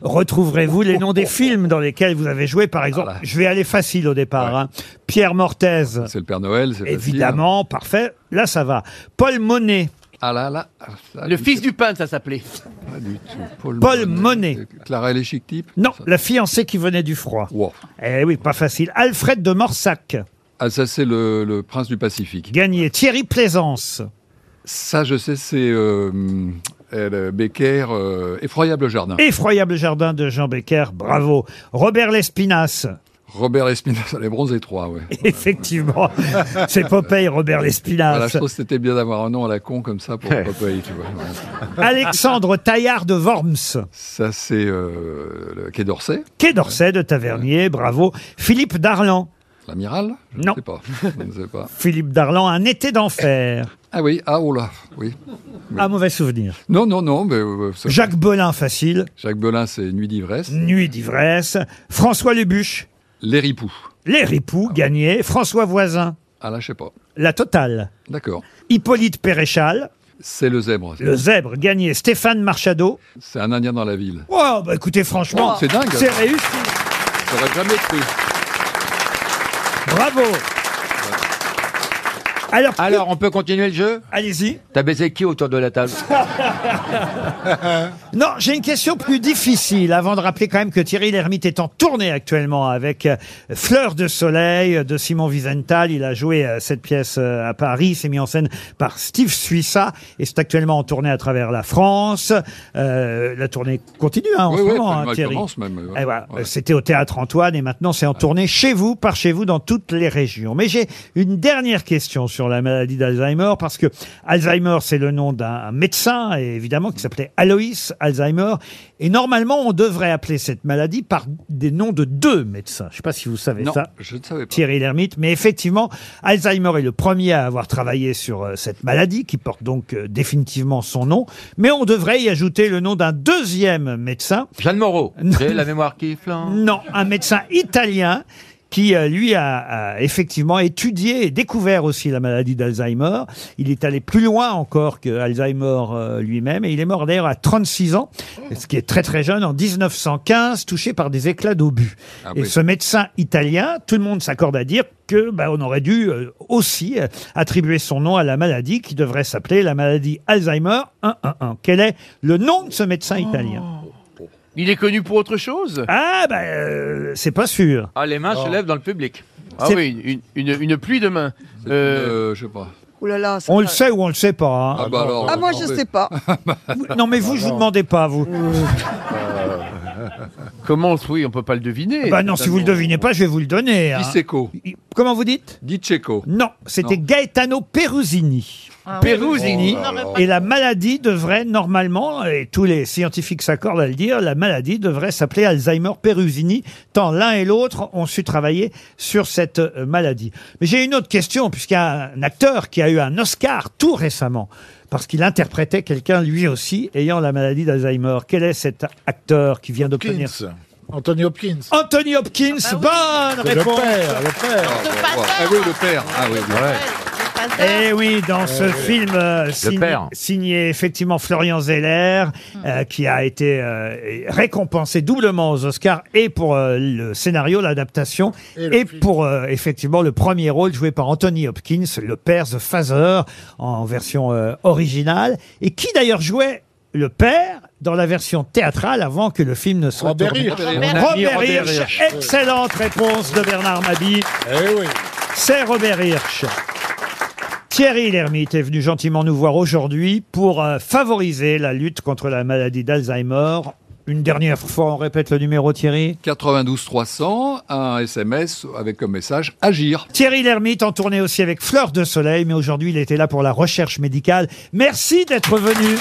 Retrouverez-vous les noms des films dans lesquels vous avez joué, par exemple. Je vais aller facile au départ. hein. Pierre Mortez. C'est le Père Noël, c'est facile. Évidemment, parfait. Là, ça va. Paul Monet. Ah là là. ah, ça, Le du- fils du peintre, ça s'appelait. Pas du tout. Paul, Paul Monet. Clara et les chic types Non, la fiancée qui venait du froid. Eh oui, pas facile. Alfred de Morsac. Ah, ça, c'est le, le prince du Pacifique. Gagné. Thierry Plaisance. Ça, je sais, c'est euh, euh, le Becker, euh, Effroyable Jardin. Effroyable jardin de Jean Becker. Bravo. Robert Lespinasse. Robert Espinosa, les bronzes et trois, ouais. Effectivement, c'est Popeye Robert Voilà, Lespinasse. Ah, je pense que c'était bien d'avoir un nom à la con comme ça pour Popeye, tu vois. ouais. Alexandre Taillard de Worms. Ça, c'est euh, le Quai d'Orsay, Quai d'Orsay de Tavernier. Bravo. Philippe Darlan. l'amiral Je Non. ne sais pas. Je ne sais pas. Philippe Darlan, un été d'enfer. Ah oui, ah oh là, oui. Un Ah, mauvais souvenir. Non, non, non, mais... euh, ça- Jacques Belin, facile. Jacques Belin, c'est Nuit d'ivresse. Nuit d'ivresse. François Lebuche. Les Ripoux. Les Ripoux, gagné. François Voisin. Ah là, je sais pas. La totale. D'accord. Hippolyte Péréchal. C'est le zèbre. Le zèbre, gagné. Stéphane Marchado. C'est un Indien dans la ville. Oh, bah écoutez, franchement, C'est dingue. C'est réussi. J'aurais jamais cru. Bravo. Alors, Alors, on peut continuer le jeu Allez-y. T'as baisé qui autour de la table Non, j'ai une question plus difficile avant de rappeler quand même que Thierry Lhermitte est en tournée actuellement avec euh, Fleur de Soleil euh, de Simon Wiesenthal. Il a joué euh, cette pièce euh, à Paris, c'est mis en scène par Steve Suissa et c'est actuellement en tournée à travers la France. Euh, la tournée continue hein, en Oui, ce oui, moment, hein, elle Thierry. commence même, ouais. Eh voilà, euh, C'était au théâtre Antoine et maintenant c'est en tournée chez vous, par chez vous, dans toutes les régions. Mais j'ai une dernière question sur la maladie d'Alzheimer parce que Alzheimer c'est le nom d'un médecin et évidemment qui s'appelait Aloïs Alzheimer et normalement on devrait appeler cette maladie par des noms de deux médecins. Je ne sais pas si vous savez Non, ça. je ne savais pas. Thierry Lhermitte. Mais effectivement, Alzheimer est le premier à avoir travaillé sur euh, cette maladie qui porte donc euh, définitivement son nom. Mais on devrait y ajouter le nom d'un deuxième médecin. Jeanne Moreau. J'ai la mémoire qui flambe. Non, un médecin italien qui, euh, lui, a, a effectivement étudié et découvert aussi la maladie d'Alzheimer. Il est allé plus loin encore que Alzheimer euh, lui-même, et il est mort d'ailleurs à 36 ans, ce qui est très très jeune, en 1915, touché par des éclats d'obus. Ah et oui. ce médecin italien, tout le monde s'accorde à dire que bah, on aurait dû euh, aussi euh, attribuer son nom à la maladie qui devrait s'appeler la maladie Alzheimer 111. Quel est le nom de ce médecin italien Oh. Il est connu pour autre chose Ah, ben, euh, c'est pas sûr. Ah, les mains Oh. se lèvent dans le public. Ah C'est- oui, une, une- une pluie de mains. Euh, euh, je sais pas. Ouh Oh là là, ça On va. le sait ou on le sait pas. hein. Ah, moi, je sais Euh. pas. Vous- Non, mais vous, je vous demandais pas, vous. Comment Oui, on peut pas le deviner. Bah non, si vous le devinez pas, je vais vous le donner. hein. Diceco. Comment vous dites Diceco. Non, c'était Non. Gaetano Perusini. Ah oui. Perusini. Oh là là. Et la maladie devrait normalement, et tous les scientifiques s'accordent à le dire, la maladie devrait s'appeler Alzheimer Perusini, tant l'un et l'autre ont su travailler sur cette euh, maladie. Mais j'ai une autre question, puisqu'il y a un acteur qui a eu un Oscar tout récemment, parce qu'il interprétait quelqu'un lui aussi ayant la maladie d'Alzheimer. Quel est cet acteur qui vient d'obtenir... Anthony Hopkins. Anthony Hopkins, bonne C'est le réponse. père, le père. Ah oui, le père. Ah oui, Eh oui, dans ce oui. film euh, Le signé, père. signé, effectivement Florian Zeller, euh, qui a été euh, récompensé doublement aux Oscars et pour euh, le scénario, l'adaptation, Et et, le pour euh, effectivement le premier rôle joué par Anthony Hopkins, le père The Father, en version euh, originale, et qui d'ailleurs jouait le père dans la version théâtrale avant que le film ne soit Robert tourné. Hirsch. Robert Robert Hirsch. Hirsch. Excellente réponse de Bernard Mabie. C'est Robert Hirsch. Thierry Lhermitte est venu gentiment nous voir aujourd'hui pour euh, favoriser la lutte contre la maladie d'Alzheimer. Une dernière fois, on répète le numéro, Thierry. 92 300, un SMS avec comme message agir. Thierry Lhermitte en tournée aussi avec Fleur de Soleil, mais aujourd'hui, il était là pour la recherche médicale. Merci d'être venu.